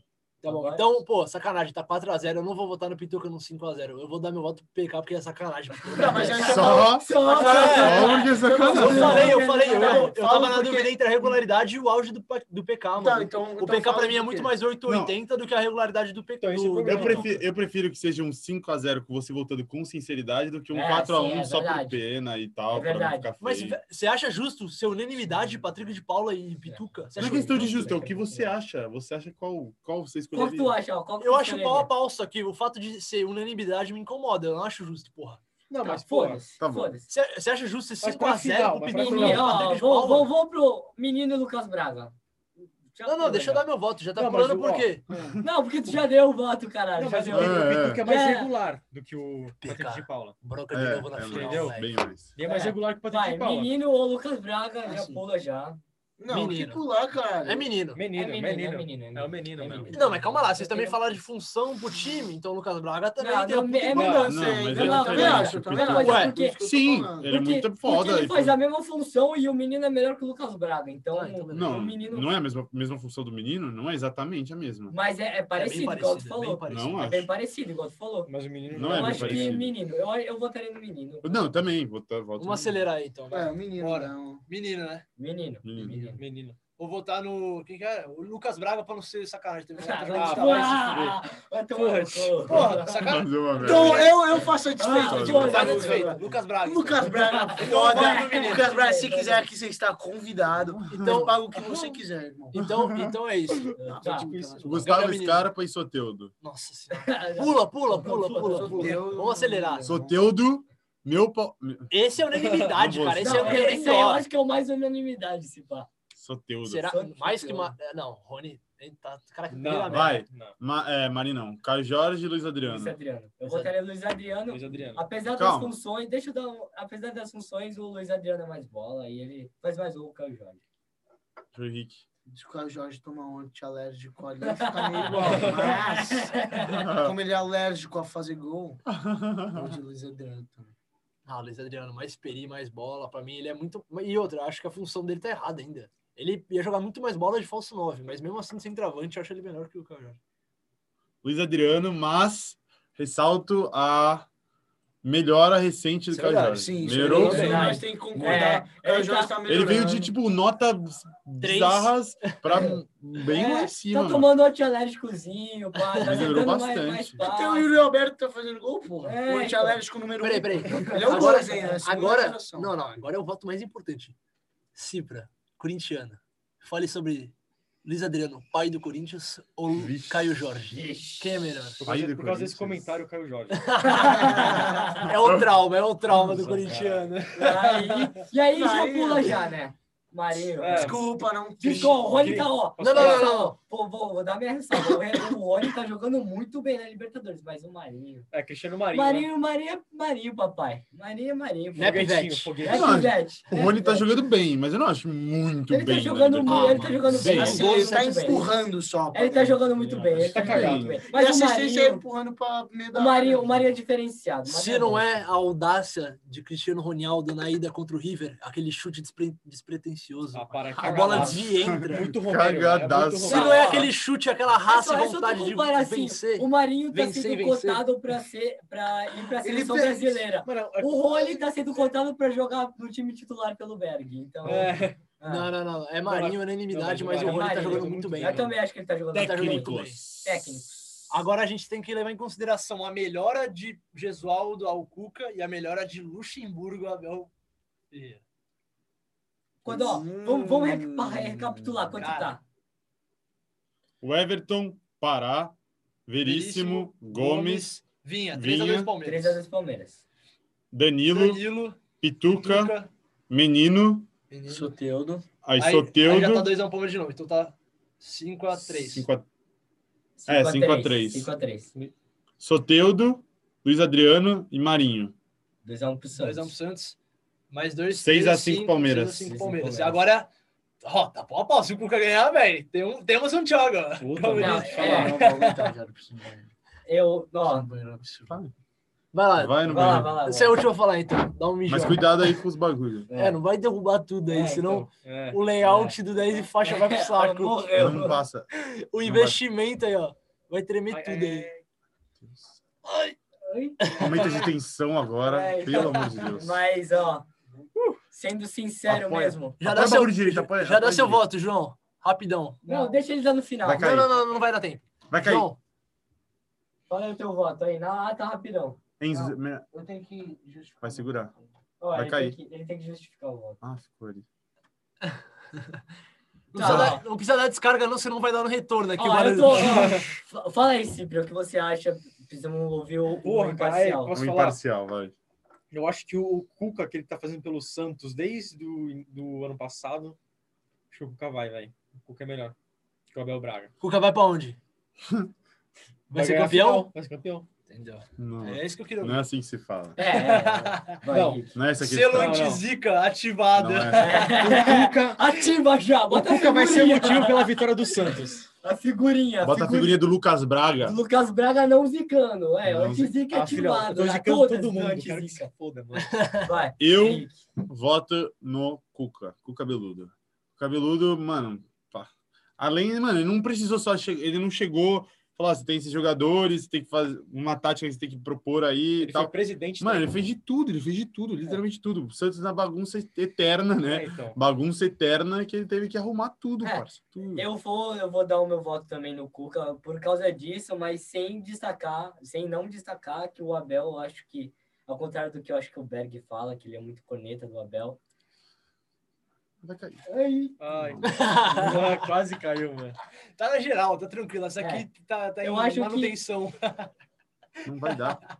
A: Tá bom.
D: Agora-
A: Então, pô, sacanagem, tá 4x0. Eu não vou votar no Pituca no 5x0. Eu vou dar meu voto pro PK porque é sacanagem.
E: Não, mas aí- tá
C: Só, só
D: Só-
C: porque é
A: Eu
C: sacanagem.
A: falei, eu falei, eu, eu,
E: Fala
A: tava na
E: porque-
A: dúvida entre a regularidade e o auge do, pa- do PK, mano.
E: Tá, então,
A: o PK pra mim é muito mais 880 do que a regularidade do PK.
B: Então, esse é o
A: do-
B: problema.
C: Eu
A: do-
C: prefiro, eu prefiro que seja um 5x0 com você voltando com sinceridade do que um
D: É,
C: 4x1
D: sim, é
C: só por
D: verdade.
C: pena e tal,
D: É
C: pra não
D: verdade.
C: ficar
A: Mas
C: feio.
A: você acha justo ser unanimidade Patrick de Paula e Pituca? Você
C: Não
A: acha
C: é questão de
D: justo,
C: justo, é o que
D: né?
C: você acha. Você acha qual, qual você
D: Qual que
C: escolheria?
D: tu acha? ó? Qual que é?
A: Eu
D: tu
A: acho
D: escolheria?
A: pau a pau, só que o fato de ser unanimidade me incomoda. Eu não acho justo, porra.
B: Não,
D: Tá,
B: mas, pô,
D: foda-se.
C: tá bom.
D: foda-se.
A: Você acha justo ser
B: Mas pra final,
A: 5x0 pro
B: mas pra
A: Pituca?
D: Menino,
A: e
B: final.
D: ó,
A: Patrick de
D: vamos,
A: é Paula?
D: vamos, vamos pro menino Lucas Braga. Já
A: Não, não, deixa eu dar meu voto. Já tá
B: Não, mas
A: pulando
B: o-
A: por quê?
D: Não, porque tu já deu o voto, caralho.
B: não,
D: já
B: mas o
D: deu.
C: eu- É, é.
B: Pituca é mais
D: É.
B: regular do que o Patrick
A: Pecado.
B: de Paula.
A: Broca de
C: É,
A: novo na
C: é,
A: final,
B: entendeu?
C: mais-
A: velho.
C: bem mais.
B: Ele é mais
D: É.
B: regular que o Patrick
D: Vai,
B: de Paula.
D: menino ou Lucas Braga, já
E: Assim.
D: pula já.
E: Não,
A: Menino.
E: que pular, cara.
A: É menino.
B: Menino,
D: é
B: menino.
D: menino, é menino.
B: É o menino
D: É
B: mesmo.
D: menino.
A: Não, mas calma lá, vocês
D: Eu
A: também
D: tenho-
A: falaram de função pro time, então o Lucas Braga também
D: Não,
A: tem
D: não,
A: um
D: é
A: pouco-
D: melhor.
E: Não,
C: Não, mas ele
E: mas eu
D: não
E: também
D: tem
E: acho, eu também
C: Pituca.
E: acho.
A: Ué,
E: Por isso que eu tô
C: Sim,
E: falando.
C: ele é
D: Porque-
C: muito
D: Porque
C: foda.
D: ele
C: tipo,
D: faz a mesma função e o menino é melhor que o Lucas Braga. Então,
A: Ah, então
C: Não,
D: o menino.
C: não é a mesma, mesma função do menino, não é exatamente a mesma.
D: Mas é, é parecido,
A: bem
D: igual tu
A: é bem
D: falou.
A: parecido.
C: Não
D: É
C: acho.
D: bem parecido, igual tu falou.
B: Mas o menino
C: Não
D: eu
C: é bem
D: acho
C: parecido.
D: que menino. Eu, eu votaria no menino.
C: Não, também. Vou, tá- volto no-
A: Vamos acelerar aí, então. vai.
E: É, menino.
A: Bora.
E: não.
A: Menino, né?
D: Menino.
C: Menino.
D: menino.
B: Menino.
A: Vou votar no. Quem que era? O Lucas Braga pra não ser sacanagem. Teve
D: Ah,
A: sacanagem.
D: vai
A: Ah,
D: te-
A: vai se fuder.
D: Ah, vai tomar no cu.
A: Porra, sacanagem.
C: Mais é uma vez.
E: Então,
D: é-
E: eu, eu faço a
D: Ah,
E: desfeita.
D: de
E: Diogo.
D: olho.
A: Faz a desfeita. Lucas Braga. então.
E: Lucas Braga,
A: Então,
E: foda.
A: menino.
E: Lucas Braga, se quiser aqui, você está convidado. Então,
A: Então-
E: paga o que você quiser, irmão.
A: Então, então é isso.
D: Tá.
C: O Gustavo
A: Gabriel Menino.
C: Scarpa e Soteudo.
D: Uhum.
A: Nossa senhora. Pula, pula, pula, pula, pula.
E: Deus.
A: Vamos acelerar.
C: Soteudo, meu pau.
A: Esse é unanimidade,
C: Não vou-
A: cara. Esse é
D: Não,
A: unanimidade.
D: esse aí eu acho que é o mais unanimidade, se pá.
C: Soteudo.
A: Será?
D: Santos,
A: Mais que
D: Santos.
A: uma. é, Não, Rony. Ele tá. Cara, que
B: Não,
A: merda.
C: vai.
B: Não.
C: Ma é, Marinão. Caio Jorge e Luiz Adriano.
D: Luiz Adriano. Eu
A: Luiz
D: votaria no Luiz Adriano.
B: Luiz Adriano.
D: Apesar das
C: Calma.
D: funções, deixa eu dar um, Apesar das funções, o Luiz Adriano é mais bola e ele faz mais gol que o Jorge.
C: João Henrique.
E: Se o Jorge tomar um antialérgico ali, fica meio igual. Mas, como ele é alérgico a fazer gol, eu de Luiz Adriano também.
A: Ah, o Luiz Adriano, mais peri, mais bola. Pra mim, ele é muito. E outra, eu acho que a função dele tá errada ainda. Ele ia jogar muito mais bola de falso 9, mas mesmo assim, sem travante, eu acho ele melhor que o Cajor.
C: Luiz Adriano, mas ressalto a melhora recente do
A: Isso é
C: Caio
A: verdade,
C: Jorge.
E: Sim, isso
C: Melhorou
E: é
D: bem.
C: muito.
E: mas tem que concordar.
D: É,
E: o
D: ele
E: Jorge
D: tá-
E: tá
C: Ele
E: melhorando.
C: veio de tipo nota
A: Três.
C: bizarras pra bem
D: É,
C: lá em
D: tá
C: cima. mano.
D: tomando um antialérgicozinho, pá. Tá
C: Melhorou
D: tentando mais,
C: bastante. um
D: mais pá.
E: Até o Yuri Alberto tá fazendo gol, porra.
D: Ah. É,
E: o antialérgico número 1.
A: Peraí, peraí.
E: Ele é o
A: Agora-
E: dois, hein? É a segunda
A: Agora,
E: geração.
A: não, não, agora é o voto mais importante. Cipra, corintiana. Fale sobre Luiz Adriano, pai do Corinthians, ou
C: Vixe.
A: Caio Jorge? Quem é melhor?
B: Por
C: Aí,
B: causa,
C: do
B: por causa desse
C: Corinthians.
B: comentário, Caio Jorge.
A: É o trauma, é o trauma do
B: Nossa,
A: corintiano.
D: Aí- e aí já
E: Aí-
D: pula já, né? Marinho.
B: É.
E: Desculpa, não.
D: Ficou, o Rony tá, ó.
A: Não, não, não,
D: Essa-
A: não, não.
D: Pô, vou, vou dar minha ressalva. O Re- O Rony tá jogando muito bem na Libertadores, mas o Marinho.
B: É, Cristiano Marinho. né?
D: Marinho, Marinho é Marinho, papai. Marinho é Marinho.
A: Né,
D: pô.
B: Foguetinho,
A: Pivete?
B: foguetinho.
D: É
C: Não,
D: pivete.
C: O Rony tá jogando bem, mas eu não acho muito
D: É. Ele tá
C: bem. né?
D: jogando muito, ele tá
C: mano.
D: jogando bem.
E: Assim,
D: Gol,
E: ele tá
D: muito bem.
E: empurrando só.
D: Ele tá jogando muito bem, ele
B: Tá
D: tá jogando muito
B: cagado.
D: bem.
E: Mas e
D: Mas o
E: assistência é
D: Marinho,
E: empurrando pra meio da
D: o Marinho,
E: área.
D: o Marinho é diferenciado. o Marinho
A: Se não
D: bom.
A: é a audácia de Cristiano Ronaldo na ida contra o River, aquele chute despre- despretensioso.
B: Ah, para,
A: A bola
B: cagadaço.
A: desvia e entra.
B: Muito Romero.
C: Cagadaço.
B: É muito
A: Se
B: Romero.
A: não é aquele chute, aquela raça
D: É só-
A: e
D: é só tu
A: vontade de
D: comparar, assim,
A: vencer.
D: O Marinho tá
A: Vencer,
D: sendo
A: vencer.
D: cotado pra, ser, pra ir pra
E: Ele
D: seleção
E: fez.
D: brasileira.
B: Mano, é-
D: O Rony tá sendo cotado pra jogar no time titular pelo Berg. Então.
B: é,
D: ah.
A: Não, não, não. É Marinho, unanimidade,
B: Não,
A: mas
B: mas
A: o
B: o
A: Rony tá
D: Marinho
A: jogando
B: jogou
A: muito
B: muito
A: bem.
B: bem.
D: Eu também acho que ele tá jogando.
A: Técnico.
D: Tá jogando muito bem.
C: Técnicos.
D: Técnicos.
A: Agora a gente tem que levar em consideração a melhora de Gesualdo ao Cuca e a melhora de Luxemburgo ao Abel. Ferreira.
D: Quando, ó,
E: Hum.
D: vamos, vamos reca- recapitular quanto
A: Cara.
D: tá.
C: O Everton, Pará, Veríssimo, Gomes,
A: Vinha,
C: Vinha.
A: 3x2 Palmeiras.
D: 3x2 Palmeiras.
C: Danilo,
A: Danilo,
C: Pituca,
A: Cuca,
C: Menino,
A: Menino.
E: Soteudo.
A: Aí, aí
C: aí
A: já tá
C: Soteudo.
A: 2x1 Palmeiras de novo, então tá 5x3.
C: 5 a É,
D: 5
C: cinco a
D: a 3.
C: três.
D: 5 a 3.
C: Soteudo, Luiz Adriano e Marinho.
D: 2x1 pro Santos.
A: 2x1 pro um Santos. Mais dois.
C: Seis
A: três,
C: a cinco,
A: cinco,
C: Palmeiras.
A: seis a cinco,
D: Seis a
A: Palmeiras. E
D: cinco,
A: agora, ó, tá pau a pau. Se o Cuca ganhar, velho, tem um, temos um tchau agora.
B: Puta,
A: Calma aí.
B: mano.
D: Não,
E: Fala,
D: é,
E: não vou aguentar, cara. Preciso de banheiro.
D: eu, ó,
E: Preciso de banheiro, é um absurdo.
A: Vai lá.
C: Vai no
D: vai lá,
C: banheiro.
D: vai lá.
A: Você é o último a falar, então. Dá um mijão.
C: Mas cuidado aí com os bagulhos.
A: É, não vai derrubar tudo aí,
D: É,
A: senão
B: É.
A: o layout do 10 e faixa É, vai pro saco.
D: Morreu.
C: Não passa.
A: o investimento aí, ó. Vai é. tremer
B: Ai,
A: tudo aí.
C: Momento de tensão agora,
D: Ai.
C: pelo amor de Deus.
D: Mas, ó, sendo sincero
C: Apoia.
D: mesmo.
A: Já
C: Apoia
A: dá
C: o
A: seu,
C: bagulho direito, apoia,
A: já dá
C: apoia
A: seu
C: direito.
A: voto, João. Rapidão.
D: Não, deixa ele lá no final.
C: Vai cair.
A: Não, não, não, não vai dar tempo.
C: Vai cair.
A: João,
D: Fala aí o teu voto aí. Não, ah, tá rapidão.
C: Enzo, me-
E: Eu tenho que justificar.
C: Vai segurar.
D: Ó,
C: Vai
D: ele,
C: cair.
D: Tem que, ele tem que justificar o voto.
C: Ah, ficou ali.
A: não, precisa
D: Tá.
A: dar, não precisa dar descarga, não, senão vai dar no retorno aqui. o
D: Ó, eu
A: barulho.
D: tô, ó, fa- fala aí, Cipri, o que você acha? Precisamos ouvir o, o
B: Porra, cara, é,
D: imparcial.
B: posso
C: Um
B: falar?
C: imparcial, vai.
B: Eu acho que o Cuca, que ele tá fazendo pelo Santos desde o do ano passado, acho que o Cuca vai, velho. O Cuca é melhor que o Abel Braga.
A: Cuca vai pra onde? Vai ser
B: ganhar a
A: campeão?
B: final, Vai ser campeão.
A: Entendeu?
C: Não,
A: É isso que eu queria
C: não é assim que se fala.
D: É, é, vai,
B: Não.
D: Henrique.
C: Não é essa a
A: Selo
C: questão.
B: Não, não.
A: anti-zica
C: Não
A: ativado.
C: é.
B: Cuca,
D: Ativa já,
B: o
D: bota a
B: Cuca vai ser
D: figurinha.
B: motivo pela vitória do Santos.
D: A figurinha.
C: é. Bota a figurinha do Lucas Braga.
D: Lucas Braga não zicando, é,
C: Não
D: antizica
B: Ah, filhão, eu
D: ativado.
B: tô
D: né?
B: zicando
D: Todas
B: todo mundo. Quero que
D: antizica.
B: se foda, mano.
D: Vai,
C: Eu
D: Henrique.
C: voto no Cuca, Cuca Beludo. Cuca Beludo, mano, pá. Além, mano, ele não precisou só che- ele não chegou, falou, ó, você tem esses jogadores, você tem que fazer uma tática que você tem que propor aí
B: Ele
C: e tal.
B: foi presidente.
C: Mano, ele fez de tudo, ele fez de tudo, literalmente tudo. O Santos na bagunça eterna,
B: né?
C: né?
B: É, então.
C: Bagunça eterna que ele teve que arrumar tudo,
D: É,
C: parça, tudo.
D: Eu vou, eu vou dar o meu voto também no Cuca por causa disso, mas sem destacar, sem não destacar que o Abel, eu acho que, ao contrário do que eu acho que o Berg fala, que ele é muito corneta do Abel.
C: Vai cair.
D: Ai,
B: Ai, ah, quase caiu, mano.
A: Tá na geral, tá tranquilo. Essa aqui tá, tá em
D: Eu acho que-
A: manutenção.
C: Não vai dar.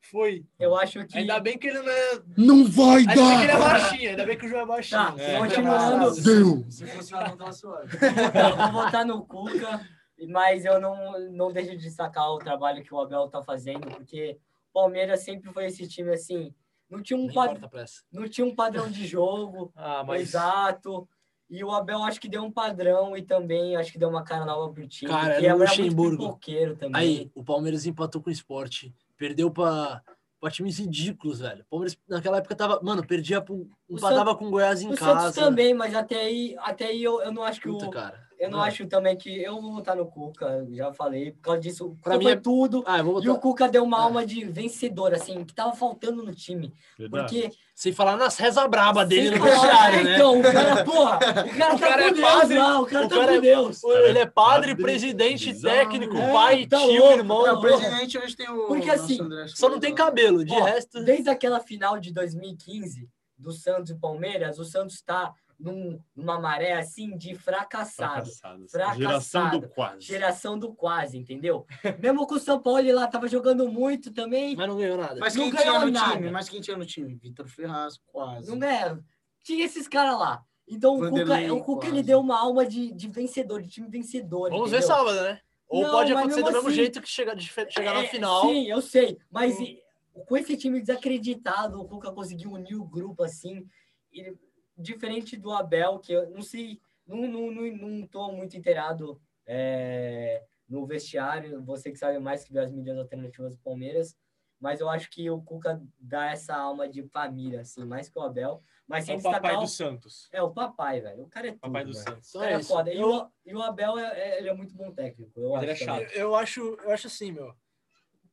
A: Foi.
D: eu acho que.
A: Ainda bem que ele não é.
C: Não vai
A: Ainda bem que ele é
C: dar!
A: baixinho, ainda bem que o João é baixinho.
D: Tá,
A: Senão ele é
D: continuando.
A: amassado.
C: Deu!
E: Se fosse lá, não tava suave.
D: Eu vou votar no Cuca, mas eu não, não deixo de destacar o trabalho que o Abel tá fazendo, porque o Palmeiras sempre foi esse time assim. Não tinha um,
A: Não
D: pad-
A: importa pra essa.
D: não tinha um padrão de jogo,
B: Ah, mas.
D: exato. E o Abel acho que deu um padrão e também acho que deu uma cara nova pro time.
A: Cara,
D: que
A: era o
D: era
A: Luxemburgo.
D: muito pipoqueiro também.
A: Aí, o Palmeiras empatou com o esporte. Perdeu pra, pra times ridículos, velho. O Palmeiras naquela época tava. Mano, perdia pro. Empatava com o Goiás em
D: o
A: casa.
D: Santos também, mas até aí, até aí eu, eu não acho que
A: Puta,
D: o,
A: cara. é.
D: eu não
A: Mano.
D: acho também que eu vou votar no Cuca, já falei, por causa disso,
A: Pra
D: pra
A: mim
D: mim
A: é-
D: tudo.
A: Ah, eu vou
D: E o
A: botar.
D: Cuca deu uma
A: É.
D: alma de vencedor, assim, que tava faltando no time.
C: Verdade.
D: Porque.
A: Sem falar nas reza braba dele
D: Sem
A: no
D: falar-
A: vestiário, né?
D: Então, o cara, porra, o cara,
A: O
D: tá
A: cara é
D: com Deus
A: padre,
D: lá, o cara
A: o
D: tá
A: cara
D: com
A: é-
D: Deus.
A: Ele é padre,
C: Padre,
A: presidente,
C: bizarro.
A: técnico,
D: É,
A: pai,
D: tá
A: tio,
D: louco,
A: irmão.
D: tá
E: Não, o
A: porra.
E: presidente hoje tem o.
D: Porque
E: nosso
D: assim,
E: André
A: Só não tem
E: Silva.
A: cabelo. De
D: Ó,
A: resto.
D: Desde aquela final de 2015 do Santos e Palmeiras, o Santos tá num- numa maré assim de fracassado.
B: É
C: Fracassados.
D: Fracassado.
C: Geração do quase.
D: Geração do quase, entendeu? Mesmo com o São Paulo ele lá tava jogando muito também.
A: Mas não ganhou nada.
E: Mas
D: Não
E: quem
D: ganhou
E: tinha no
D: nada.
E: time? Mas quem tinha no time? Vitor Ferraz, quase.
D: Não é. Tinha esses caras lá. Então o
E: Vanderlei,
D: Cuca, o Cuca ele
E: quase.
D: deu uma alma de, de vencedor, de time vencedor.
A: Vamos ver
D: entendeu?
A: sábado, né? Ou
D: Não,
A: pode
D: mas
A: acontecer do
D: mesmo
A: mesmo
D: assim-
A: jeito que chegar, de fe- chegar na
D: É,
A: final. Hum.
D: Sim, eu sei, mas e- com esse time desacreditado, o Cuca conseguiu unir o grupo assim, e diferente do Abel, que eu não sei, não não, não, não tô muito inteirado é, no vestiário, você que sabe mais que vê as mídias alternativas do Palmeiras, mas eu acho que o Cuca dá essa alma de família, assim, mais que o Abel, mas
B: É
D: sem
B: o papai
D: destacar...
B: do
D: o-
B: Santos.
D: É, o papai, velho, o cara é tudo,
B: Papai do
D: velho.
B: Santos.
D: O
A: Só
D: cara é
A: isso.
D: foda. E,
A: Eu-
D: o, e o Abel, é, é- ele é muito bom técnico, eu
B: Mas ele é
D: acho. também.
B: chato.
A: Eu acho, eu acho assim, meu.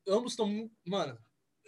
A: Ambos estão. mu- Mano,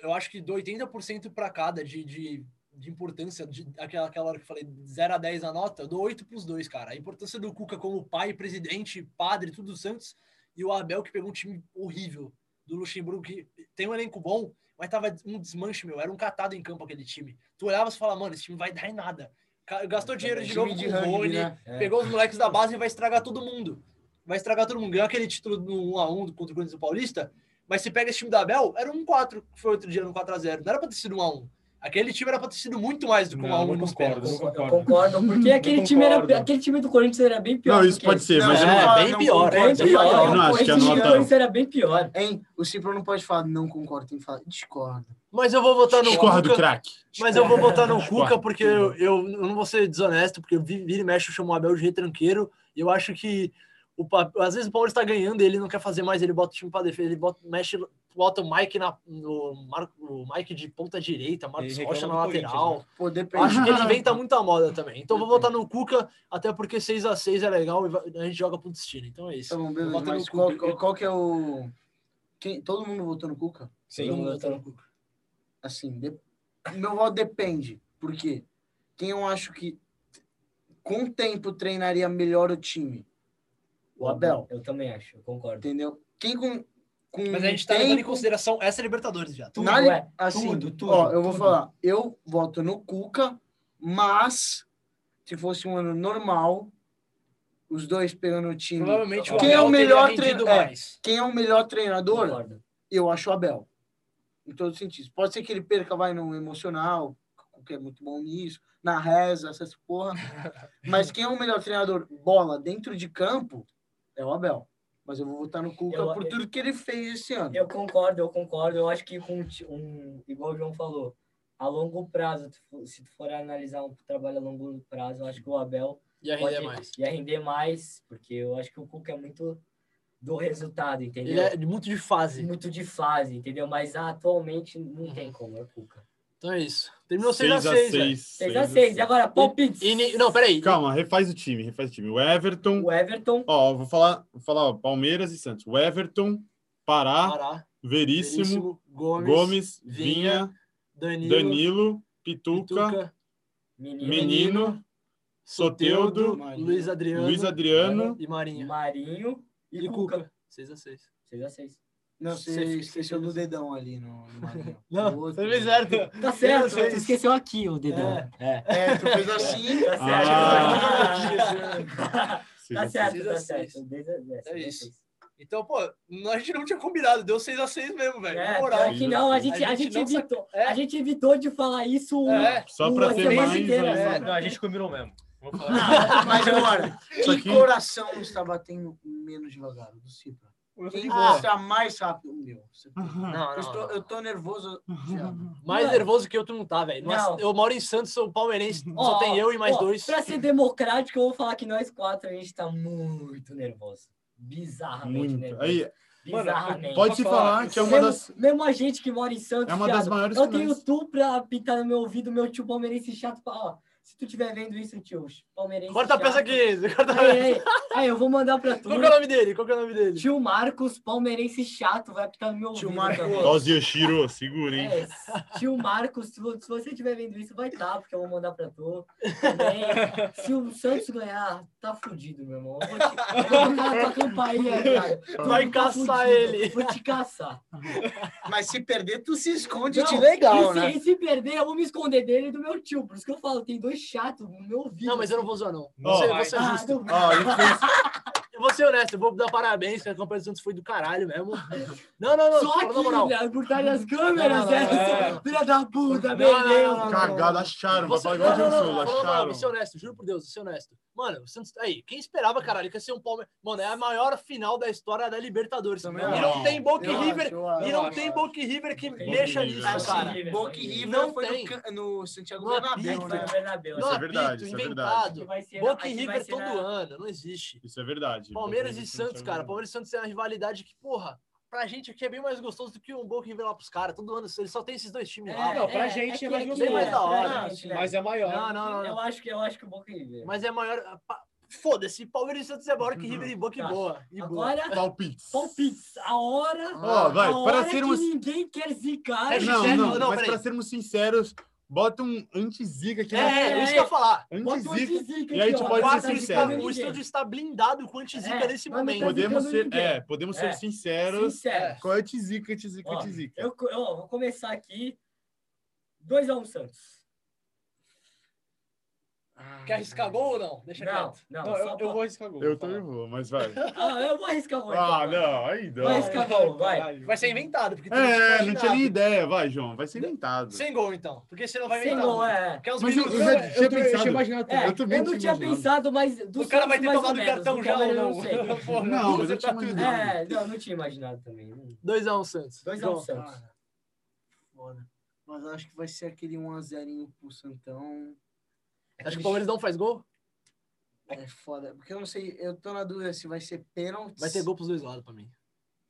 A: eu acho que do 80% pra cada de, de, de importância, de, aquela, aquela hora que eu falei 0 a 10 a nota, eu dou 8 pros dois, cara. A importância do Cuca como pai, presidente, padre, tudo do Santos, e o Abel que pegou um time horrível do Luxemburgo, que tem um elenco bom, mas tava um desmanche, meu. Era um catado em campo aquele time. Tu olhava e falava, mano, esse time vai dar em nada. Ca- Gastou dinheiro de novo com
E: Time de
A: o
E: rugby,
A: Rony,
E: né?
D: É.
A: Pegou os moleques da base e vai estragar todo mundo. Vai estragar todo mundo. Ganhou aquele título no 1x1 contra o um Corinthians do Paulista. Mas se pega esse time da Abel, era um 4, que foi outro dia no 4x0. Não era pra ter sido um 1x1. Aquele time era pra ter sido muito mais do que uma
B: Não,
A: um
B: não
A: nos
B: concordo,
A: pênaltis.
B: não
D: Eu
B: concordo.
D: concordo, porque aquele time,
B: concordo.
D: era, aquele time do Corinthians era bem pior.
C: Não,
D: do
C: isso
D: que
C: pode
D: esse.
C: ser,
E: Não,
C: mas eu
A: é,
C: não falo-
A: bem
C: não
A: pior,
C: concordo.
D: Bem
A: pode ser.
D: pior.
C: Eu não acho que a
D: Esse time do
C: nota-
D: Corinthians era bem pior.
E: Hein? O Cipro não pode falar não concordo, tem que falar discordo.
A: Mas eu vou votar no
C: Discordo,
A: Cuca.
C: craque.
A: Mas eu vou votar no
C: Discordo.
A: Cuca, porque eu, eu não vou ser desonesto, porque vi- vira e mexe, eu chamo o Abel de retranqueiro, e eu acho que o, pa- às vezes o Palmeiras tá ganhando e ele não quer fazer mais, ele bota o time pra defesa, ele bota, mexe, bota o Mike na no, Mar- o Mike de ponta direita, Marcos
B: Ele
A: Rocha na
B: reclama do
A: lateral.
E: Pô,
A: Eu
D: Ah,
E: depende.
A: Acho que ele inventa muita moda também. Então eu vou votar no Cuca, até porque 6x6 é legal e vai- a gente joga pro destino. Então é isso.
E: Tá bom, beleza,
A: Bota
E: mas
A: no
E: qual,
A: Cuca.
E: qual- qual que é o... Quem- todo mundo votou no Cuca?
A: Todo mundo
D: Sim.
A: vota no Cuca.
E: Assim, de- meu voto depende. Por quê? Quem eu acho que com o tempo treinaria melhor o time?
A: Uhum.
E: O Abel,
D: Eu também acho, eu concordo.
E: entendeu? Quem com, com
A: Mas a gente tá
E: tempo-
A: levando em consideração essa Libertadores já.
D: Tudo,
E: Na li-
D: é.
E: assim,
D: tudo, tudo,
E: ó, eu vou
D: tudo.
E: falar, eu voto no Cuca, mas se fosse um ano normal, os dois pegando o time,
A: Provavelmente
E: Quem é o
A: Abel teria
E: melhor
A: rendido
E: treinador? É.
A: mais.
E: quem é o melhor treinador?
D: Concordo.
E: eu acho o Abel. Em todos os sentidos. Pode ser que ele perca, vai no emocional, que é muito bom nisso, na reza, essas porra. Mas quem é o melhor treinador bola dentro de campo é o Abel. Mas eu vou votar no Cuca
D: Eu-
E: por tudo que ele fez esse ano.
D: Eu concordo, eu concordo. Eu acho que com ti- um, igual o João falou, a longo prazo, tu fo- se tu for analisar um trabalho a longo prazo, eu acho que o Abel
A: Ia
D: pode
A: render é mais.
D: ia render mais, porque eu acho que o Cuca é muito do resultado,
A: Ele
D: entendeu?
A: é muito de fase.
D: Muito de fase, entendeu? Mas atualmente não tem como, é o Cuca.
A: Então é isso. Terminou 6x6.
D: 6x6, e agora palpites.
A: Não, peraí.
C: Calma, refaz o time, refaz o time. O Everton.
D: O Everton,
C: Ó, vou falar, vou falar ó, Palmeiras e Santos. O Everton, Pará,
A: Pará,
C: Veríssimo,
A: Veríssimo, Gomes,
C: Gomes, Vinha,
A: Danilo,
C: Danilo, Pituca,
A: Pituca,
D: menino,
C: Menino,
A: Soteudo,
C: Soteudo,
E: Marinho,
A: Luiz Adriano,
C: Luiz Adriano.
A: e Marinho.
D: Marinho e,
A: E
D: Cuca.
A: Cuca. 6x6.
D: 6x6.
E: Não,
A: Você
E: você
A: fica-
E: esqueceu é do dedão ali no, no Marinho.
A: Não,
E: O outro.
A: você fez certo.
D: Tá certo,
A: Seis a
D: tu
A: seis.
D: esqueceu aqui o dedão. É.
E: É, tu fez assim.
D: Tá
A: Ah.
D: certo. Tá certo, tá certo.
A: É isso. Então, pô, não- a gente não tinha combinado. Deu 6x6 mesmo, velho. Na
D: É,
A: moral.
D: pior que não, a gente, a
A: gente
D: gente
A: não sabe-
D: evitou,
A: É.
D: a gente evitou de falar isso.
A: É.
C: Só
D: Uma
C: pra ter
D: semana
C: mais.
D: inteira,
C: né?
D: é.
B: Não, a gente combinou mesmo. Vou falar.
E: Mas agora,
C: Isso
E: que
C: aqui-
E: coração está batendo menos devagar? O do Cipra. Quem está mais rápido? O meu. Você tem.
A: Não,
E: Eu, estou, eu tô nervoso. Thiago.
A: Mais
D: Mano.
A: nervoso que eu, tu não tá, velho. Nossa,
D: Não.
A: Eu moro em Santos, sou palmeirense.
D: Ó,
A: só tem eu e mais
D: ó,
A: dois.
D: Pra ser democrático, eu vou falar que nós quatro a gente tá muito nervoso.
A: né,
D: Bizarramente
C: Muito.
D: nervoso.
C: Aí,
B: né?
D: Bizarramente.
C: pode se falar que é uma
D: mesmo,
C: das.
D: mesmo a gente que mora em Santos,
C: É uma das
D: Thiago,
C: maiores
D: Eu tenho
C: finanças.
D: tu pra pintar no meu ouvido, meu tio palmeirense chato. pra- Ó, se tu tiver vendo isso, tio, palmeirense
A: Corta a
D: chato.
A: peça aqui. Corta a peça.
D: Aí, aí, aí, eu vou mandar pra tu.
A: Qual que é o nome dele? Qual que é o nome dele?
D: Tio Marcos, palmeirense chato, vai apitar no meu
E: Tio
D: ouvido.
E: Marcos.
D: também.
C: Dose Yoshiro, segura, hein?
D: É, tio Marcos, se vo- se você estiver vendo isso, vai estar, porque eu vou mandar pra tu. Também. Se o Santos ganhar, tá fudido, meu irmão. Eu vou te eu vou jogar a tua campainha, cara. Tu
A: Vai
D: tá
A: caçar
D: fudido,
A: ele.
D: Vou te caçar.
E: Mas se perder, tu se esconde
D: Não, é
E: de legal,
D: e, se,
E: né?
D: e se perder, eu vou me esconder dele e do meu tio. Por isso que eu falo, tem dois chatos no meu ouvido.
A: Não, mas eu não vou zoar, não.
B: Não
A: Você,
B: vai.
A: você é
D: Ah,
A: justo.
D: não-
C: Ó, a gente fez-
A: Eu vou ser honesto, eu vou dar parabéns, que a campanha do Santos foi do caralho mesmo. Não, não, não,
D: Só
A: fala na moral.
D: aqui, né, por trás das câmeras,
A: Não, não,
D: né?
B: não, não.
D: Filha da puta,
A: Não,
D: meu
A: não,
D: Deus.
A: não, não.
C: Cagada, acharam. Vai
A: Você...
C: falar
A: Não,
C: igual
A: não,
C: o João
A: não,
C: Silva,
A: não, não, não, vou ser
C: acharam.
A: honesto, juro por Deus, vou ser honesto. Mano, o Santos. Aí, quem esperava, caralho, que ia ser um Palmeiras. Mano, é a maior final da história da Libertadores. E
E: Também
A: não
C: acho.
A: tem Boca e
E: Eu
A: River.
E: acho, eu acho,
A: E
E: eu
A: não
E: acho.
A: tem Boca e River que
D: Boca
C: e
A: mexa
C: River,
A: nisso,
C: não.
A: cara.
D: River,
E: Boca e
D: River.
E: River
A: Não
E: foi
A: tem.
E: no, can- no Santiago
A: Não
D: É,
E: Bernabéu,
D: foi
E: né?
D: no Bernabéu.
A: Não
C: é verdade,
A: apito,
C: isso é
D: Acho que
A: inventado.
D: vai ser- acho
A: Boca
D: que
A: e
D: vai
A: River
D: ser
A: todo
D: na-
A: ano, não existe.
C: Isso é verdade.
A: Palmeiras e
C: Isso
A: Santos,
C: é
A: cara.
C: verdade.
A: Palmeiras e Santos é uma rivalidade que, porra, pra gente aqui é bem mais gostoso do que um Boca e River lá pros caras. Todo ano eles só tem esses dois times lá.
B: não, pra
D: é,
B: gente
D: é
B: é
D: que
B: mais
D: aqui
B: gostoso.
D: é
A: Bem mais da hora.
D: pra gente, né?
B: Mas é maior.
A: Não, não, não, não.
D: Eu acho que eu acho que o Boca e River.
A: Mas é maior. pa- Foda-se, Palmeiras e Santos é maior que River e Boca e
D: Tá.
A: boa. E boa.
D: Agora,
C: Palpites.
D: palpites. A hora,
A: Ah,
C: Ó, vai,
D: a hora
C: para sermos.
D: que ninguém quer zicar.
A: É,
C: Não,
A: Sério?
C: não,
A: Não,
C: mas
A: peraí.
C: pra sermos sinceros, bota um anti-zica aqui
A: É,
C: na
A: é,
D: É,
A: isso que eu ia falar.
D: Bota um
C: Anti-zica.
D: antizica
C: E aí
D: aqui,
C: tu pode ser
D: ó. Bota
A: Quatro
C: sincero.
D: antizica
A: está,
D: pra
A: o
D: ninguém.
A: estúdio está blindado com antizica
D: É,
A: nesse
D: mas não
A: momento.
D: tá
C: Podemos
D: zicando
C: ser,
D: ninguém.
C: é, podemos ser
D: É.
C: sinceros.
D: Sincero.
C: Com anti-zica, anti-zica,
D: Ó,
C: anti-zica.
D: Eu, co- ó, vou um, começar aqui. 2x1 Santos.
E: Ah,
A: Quer arriscar gol ou não? Deixa
D: Não,
A: quieto.
D: não,
B: Não,
D: só
B: eu,
D: pra-
B: eu vou arriscar gol.
C: Eu
B: vou
C: também
B: falar.
C: vou, mas vai.
D: Ah, eu vou arriscar o então.
C: Ah, não, aí não.
D: Vai,
C: É,
D: Arrisca gol, vai.
B: Caralho.
A: Vai ser inventado. Porque tem gente que
C: É, não
A: pode
C: tinha
A: nada.
C: nem ideia, vai, João, vai ser inventado.
A: Sem gol, então. Porque senão vai
D: Sem
A: inventar.
D: gol, é.
A: Porque é uns
C: Mas eu-
A: minutos-
C: eu já-
B: Eu, eu,
C: tinha
B: eu
C: pensado.
B: tinha imaginado
D: É,
C: Eu
D: eu,
C: também
D: não
C: tinha
D: tinha
C: imaginado.
D: pensado, mas. do
A: o cara
D: Santos
A: vai ter
D: mais ou
A: tomado o
D: menos,
A: cartão
D: do
A: já ou
D: Palmeiras eu
A: não?
D: sei.
A: Porra,
C: Não, mas eu
A: você
C: tinha
A: tá tudo.
C: imaginado.
D: É, não, eu não tinha imaginado também.
A: 2x1 Santos.
D: 2x1
A: João.
D: Santos.
E: Foda. Mas eu acho que vai ser aquele 1x0 pro Santão.
A: Acho que o Palmeiras não faz gol.
E: É foda. Porque eu não sei, eu tô na dúvida se vai ser pênalti.
A: Vai ter gol pros dois lados pra mim.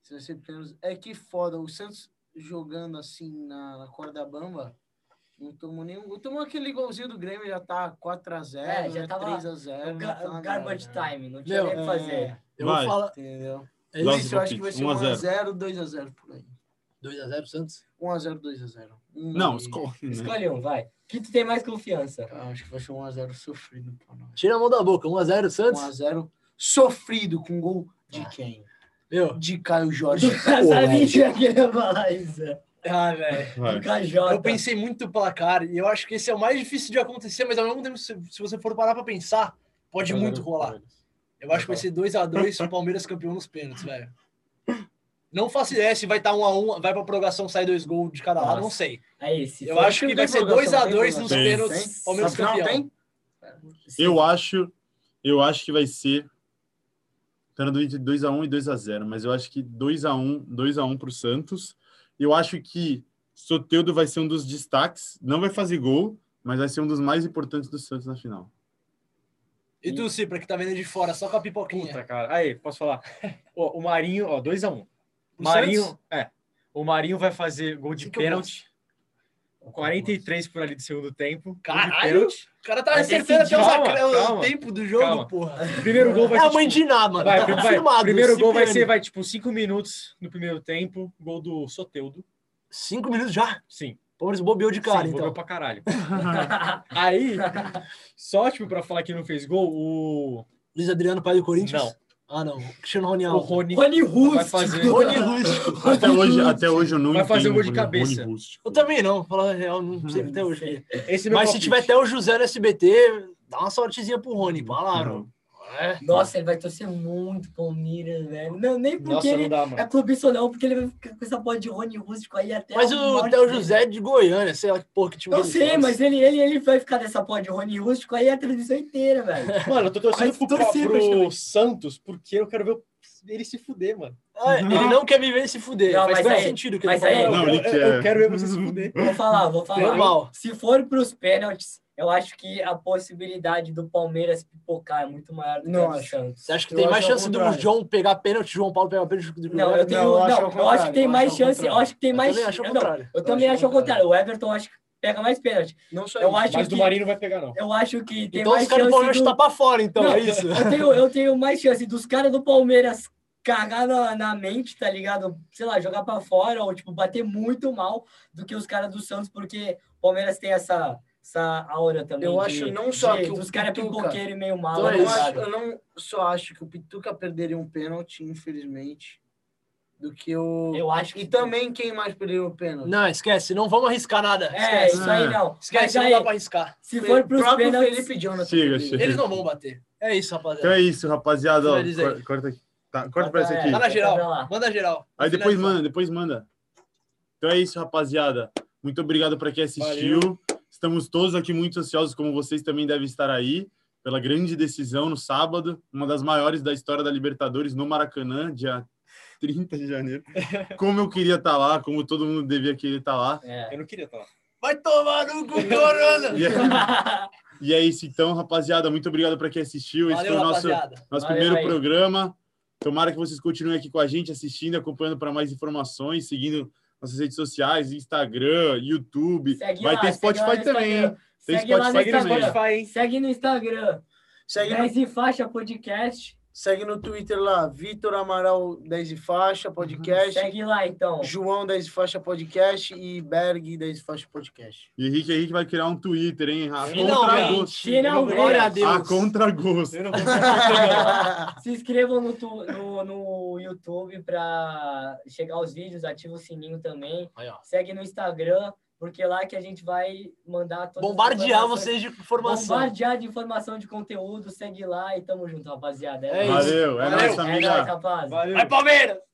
E: Se vai ser pênalti. É que foda. O Santos jogando assim na, na corda bamba. Não tomou nenhum. gol. Tomou aquele golzinho do Grêmio, já tá 4x0,
D: É, já
E: né,
D: tava-
E: 3x0. já tá na
D: Ga- Garbage
E: merda, né?
D: time, não tinha
A: Meu, é.
D: nem o que fazer.
A: Eu
C: Vai.
A: vou falar. É
E: Entendeu?
C: Lá-
E: Por
C: Nossa,
E: isso eu acho que vai ser
C: palpite, 1 a
E: 1x0, 2x0 por aí.
A: 2x0 Santos.
E: 1x0, 2x0.
C: Não, escolhe, né?
D: Escolhe um, vai. Que tu tem mais confiança.
E: Eu acho que vai ser 1x0 sofrido pra nós.
A: Tira a mão da boca. 1x0 Santos.
E: 1x0 sofrido com gol de quem?
A: Meu.
E: De Caio Jorge.
D: Do Casarinho que é? ele ia falar isso.
A: Ah, velho.
C: Vai.
D: Do Cajota.
A: Eu pensei muito no placar e eu acho que esse é o mais difícil de acontecer, mas ao mesmo tempo, se, se você for parar pra pensar, pode muito rolar. Eu acho que vai ser 2x2 o Palmeiras campeão nos pênaltis, velho. Não faço ideia se vai estar 1x1, vai pra prorrogação, sai dois gols de cada lado, não sei.
D: Aí, se
A: Eu
D: for-
A: acho que
D: não
A: vai
D: É tem
A: ser
D: prorrogação,
A: 2x2
D: não
A: nos
D: tem
C: Tem.
A: pênaltis, Palmeiras
E: Afinal,
A: campeão.
E: tem?
D: prorrogação.
C: Eu acho, eu acho que vai ser Fernando entre 2x1 e 2x0, mas eu acho que 2x1, 2x1 pro Santos. Eu acho que Soteudo vai ser um dos destaques, não vai fazer gol, mas vai ser um dos mais importantes do Santos na final.
A: E tu, Cipra, que tá vendo de fora, só com a pipoquinha.
B: Puta, cara. Aí, posso falar? Ó, o Marinho, ó, 2x1.
A: né? O
B: Marinho,
A: Santos?
B: é. O Marinho vai fazer gol de
A: Cinco
B: pênalti. 43 por ali do segundo tempo. gol de
A: Caralho!
B: pênalti.
A: O cara tá
B: Vai
A: acertando até
B: decidir.
A: os
B: Calma,
A: acréscimos, o
B: calma.
A: tempo do jogo,
B: Calma.
A: porra.
B: Primeiro gol vai
A: é
B: ser. tipo,
A: a mãe de Iná, mano.
B: Vai,
A: tá
B: vai.
A: confirmado.
B: Primeiro gol vai
A: Cipriani.
B: ser, vai, tipo, 5 minutos no primeiro tempo. Gol do Soteudo.
A: Cinco minutos já?
B: Sim.
A: O Palmeiras bobeou de cara,
B: sim,
A: então.
B: Gol pra caralho. Aí, só, tipo, pra falar que não fez gol, o.
A: Luiz Adriano, pai do Corinthians?
B: Não.
A: Ah, não. Cristiano Ronaldo.
B: O Rony.
D: Rony
B: Vai
D: Russo. tipo,
B: fazer.
A: Rony
C: Até hoje, até hoje eu não
B: Vai fazer
C: entendo
B: um gol de
C: o
B: cabeça.
C: Rony Rústico.
A: Eu também não, falar a real, não sei até hoje.
B: Esse é meu
A: Mas se
B: palpite.
A: tiver até o José no SBT, dá uma sortezinha pro Rony, pá lá, mano.
C: Não.
A: É.
D: Nossa, ele vai torcer muito Palmeiras, velho. Não, nem porque
B: Nossa, não
D: ele
B: dá, mano.
D: é clubista ou não, porque ele vai ficar com essa porra de Rony Rústico aí até.
A: Mas
D: a
A: o
D: morte
A: Theo
D: dele.
A: José é de Goiânia, sei lá que porra que time
D: Eu
A: que ele
D: sei,
A: torce.
D: mas ele, ele, ele vai ficar nessa porra de Rony Rústico aí a transmissão inteira, velho.
A: É,
B: Mano, eu tô torcendo
D: Mas
B: pro,
D: torcer
B: pro
D: praticamente.
B: Santos porque eu quero ver o- ele se fuder, mano.
A: Ah, Ele não quer me ver se fuder.
D: Não,
A: Faz
D: mas
A: todo
D: aí-
A: sentido que
D: mas
A: ele
D: aí-
B: Eu-
A: falou.
C: Não,
B: eu,
C: ele
B: eu- eu
C: quer.
B: quero ver você se fuder.
D: Vou falar, vou falar.
A: Normal.
D: Se for pros pênaltis, eu acho que a possibilidade do Palmeiras pipocar é muito maior do que a
E: Não
D: do
E: acho.
D: Santos.
A: Você acha que
E: Eu
A: tem
E: acho
A: mais
E: ao
A: chance do
E: contrário.
A: João pegar pênalti, João Paulo pegar pênalti do
D: Não, eu
A: Goiânia?
D: tenho.
E: Não, eu
D: Não,
E: acho ao
D: eu acho que
E: contrário,
D: tem
E: eu
D: mais
E: acho ao
D: chance. Eu acho que tem
A: Eu
D: mais.
A: também acho o
D: eu não,
A: contrário.
D: Eu também acho ao contrário. O Everton acho que pega mais pênalti.
E: Não só
D: Eu
E: isso.
D: acho
B: Mas
D: que.
B: do Marinho não vai pegar, não.
D: Eu acho que tem
A: Então
D: mais
A: os caras do Palmeiras
D: chance.
A: tá
D: do-
A: pra fora, então,
D: Não,
A: é isso?
D: Eu tenho, eu tenho mais chance dos caras do Palmeiras cagar na, na mente, tá ligado? Sei lá, jogar pra fora ou, tipo, bater muito mal do que os caras do Santos, porque o Palmeiras tem essa, essa aura também.
E: Eu
D: de-
E: acho não só
D: de-
E: que o
D: Dos caras
E: Pituca-
D: é pipoqueiro e meio mal,
A: Então
E: Eu
A: é
E: não
A: isso.
E: acho- eu não só acho que o Pituca perderia um pênalti, infelizmente, do que o.
D: Eu acho que
E: E também quem mais perderia um pênalti?
A: Não, esquece, não vamos arriscar nada.
D: É,
A: Esquece.
D: isso aí não. Mas
A: Esquece, não
D: aí,
A: dá pra arriscar.
D: se
E: Fe-
D: for pros
E: próprio
D: pênaltis,
E: Felipe Jonathan.
C: Chega,
E: perderia.
C: chega.
A: Eles não vão bater. É isso,
C: Então
A: rapaziada.
C: é isso, rapaziada. ó,
A: Finaliza aí.
C: cor- corta aqui. Tá, corta pra esse
D: Corta,
C: aqui.
D: é.
A: Tá na
D: Vai lá.
A: geral. Manda geral.
C: Aí depois
A: Finalizar.
C: manda, depois manda. Então é isso, rapaziada. Muito obrigado para quem assistiu. Estamos todos aqui muito ansiosos, como vocês também devem estar aí, pela grande decisão no sábado, uma das maiores da história da Libertadores no Maracanã, dia 30 de janeiro. Como eu queria estar lá, como todo mundo devia querer estar lá.
D: É.
B: Eu não queria estar lá.
A: Vai tomar no cu, Corona!
C: E é, e é isso então, rapaziada. Muito obrigado para quem assistiu. Esse
A: Valeu,
C: foi o nosso,
A: rapaziada.
C: nosso
D: Valeu
C: primeiro
D: aí.
C: programa. Tomara que vocês continuem aqui com a gente, assistindo, acompanhando para mais informações, seguindo nossas redes sociais, Instagram, YouTube.
D: Segue
C: Vai
D: lá,
C: ter
D: segue lá
C: Spotify
D: no
C: também,
D: Instagram.
C: hein? Tem
D: Segue lá no
C: Spotify
B: Segue no
C: também.
D: Instagram.
B: Spotify, hein?
D: Segue no Instagram.
E: Segue no
D: 10 e faixa podcast.
E: Segue no Twitter lá, Vitor Amaral 10 e Faixa Podcast,
D: Segue lá, então.
E: João 10 e Faixa Podcast e Berg 10 e Faixa Podcast.
C: E Henrique Henrique vai criar um Twitter, hein? A contra
A: Finalmente.
C: gosto.
D: Finalmente.
A: Glória a Deus.
C: A contra gosto.
B: Eu não vou
D: Se inscrevam no, tu- no, no YouTube para chegar os vídeos, ativa o sininho também.
A: Aí, ó.
D: Segue no Instagram, porque é lá que a gente vai mandar todas as
A: Bombardear
D: informações-
A: vocês de informação.
D: Bombardear de informação, de conteúdo, segue lá e tamo junto, rapaziada.
A: É
D: nóis.
A: isso.
C: Valeu, é
A: Valeu.
C: nóis,
D: É nóis,
C: família.
D: rapaz.
B: Valeu.
A: Vai, Palmeiras!